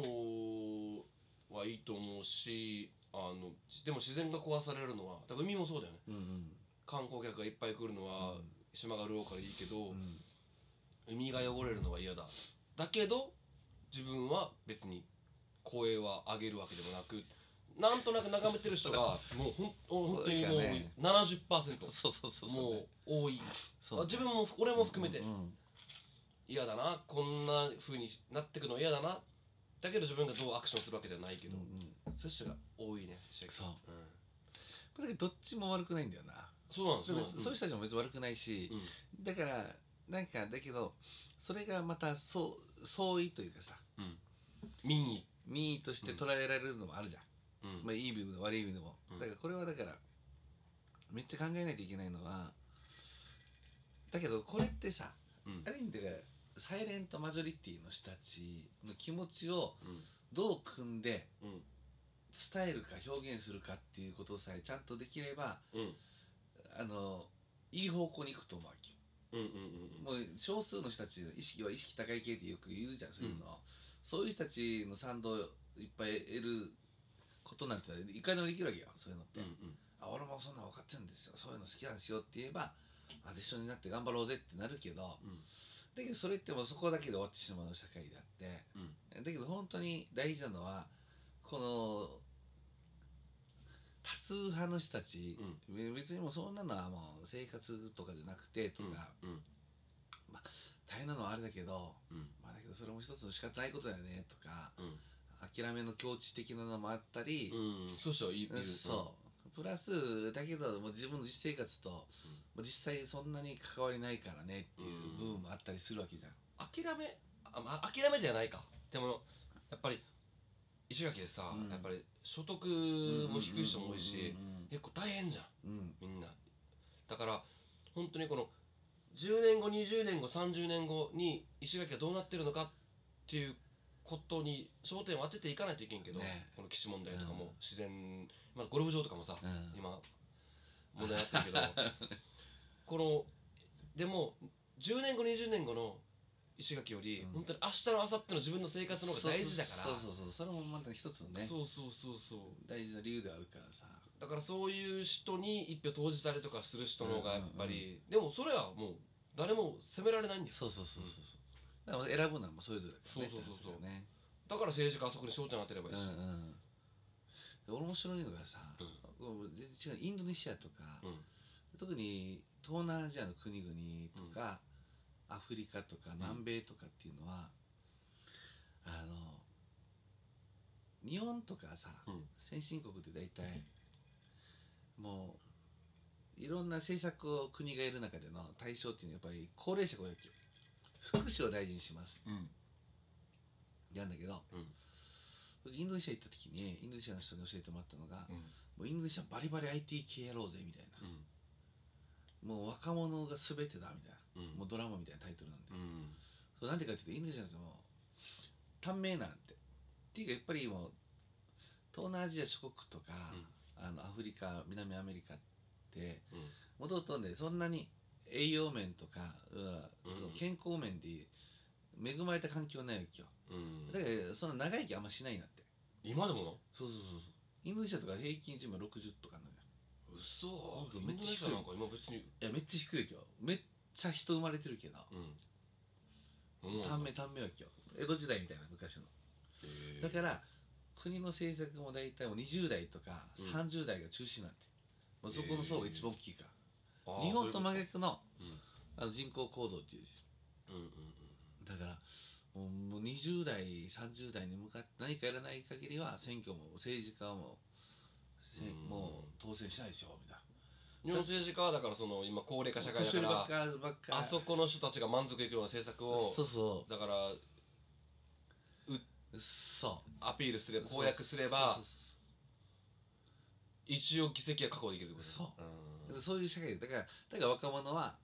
Speaker 6: はいいと思うしあのでも自然が壊されるのはだから海もそうだよね
Speaker 7: うんうん
Speaker 6: 観光客がいっぱい来るのは、
Speaker 7: うん
Speaker 6: 島が潤うからいいけど、
Speaker 7: うん
Speaker 6: 海が汚れるのは嫌だだけど自分は別に声は上げるわけでもなくなんとなく眺めてる人がもうほん本当にもう
Speaker 7: 多いからね
Speaker 6: 70%
Speaker 7: そうそうそうそう
Speaker 6: もう多い
Speaker 7: そう
Speaker 6: 自分も俺も含めて
Speaker 7: うんうん
Speaker 6: 嫌だなこんな風になってくの嫌だなだけど自分がどうアクションするわけではないけ
Speaker 7: うん
Speaker 6: ど、
Speaker 7: うん
Speaker 6: そういう人が多いね、
Speaker 7: そううんこれどっちも悪くないんだよな
Speaker 6: そうなんです
Speaker 7: で
Speaker 6: よ
Speaker 7: もそういう人たちも別に悪くないし
Speaker 6: う、ん
Speaker 7: だからなんかだけどそれがまたそう相違というかさ
Speaker 6: うん民意
Speaker 7: 民意として捉えられるのもあるじゃん、
Speaker 6: うん
Speaker 7: まあ、いい意味でも悪い意味でも、
Speaker 6: うん
Speaker 7: だからこれはだからめっちゃ考えないといけないのはだけどこれってさ
Speaker 6: うん
Speaker 7: ある意味でサイレントマジョリティの人たちの気持ちを
Speaker 6: うん
Speaker 7: どう組んで
Speaker 6: うん
Speaker 7: 伝えるか表現するかっていうことさえちゃんとできれば
Speaker 6: うん
Speaker 7: あのいい方向に行くと思うわけ
Speaker 6: うんうんうん
Speaker 7: もう少数の人たちの意識は意識高い系ってよく言うじゃんそういうの、そういう人たちの賛同をいっぱい得ることなんていかにもできるわけよそういうのって、
Speaker 6: うんうん
Speaker 7: あ俺もそんなの分かってるんですよそういうの好きなんですよって言えばあ一緒になって頑張ろうぜってなるけど
Speaker 6: うん
Speaker 7: だけどそれってもうそこだけで終わってしまう社会であって、だけど本当に大事なのはこの多数派の人たち、別にもうそんなのはもう生活とかじゃなくてとか、
Speaker 6: うん
Speaker 7: 大変なのはあれだけど、
Speaker 6: うん
Speaker 7: まあ、だけどそれも一つの仕方ないことだよねとか
Speaker 6: うん
Speaker 7: 諦めの境地的なのもあったり、
Speaker 6: うんそうしたらいい
Speaker 7: うんそうプラスだけどもう自分の実生活と、も
Speaker 6: うん
Speaker 7: う実際そんなに関わりないからねっていう部分もあったりするわけじゃん。
Speaker 6: 諦めあ、まあ、諦めじゃないかでもやっぱり石垣でさ、
Speaker 7: うん
Speaker 6: やっぱり所得も低い人も多いし
Speaker 7: うん
Speaker 6: 結構大変じゃん
Speaker 7: うんう
Speaker 6: み
Speaker 7: ん
Speaker 6: んなだから本当にこの10年後20年後30年後に石垣がどうなってるのかっていうことに焦点を当てていかないといけんけど、
Speaker 7: ね
Speaker 6: この基地問題とかも、
Speaker 7: うん
Speaker 6: 自然、まあ、ゴルフ場とかもさ、
Speaker 7: うんうん
Speaker 6: 今問題に なってるけどこのでも10年後20年後の石垣より、
Speaker 7: うん
Speaker 6: 本当に明日の明後日の自分の生活の方が大事だから
Speaker 7: そうそうそうそれもまた一つのね
Speaker 6: そうそうそうそう
Speaker 7: 大事な理由ではあるからさ
Speaker 6: だからそういう人に一票投じたりとかする人の方がやっぱり、でもそれはもう誰も責められないんです
Speaker 7: そうそうそうそうそうだから選ぶのはもうそれぞれだからね
Speaker 6: そうそうそうそう
Speaker 7: って話だよね
Speaker 6: だから政治家はそこに焦点を当てればいいし、
Speaker 7: うんうんで俺面白いのがさ、もう全然違うインドネシアとか、
Speaker 6: うん
Speaker 7: 特に東南アジアの国々とか、アフリカとか南米とかっていうのは、あの日本とかさ、
Speaker 6: うん
Speaker 7: 先進国って大体もういろんな政策を国がやる中での対象っていうのはやっぱり高齢者が多いわけよ福祉を大事にします
Speaker 6: うん
Speaker 7: やんだけど、インドネシア行った時にインドネシアの人に教えてもらったのが、
Speaker 6: うん
Speaker 7: もうインドネシアバリバリ IT 系やろうぜみたいな、
Speaker 6: うん
Speaker 7: もう若者が全てだみたいな、
Speaker 6: うん
Speaker 7: もうドラマみたいなタイトルなんで、
Speaker 6: うん
Speaker 7: それなんでかっていうとインドネシアの人も短命なんてっていうかやっぱりもう東南アジア諸国とか、あのアフリカ南アメリカって
Speaker 6: うん
Speaker 7: もともとねそんなに栄養面とか、うんその健康面で恵まれた環境ないわけよ
Speaker 6: うん
Speaker 7: だからそんな長生きあんましないなって
Speaker 6: 今でもな
Speaker 7: そうそうそうそうインドネシアとか平均寿命60とかなのよ
Speaker 6: 嘘
Speaker 7: 本当
Speaker 6: インドネシアなんか今別に
Speaker 7: いやめっちゃ低いわけよめっちゃ人生まれてるけど
Speaker 6: うん
Speaker 7: 短命短命わけよ江戸時代みたいな昔の
Speaker 6: へー
Speaker 7: だから国の政策も大体もう20代とか
Speaker 6: うん
Speaker 7: 30代が中心なんて、まあ、そこの層が一番大きいから、
Speaker 6: あー
Speaker 7: 日本と真
Speaker 6: そういう
Speaker 7: 逆の
Speaker 6: ことうん
Speaker 7: あの人口構造っていうんですよ
Speaker 6: うんうん
Speaker 7: だからもうもう20代30代に向かって何かやらない限りは選挙も政治家はもうせ
Speaker 6: うん
Speaker 7: もう当選しないですよみた
Speaker 6: 日
Speaker 7: いな
Speaker 6: 本政治家はだからその今高齢化社会だか
Speaker 7: 年寄りばっ
Speaker 6: ら
Speaker 7: かりばっかり
Speaker 6: あそこの人たちが満足いくような政策を
Speaker 7: そうそ
Speaker 6: だから
Speaker 7: うそ
Speaker 6: アピールすれ
Speaker 7: う
Speaker 6: ば公約すれば
Speaker 7: そうそうそうそう
Speaker 6: 一応議席は確保できるってこと
Speaker 7: そうだからそういう社会だからだから若者は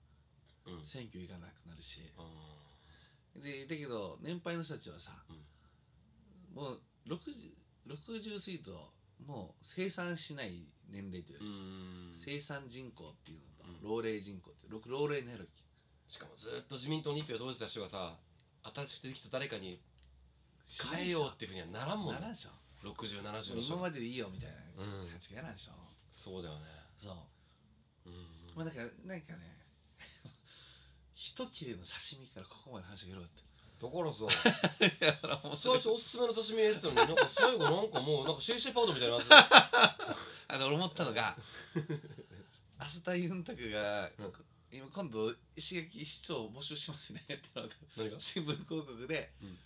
Speaker 6: んうん
Speaker 7: 選挙行かなくなるし
Speaker 6: う
Speaker 7: でだけど年配の人たちはさ、もう 60, 60過ぎるともう生産しない年齢というん
Speaker 6: う
Speaker 7: より
Speaker 6: ん
Speaker 7: 生産人口っていうのと
Speaker 6: う
Speaker 7: 老齢人口ってろく老齢になる
Speaker 6: しかもずっと自民党に一票投じた人がさ新しく出てきた誰かに
Speaker 7: 気
Speaker 6: 変えようっていうふうにはならんもん
Speaker 7: ならん
Speaker 6: ね
Speaker 7: でしょ
Speaker 6: 6070の人
Speaker 7: 今まででいいよみたいな
Speaker 6: うん
Speaker 7: 感じがやらんでしょ、
Speaker 6: そうだよね
Speaker 7: そう
Speaker 6: うん
Speaker 7: まあだからなんかね 一切れの刺身からここまで話が広がっ
Speaker 6: だからさ
Speaker 7: ただから
Speaker 6: 最
Speaker 7: 面白い
Speaker 6: 初おすすめの刺身入れてたのになんか最後なんかもうなんか CC パウドみたいなやつ だ
Speaker 7: あの俺思ったのが明日ユンタクが、今今度石垣市長を募集しますねってのが
Speaker 6: 何が
Speaker 7: 新聞広告で、
Speaker 6: うん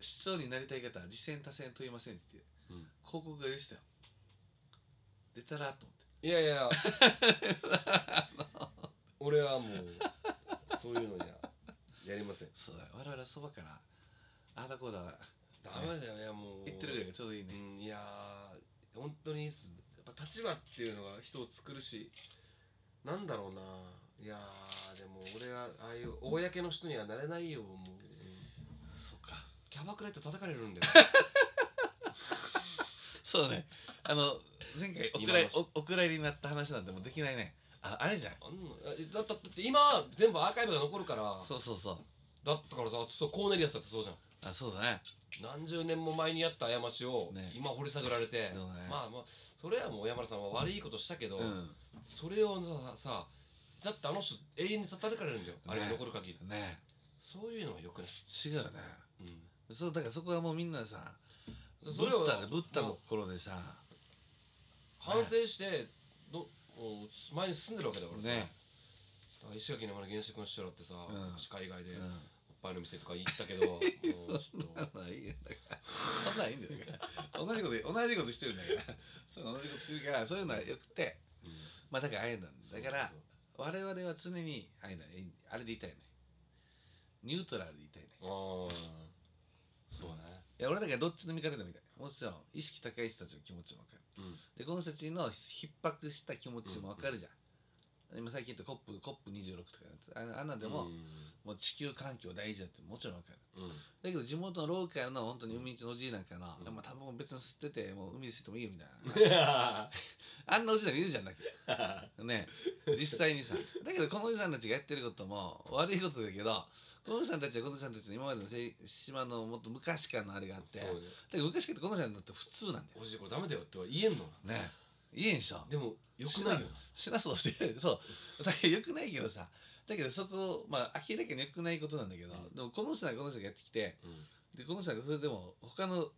Speaker 7: 市長になりたい方は実践多選問いませんって言って
Speaker 6: うん
Speaker 7: 広告が出てたよ出たらと思って
Speaker 6: いやい や俺はもうそういうのややりません
Speaker 7: そうだ我々はそばからああだこうだ
Speaker 6: ダメだよいやもう
Speaker 7: 言ってるぐらいがちょうどいいね、
Speaker 6: うん、いやー本当にすやっぱ立場っていうのが人を作るしなんだろうないやーでも俺はああいう公の人にはなれないよもう、うん
Speaker 7: そうか
Speaker 6: キャバクラ行って叩かれるんだよ
Speaker 7: そうだねあの前回お蔵入りおお蔵入りになった話なんてもうできないねああれじゃん
Speaker 6: あんのえだだだって今は全部アーカイブが残るから
Speaker 7: そうそうそう
Speaker 6: だったからだってそうコーネリアスだってそうじゃん
Speaker 7: あそうだね
Speaker 6: 何十年も前にやった過ちを
Speaker 7: ね
Speaker 6: 今掘り下げられて、
Speaker 7: そうね
Speaker 6: まあまあそれはもう小山田さんは悪いことしたけど、
Speaker 7: うん
Speaker 6: それをささだってあの人永遠に叩かれるんだよ、あれが残る限り
Speaker 7: ね
Speaker 6: そういうのはよくない、
Speaker 7: 違うねそうだからそこはもうみんなさ
Speaker 6: う
Speaker 7: ブ
Speaker 6: ん、それを
Speaker 7: ッダブッダの
Speaker 6: もう
Speaker 7: 心でさ
Speaker 6: 反省してどもう前に進んでるわけだからさ、
Speaker 7: ね
Speaker 6: だから石垣の原始君しろってさ、
Speaker 7: うん
Speaker 6: 昔海外で
Speaker 7: う
Speaker 6: おっぱ
Speaker 7: ん
Speaker 6: いの店とか行ったけどもうちょっ と
Speaker 7: そんなんいいんだからそんなんいいんだから同じこと同じことしてるんだからそう同じことしてるからそういうのはよくてまあだからあれなんだだから我々は常にあれだねあれでいたいねニュートラルでいたいね
Speaker 6: うんああそうね
Speaker 7: いや俺だからどっちの味方でもいいんだよもちろん意識高い人たちの気持ちも分かる
Speaker 6: うん
Speaker 7: でこの人たちの逼迫した気持ちも分かるじゃん、今最近言ったコップコップ26とかのやつあのあんなんでも、
Speaker 6: うん
Speaker 7: もう地球環境大事だってもちろん分かる
Speaker 6: うん
Speaker 7: だけど地元のローカルの本当に海んちのおじいなんかの、
Speaker 6: うん
Speaker 7: でも多分別に吸っててもう海で吸ってもいいよみた いな
Speaker 6: う
Speaker 7: あんなおじいなんかいるじゃんだけどね実際にさだけどこのおじさんたちがやってることも悪いことだけどゴンさんたちはゴンさんたちの今までのせい島のもっと昔からのあれがあって
Speaker 6: そうね
Speaker 7: だから昔からゴンさんだって普通なんだよ
Speaker 6: おじいこれダメだよっては言えんの
Speaker 7: ねいいんでしょ
Speaker 6: でもよくないよ
Speaker 7: しなそうってそうだからよくないけどさだけどそこまあ明らかによくないことなんだけど、
Speaker 6: うん
Speaker 7: でもこの人がこの人がやってきて
Speaker 6: な、うん
Speaker 7: でこの人がそれでも他の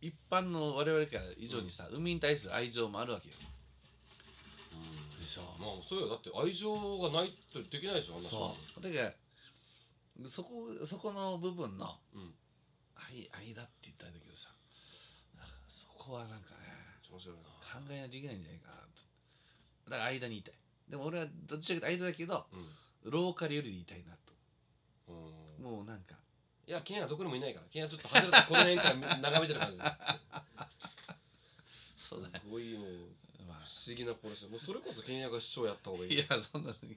Speaker 7: 一般の我々から以上にさ、海に対する愛情もあるわけよでしょ
Speaker 6: まあそうよだって愛情がないとできないでしょあんな人
Speaker 7: そうだからそこそこの部分の
Speaker 6: うん
Speaker 7: 愛愛だって言ったんだけどさなんかそこはなんかね
Speaker 6: 面白いな
Speaker 7: 考えないといけないんじゃないかなとだから間にいたいでも俺はどっちかというと間だけどローカルよりでいたいな
Speaker 6: うん、
Speaker 7: と
Speaker 6: うん、
Speaker 7: もうなんか
Speaker 6: いやケンはどこにもいないからケンはちょっと外れてこの辺から眺めてる 感じ
Speaker 7: そうだ
Speaker 6: すごいもう
Speaker 7: ま
Speaker 6: 不思議な殺しもうそれこそケンヤが市長やった方がい
Speaker 7: あ
Speaker 6: い
Speaker 7: いや
Speaker 6: よ
Speaker 7: そんな
Speaker 6: うん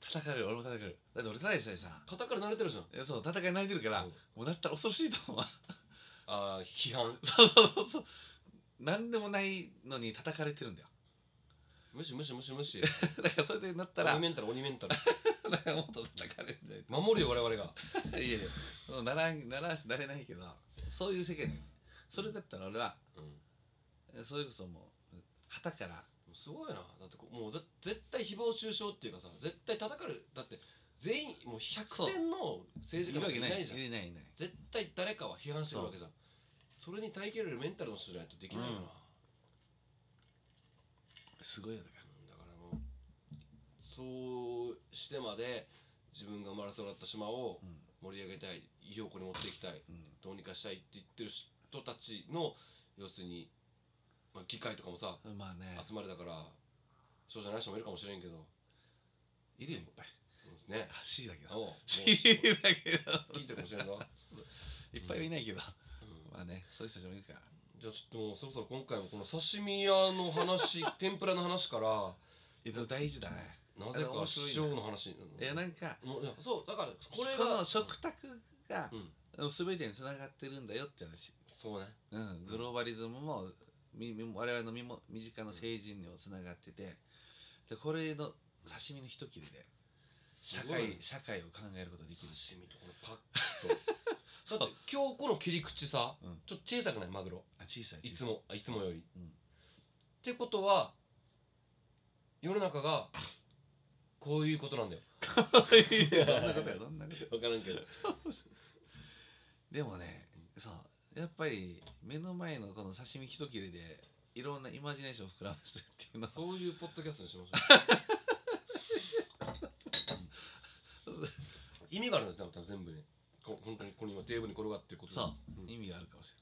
Speaker 7: 戦える俺も戦えるだって俺ただでさえさ
Speaker 6: 肩から慣れてるじゃん
Speaker 7: えそう戦い慣れてるから、
Speaker 6: うん
Speaker 7: もうだったら恐ろしいと思う
Speaker 6: ああ批判
Speaker 7: そうそうそうそう何でもないのに叩かれてるんだよ
Speaker 6: 無視無視無視無視
Speaker 7: だからそれでなったら
Speaker 6: 鬼メンタル鬼メンタル
Speaker 7: だからもっと叩かれるんじゃ ない
Speaker 6: 守るよ我々が
Speaker 7: いやいやそうならんならなれないけどそういう世界なのそれだったら俺は
Speaker 6: うん
Speaker 7: えそれこそもう旗から
Speaker 6: すごいなだってこうもうぜ絶対誹謗中傷っていうかさ絶対叩かれるだって全員もう100点の政治家なんていないじゃん
Speaker 7: いないいない
Speaker 6: 絶対誰かは批判してくるわけじゃんそれに耐えきれるメンタルの人じゃないとできないよな、
Speaker 7: うんすごいよだか
Speaker 6: だからもうそうしてまで自分が生まれ育った島を
Speaker 7: ら
Speaker 6: 盛り上げたいいい方向に持っていきたい
Speaker 7: うんうん
Speaker 6: どうにかしたいって言ってる人たちの要するに、まあ、議会とかもさ
Speaker 7: まあね
Speaker 6: 集まりだからそうじゃない人もいるかもしれんけど
Speaker 7: いるよいっぱい
Speaker 6: ね
Speaker 7: あ C だけど
Speaker 6: おうもう
Speaker 7: C
Speaker 6: 聞
Speaker 7: だけど
Speaker 6: いてるかもしれん ぞ、
Speaker 7: いっぱいはいないけど
Speaker 6: うん
Speaker 7: まあねそういう人たちもいるから
Speaker 6: じゃあちょっともうそろそろ今回もこの刺身屋の話天ぷらの話から
Speaker 7: えっと大事だね
Speaker 6: なぜ
Speaker 7: あれ
Speaker 6: か
Speaker 7: 面白いね
Speaker 6: 塩の話
Speaker 7: いやなんか
Speaker 6: もういやそうだからこ
Speaker 7: こ
Speaker 6: れが
Speaker 7: の食卓が
Speaker 6: うん
Speaker 7: 全てにつながってるんだよって話
Speaker 6: そうね
Speaker 7: うん、グローバリズムもみみ我々の身も身近な政治にもつながっててでこれの刺身の一切れで社
Speaker 6: すごい
Speaker 7: 会社会を考えることができるし
Speaker 6: 刺身とこのパ ッとだって今日この切り口さ、
Speaker 7: うん
Speaker 6: ちょっと小さくないマグロ
Speaker 7: あ小さい
Speaker 6: い
Speaker 7: 小
Speaker 6: つ
Speaker 7: さ
Speaker 6: もあいつもより、
Speaker 7: うん
Speaker 6: ってことは世の中がこういうことなんだよ
Speaker 7: いどんなことやどんなことや
Speaker 6: 分からんけど
Speaker 7: でもねそうやっぱり目の前のこの刺身一切れでいろんなイマジネーションを膨らませるっていうの
Speaker 6: そういうポッドキャストにしましょう 意味があるんですね多分全部ねこ本当にこの今テーブルに転がってることに
Speaker 7: そうん意味があるかもし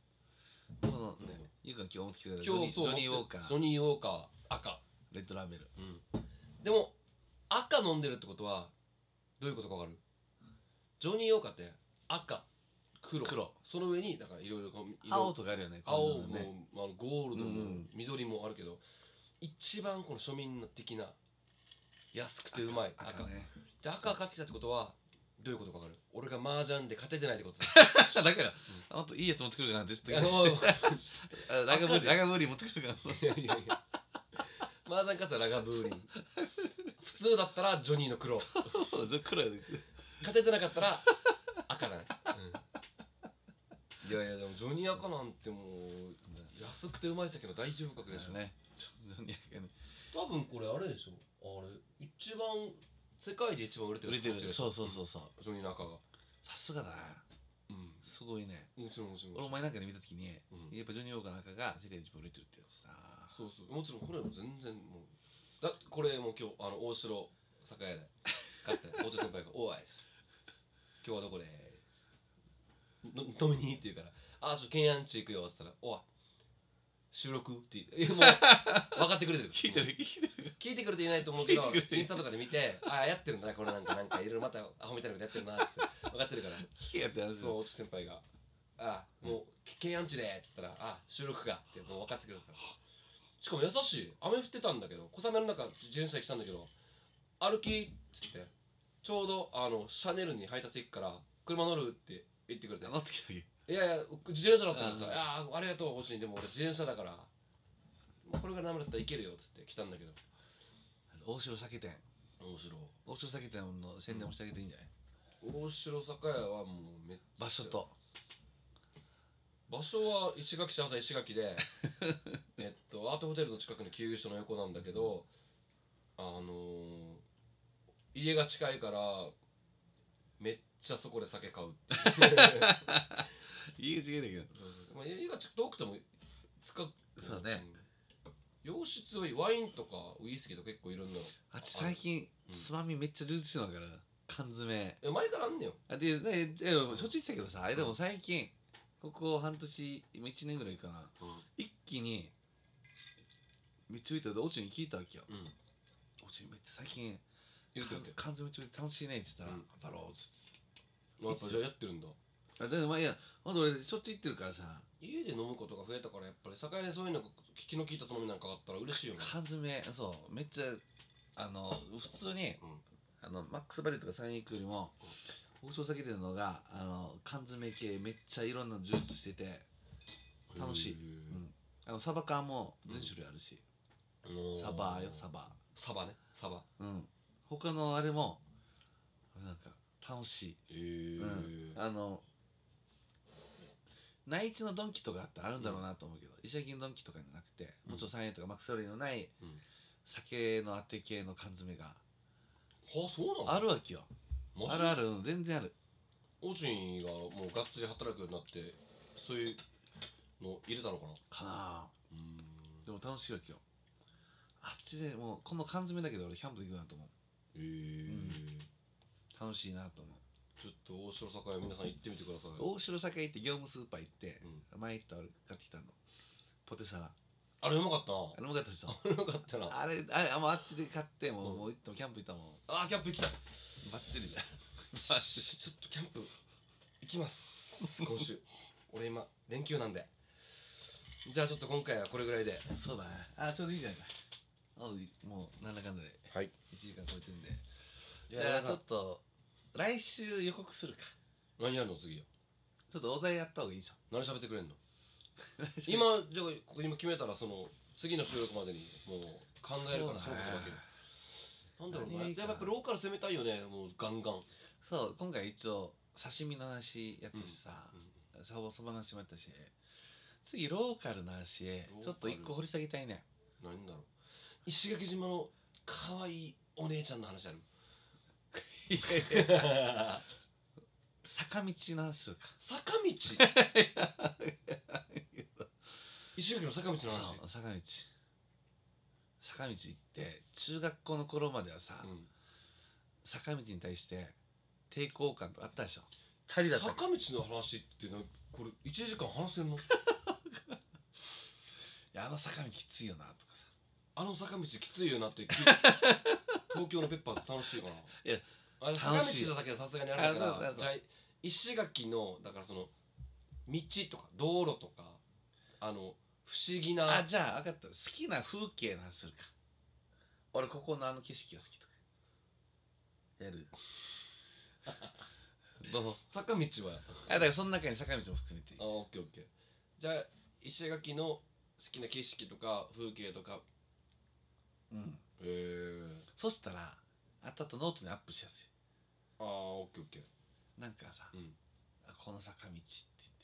Speaker 7: れないこのね、
Speaker 6: うん
Speaker 7: ゆうかが今日持ってきてくれたジョ
Speaker 6: 今
Speaker 7: ニ
Speaker 6: 日
Speaker 7: ー
Speaker 6: そ
Speaker 7: ジ
Speaker 6: う
Speaker 7: ョニー・ウォ
Speaker 6: 持っ
Speaker 7: ー
Speaker 6: て
Speaker 7: カ
Speaker 6: る
Speaker 7: ー
Speaker 6: ソニーウォーカー赤
Speaker 7: レッドラベル
Speaker 6: うん、でも赤飲んでるってことはどういうことかわかるジョニー・ヨーカって赤黒
Speaker 7: 黒
Speaker 6: その上にだからいろいろこう
Speaker 7: 青とかあるよね
Speaker 6: 青
Speaker 7: こんなのね
Speaker 6: も、あのゴールド
Speaker 7: うんう
Speaker 6: も
Speaker 7: ん
Speaker 6: 緑もあるけど、一番この庶民的な安くてうまい赤
Speaker 7: 赤ね
Speaker 6: で赤が勝ってきたってことはどういうことかわかる俺が麻雀で勝ててないってこと
Speaker 7: だから、あといいやつ持ってくるかなって言
Speaker 6: だあ
Speaker 7: って
Speaker 6: のい
Speaker 7: あラガブー
Speaker 6: 赤
Speaker 7: リ
Speaker 6: で
Speaker 7: ラガブーリ持ってくるかな
Speaker 6: やいやいや麻雀勝つはラガブーリン普通だったらジョニーの黒
Speaker 7: そうじゃあ黒やで
Speaker 6: 勝ててなかったら赤だね、いやいやでもジョニー赤なんてもう安くてうまい酒の大丈夫格でしょ、
Speaker 7: ねちょっとね
Speaker 6: 多分これあれでしょあれ一番世界で一番売れて
Speaker 7: 売
Speaker 6: る
Speaker 7: れ
Speaker 6: ス
Speaker 7: て
Speaker 6: コッ
Speaker 7: る
Speaker 6: チでし
Speaker 7: そ
Speaker 6: ょ
Speaker 7: うそうそうそう
Speaker 6: ジョニーの赤が
Speaker 7: さすがだな
Speaker 6: う
Speaker 7: すごいね
Speaker 6: んもちろんもちろん
Speaker 7: 俺お前なんかで見た時に
Speaker 6: うん
Speaker 7: やっぱジョニー・オーカーの赤が世界で一番売れてるってやつだ
Speaker 6: そうそうもちろんこれも全然もうだこれもう今日あの大城酒屋で買 って大城先輩が「おい」今日はどこでの飲みに?」って言うから「ああちょっとケンヤンチ行くよ」っつったら「おい収録?」って言 ってもう分かってくれてる
Speaker 7: 聞いてる聞いてる
Speaker 6: 聞いてくれていないと思うけど
Speaker 7: 聞いてくれてる
Speaker 6: インスタとかで見て「ああやってるんだなこれなんかなんかいろいろまたアホみたいなことやってるな」って分かってる から
Speaker 7: 聞けやって話だ
Speaker 6: そう、大地先輩が、あ、もう、けんアンチでって言ったら、あ、収録かって、もう分かってくれたから。しかも優しい。雨降ってたんだけど、小雨の中、自転車で来たんだけど、歩きって言って、ちょうど、あの、シャネルに配達行くから、車乗るって言ってくれて、
Speaker 7: 乗ってきた時
Speaker 6: いやいや、自転車だったからさ、
Speaker 7: うん
Speaker 6: ああ、ありがとう、星に、でも俺自転車だから、もうこれからダメだったら行けるよって言って来たんだけど、
Speaker 7: 大城酒店
Speaker 6: うん、面白い
Speaker 7: 大城酒店の宣伝もしてあげていいんじゃない、
Speaker 6: 大城酒屋はもうめっちゃ
Speaker 7: 場所と
Speaker 6: 場所は石垣市朝石垣 でえっとアートホテルの近くの給油所の横なんだけど、あのー家が近いからめっちゃそこで酒買うっていう
Speaker 7: 家違いだけど
Speaker 6: まあ家がちょっと遠くても使う
Speaker 7: そうだね
Speaker 6: うん洋室はいいワインとかウイスキーとか結構いろんなの
Speaker 7: あっち最近
Speaker 6: うん
Speaker 7: つまみめっちゃ充実してるのだから缶詰
Speaker 6: え前からあんねよ
Speaker 7: あでででしょっちゅう言ってたけどさあれでも最近ここ半年1年ぐらいかな
Speaker 6: うん、
Speaker 7: 一気に道をいたでオチュに聞いたわけよ
Speaker 6: うん、
Speaker 7: オチュめっちゃ最近
Speaker 6: 言ってたけ
Speaker 7: 缶詰めっちゃ楽しいねって言った
Speaker 6: うん
Speaker 7: ら、だろうっつって
Speaker 6: どやっぱじゃあやってるんだ
Speaker 7: あでもまあいやほんと俺しょっちゅう行ってるからさ
Speaker 6: 家で飲むことが増えたからやっぱり酒屋でそういうのが聞きの利いたつまみなんかあったら嬉しいよ ね
Speaker 7: 缶詰そうめっちゃあの普通に、
Speaker 6: うん
Speaker 7: あのマックスバリューとか3行くよりも王将酒店のがあの缶詰系めっちゃいろんなの充実してて楽しい
Speaker 6: へー
Speaker 7: うんあのサバ缶も全種類あるし、サバよサバ
Speaker 6: サバねサバ
Speaker 7: うん他のあれもなんか楽し
Speaker 6: へ
Speaker 7: い、
Speaker 6: え
Speaker 7: うん、あの内地のドンキとかあったらあるんだろうなと思うけど、石垣のドンキとかじゃなくて、
Speaker 6: うん
Speaker 7: もちろん3円とかマックスバリューのない
Speaker 6: うん
Speaker 7: 酒のあて系の缶詰が
Speaker 6: はあそうなの
Speaker 7: あるわけよ
Speaker 6: マジ
Speaker 7: あるあるうん全然ある
Speaker 6: オチンがもうがっつり働くようになってそういうの入れたのかな
Speaker 7: かな
Speaker 6: うーん
Speaker 7: でも楽しいわけよあっちでもうこの缶詰だけど俺キャンプで行くなと思
Speaker 6: へえ
Speaker 7: うんう楽しいなと思
Speaker 6: ちょっと大城酒屋皆さん行ってみてくださいう
Speaker 7: 大城酒屋行って業務スーパー行って
Speaker 6: うん
Speaker 7: 前行った俺買ってきたのポテサラ
Speaker 6: あれうまかったな
Speaker 7: あれもかったでしょ
Speaker 6: あれうまかったな
Speaker 7: あれあれあもうあっちで買ってもう,、
Speaker 6: うん
Speaker 7: もう行ってもキャンプ行ったもん
Speaker 6: あーキャンプ行きたい
Speaker 7: バッ チリだ
Speaker 6: ちょっとキャンプ行きます今週 俺今連休なんでじゃあちょっと今回はこれぐらいで
Speaker 7: そうだねあちょうどいいじゃないあもうなんだかんだで
Speaker 6: はい
Speaker 7: 1時間超えてるんで
Speaker 6: じ
Speaker 7: じゃ
Speaker 6: ゃ
Speaker 7: あ
Speaker 6: あ
Speaker 7: ちょっと来週予告するか
Speaker 6: 何やるの次よ
Speaker 7: ちょっとお題やった方がいいでしょ
Speaker 6: 何喋ってくれ んの
Speaker 7: 来週
Speaker 6: 今じゃあここ今決めたらその次の収録までにもう考えるからそのこと
Speaker 7: そうだね
Speaker 6: だけなんだろう
Speaker 7: 何がい
Speaker 6: ね
Speaker 7: いか
Speaker 6: や
Speaker 7: な
Speaker 6: っぱローカル攻めたいよねもうガンガン、
Speaker 7: そう今回一応刺身の話やったしさ、
Speaker 6: う
Speaker 7: サボそばの話もやったし次ローカルの話
Speaker 6: ローカル
Speaker 7: ちょっと一個掘り下げたいね
Speaker 6: ん、何だろう石垣島の可愛いお姉ちゃんの話ある
Speaker 7: 坂道の話するか
Speaker 6: 坂道 石垣の坂道の話
Speaker 7: そう坂道坂道行って中学校の頃まではさ、
Speaker 6: うん
Speaker 7: 坂道に対して抵抗感とかあったでしょチャリだったり
Speaker 6: 坂道の話ってなこれ1時間話せんの
Speaker 7: いやあの坂道きついよなとかさ
Speaker 6: あの坂道きついよなって聞いて 東京のペッパーズ楽しいかない
Speaker 7: いや
Speaker 6: あれ坂道
Speaker 7: 楽しい
Speaker 6: だけはさすがにあれだか
Speaker 7: あそうそう
Speaker 6: ら
Speaker 7: そう
Speaker 6: じゃあ石垣のだからその道とか道路とかあの不思議な
Speaker 7: あじゃあ分かった好きな風景の話するか俺ここのあの景色が好きとかやるどう
Speaker 6: 坂道は
Speaker 7: あだからその中に坂道も含めていい
Speaker 6: あオッケーオッケーじゃあ石垣の好きな景色とか風景とか
Speaker 7: うん、
Speaker 6: へえ
Speaker 7: そしたらあとあとノートにアップしやす
Speaker 6: ああオッケーオッケー
Speaker 7: いなんかさ、
Speaker 6: うん
Speaker 7: あこの坂道って言っ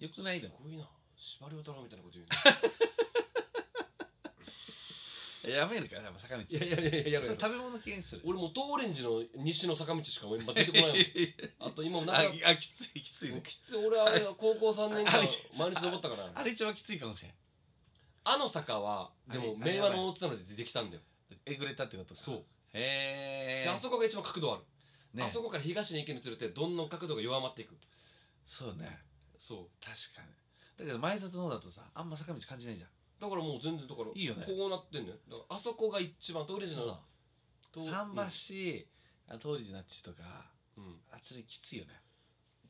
Speaker 7: てよくないですも
Speaker 6: ごいな司馬遼太郎みたいなこと言う
Speaker 7: やめるからやっぱ坂道
Speaker 6: ね いやいやいややろやろ
Speaker 7: 食べ物系にする
Speaker 6: 俺もう東レンジの西の坂道しかもう今出てこないもんあと今もなんか
Speaker 7: ああきついきつい
Speaker 6: もう
Speaker 7: ね
Speaker 6: きつい俺はあれ高校3年間
Speaker 7: あれ
Speaker 6: 毎日登ったから
Speaker 7: あれ一番きついかもしれん
Speaker 6: あの坂はでも
Speaker 7: あれ
Speaker 6: 名和の大津なので出てきたんだよ
Speaker 7: えぐれたってことか
Speaker 6: そう
Speaker 7: へ
Speaker 6: で
Speaker 7: え
Speaker 6: あそこが一番角度ある
Speaker 7: ね
Speaker 6: あそこから東に行くにつれてどんどん角度が弱まっていく
Speaker 7: そうね
Speaker 6: そ
Speaker 7: 確かにだけど前里の方だとさあんま坂道感じないじゃん
Speaker 6: うだからもう全然だから
Speaker 7: いいよね
Speaker 6: こうなってんのよだからあそこが一番東レンジ
Speaker 7: そう
Speaker 6: の東
Speaker 7: 桟橋、あの当時のあっちとか
Speaker 6: うんうん
Speaker 7: あっちできついよね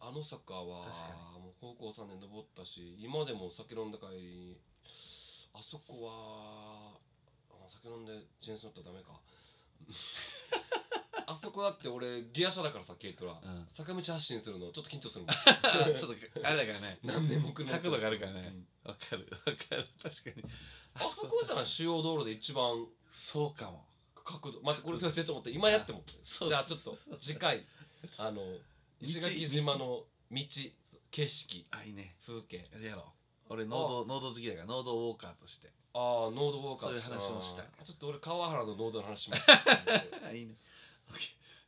Speaker 6: あの坂は
Speaker 7: 確か
Speaker 6: もう高校3年登ったし今でも酒飲んだ帰りあそこはあ酒飲んでチェーンソー乗ったらダメ かあそこだって俺ギア車だからさ軽トラ、
Speaker 7: うん
Speaker 6: 坂道発進するのちょっと緊張す るもん
Speaker 7: あちょっとあれだからね
Speaker 6: 何年も来る
Speaker 7: 角度があるからね
Speaker 6: うん
Speaker 7: わかるわかる確かに
Speaker 6: あそこじゃない主要道路で一番
Speaker 7: そうかも
Speaker 6: 角度またこれちょっと待って今やっても
Speaker 7: そう
Speaker 6: じゃあちょっと次 回あの石垣島の道景色
Speaker 7: あいいね
Speaker 6: 風景
Speaker 7: やろう俺能動能動好きだから能動ウォーカー として
Speaker 6: ああノードウォーカーと
Speaker 7: そういう話もしたい
Speaker 6: あーちょっと俺川原のノードの話します
Speaker 7: あいいね OK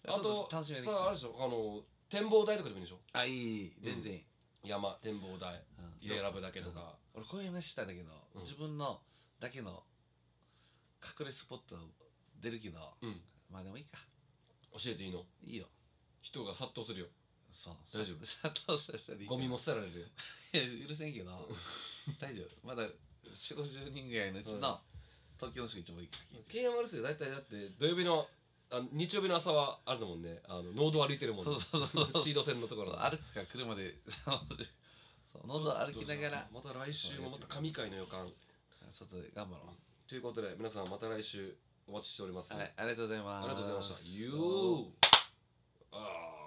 Speaker 6: あと
Speaker 7: ちょっ楽しみにで
Speaker 6: ま
Speaker 7: き
Speaker 6: ああれでしょあの展望台とかでもいいんでしょ
Speaker 7: たあいいいい全然いい、
Speaker 6: 山展望台
Speaker 7: うん
Speaker 6: 家選ぶだけとか
Speaker 7: 俺こういう話したんだけど、
Speaker 6: うん
Speaker 7: 自分のだけの隠れスポット出るけど
Speaker 6: うん
Speaker 7: まあでもいいか
Speaker 6: 教えていいの
Speaker 7: いいよ
Speaker 6: 人が殺到するよ
Speaker 7: そう
Speaker 6: 大丈夫
Speaker 7: 砂糖したしたらいいけど
Speaker 6: ゴミも捨てられるよ
Speaker 7: いや許せん けど大丈夫まだ4 5 0人ぐらいのうちの、
Speaker 6: うん
Speaker 7: 東京の人が一番いいから聞いて
Speaker 6: KMRC 大体だって土曜日のあの日曜日の朝はあれだもんねあのノード歩いてるもんね
Speaker 7: そうそうそうそう
Speaker 6: シード線のところ
Speaker 7: そう歩くか車でそう喉歩きながら
Speaker 6: また来週もまた神回の予感
Speaker 7: 外で頑張ろ
Speaker 6: ということで皆さんまた来週お待ちしております、
Speaker 7: う、はい、ありがとうございます
Speaker 6: ありがとうございました You あー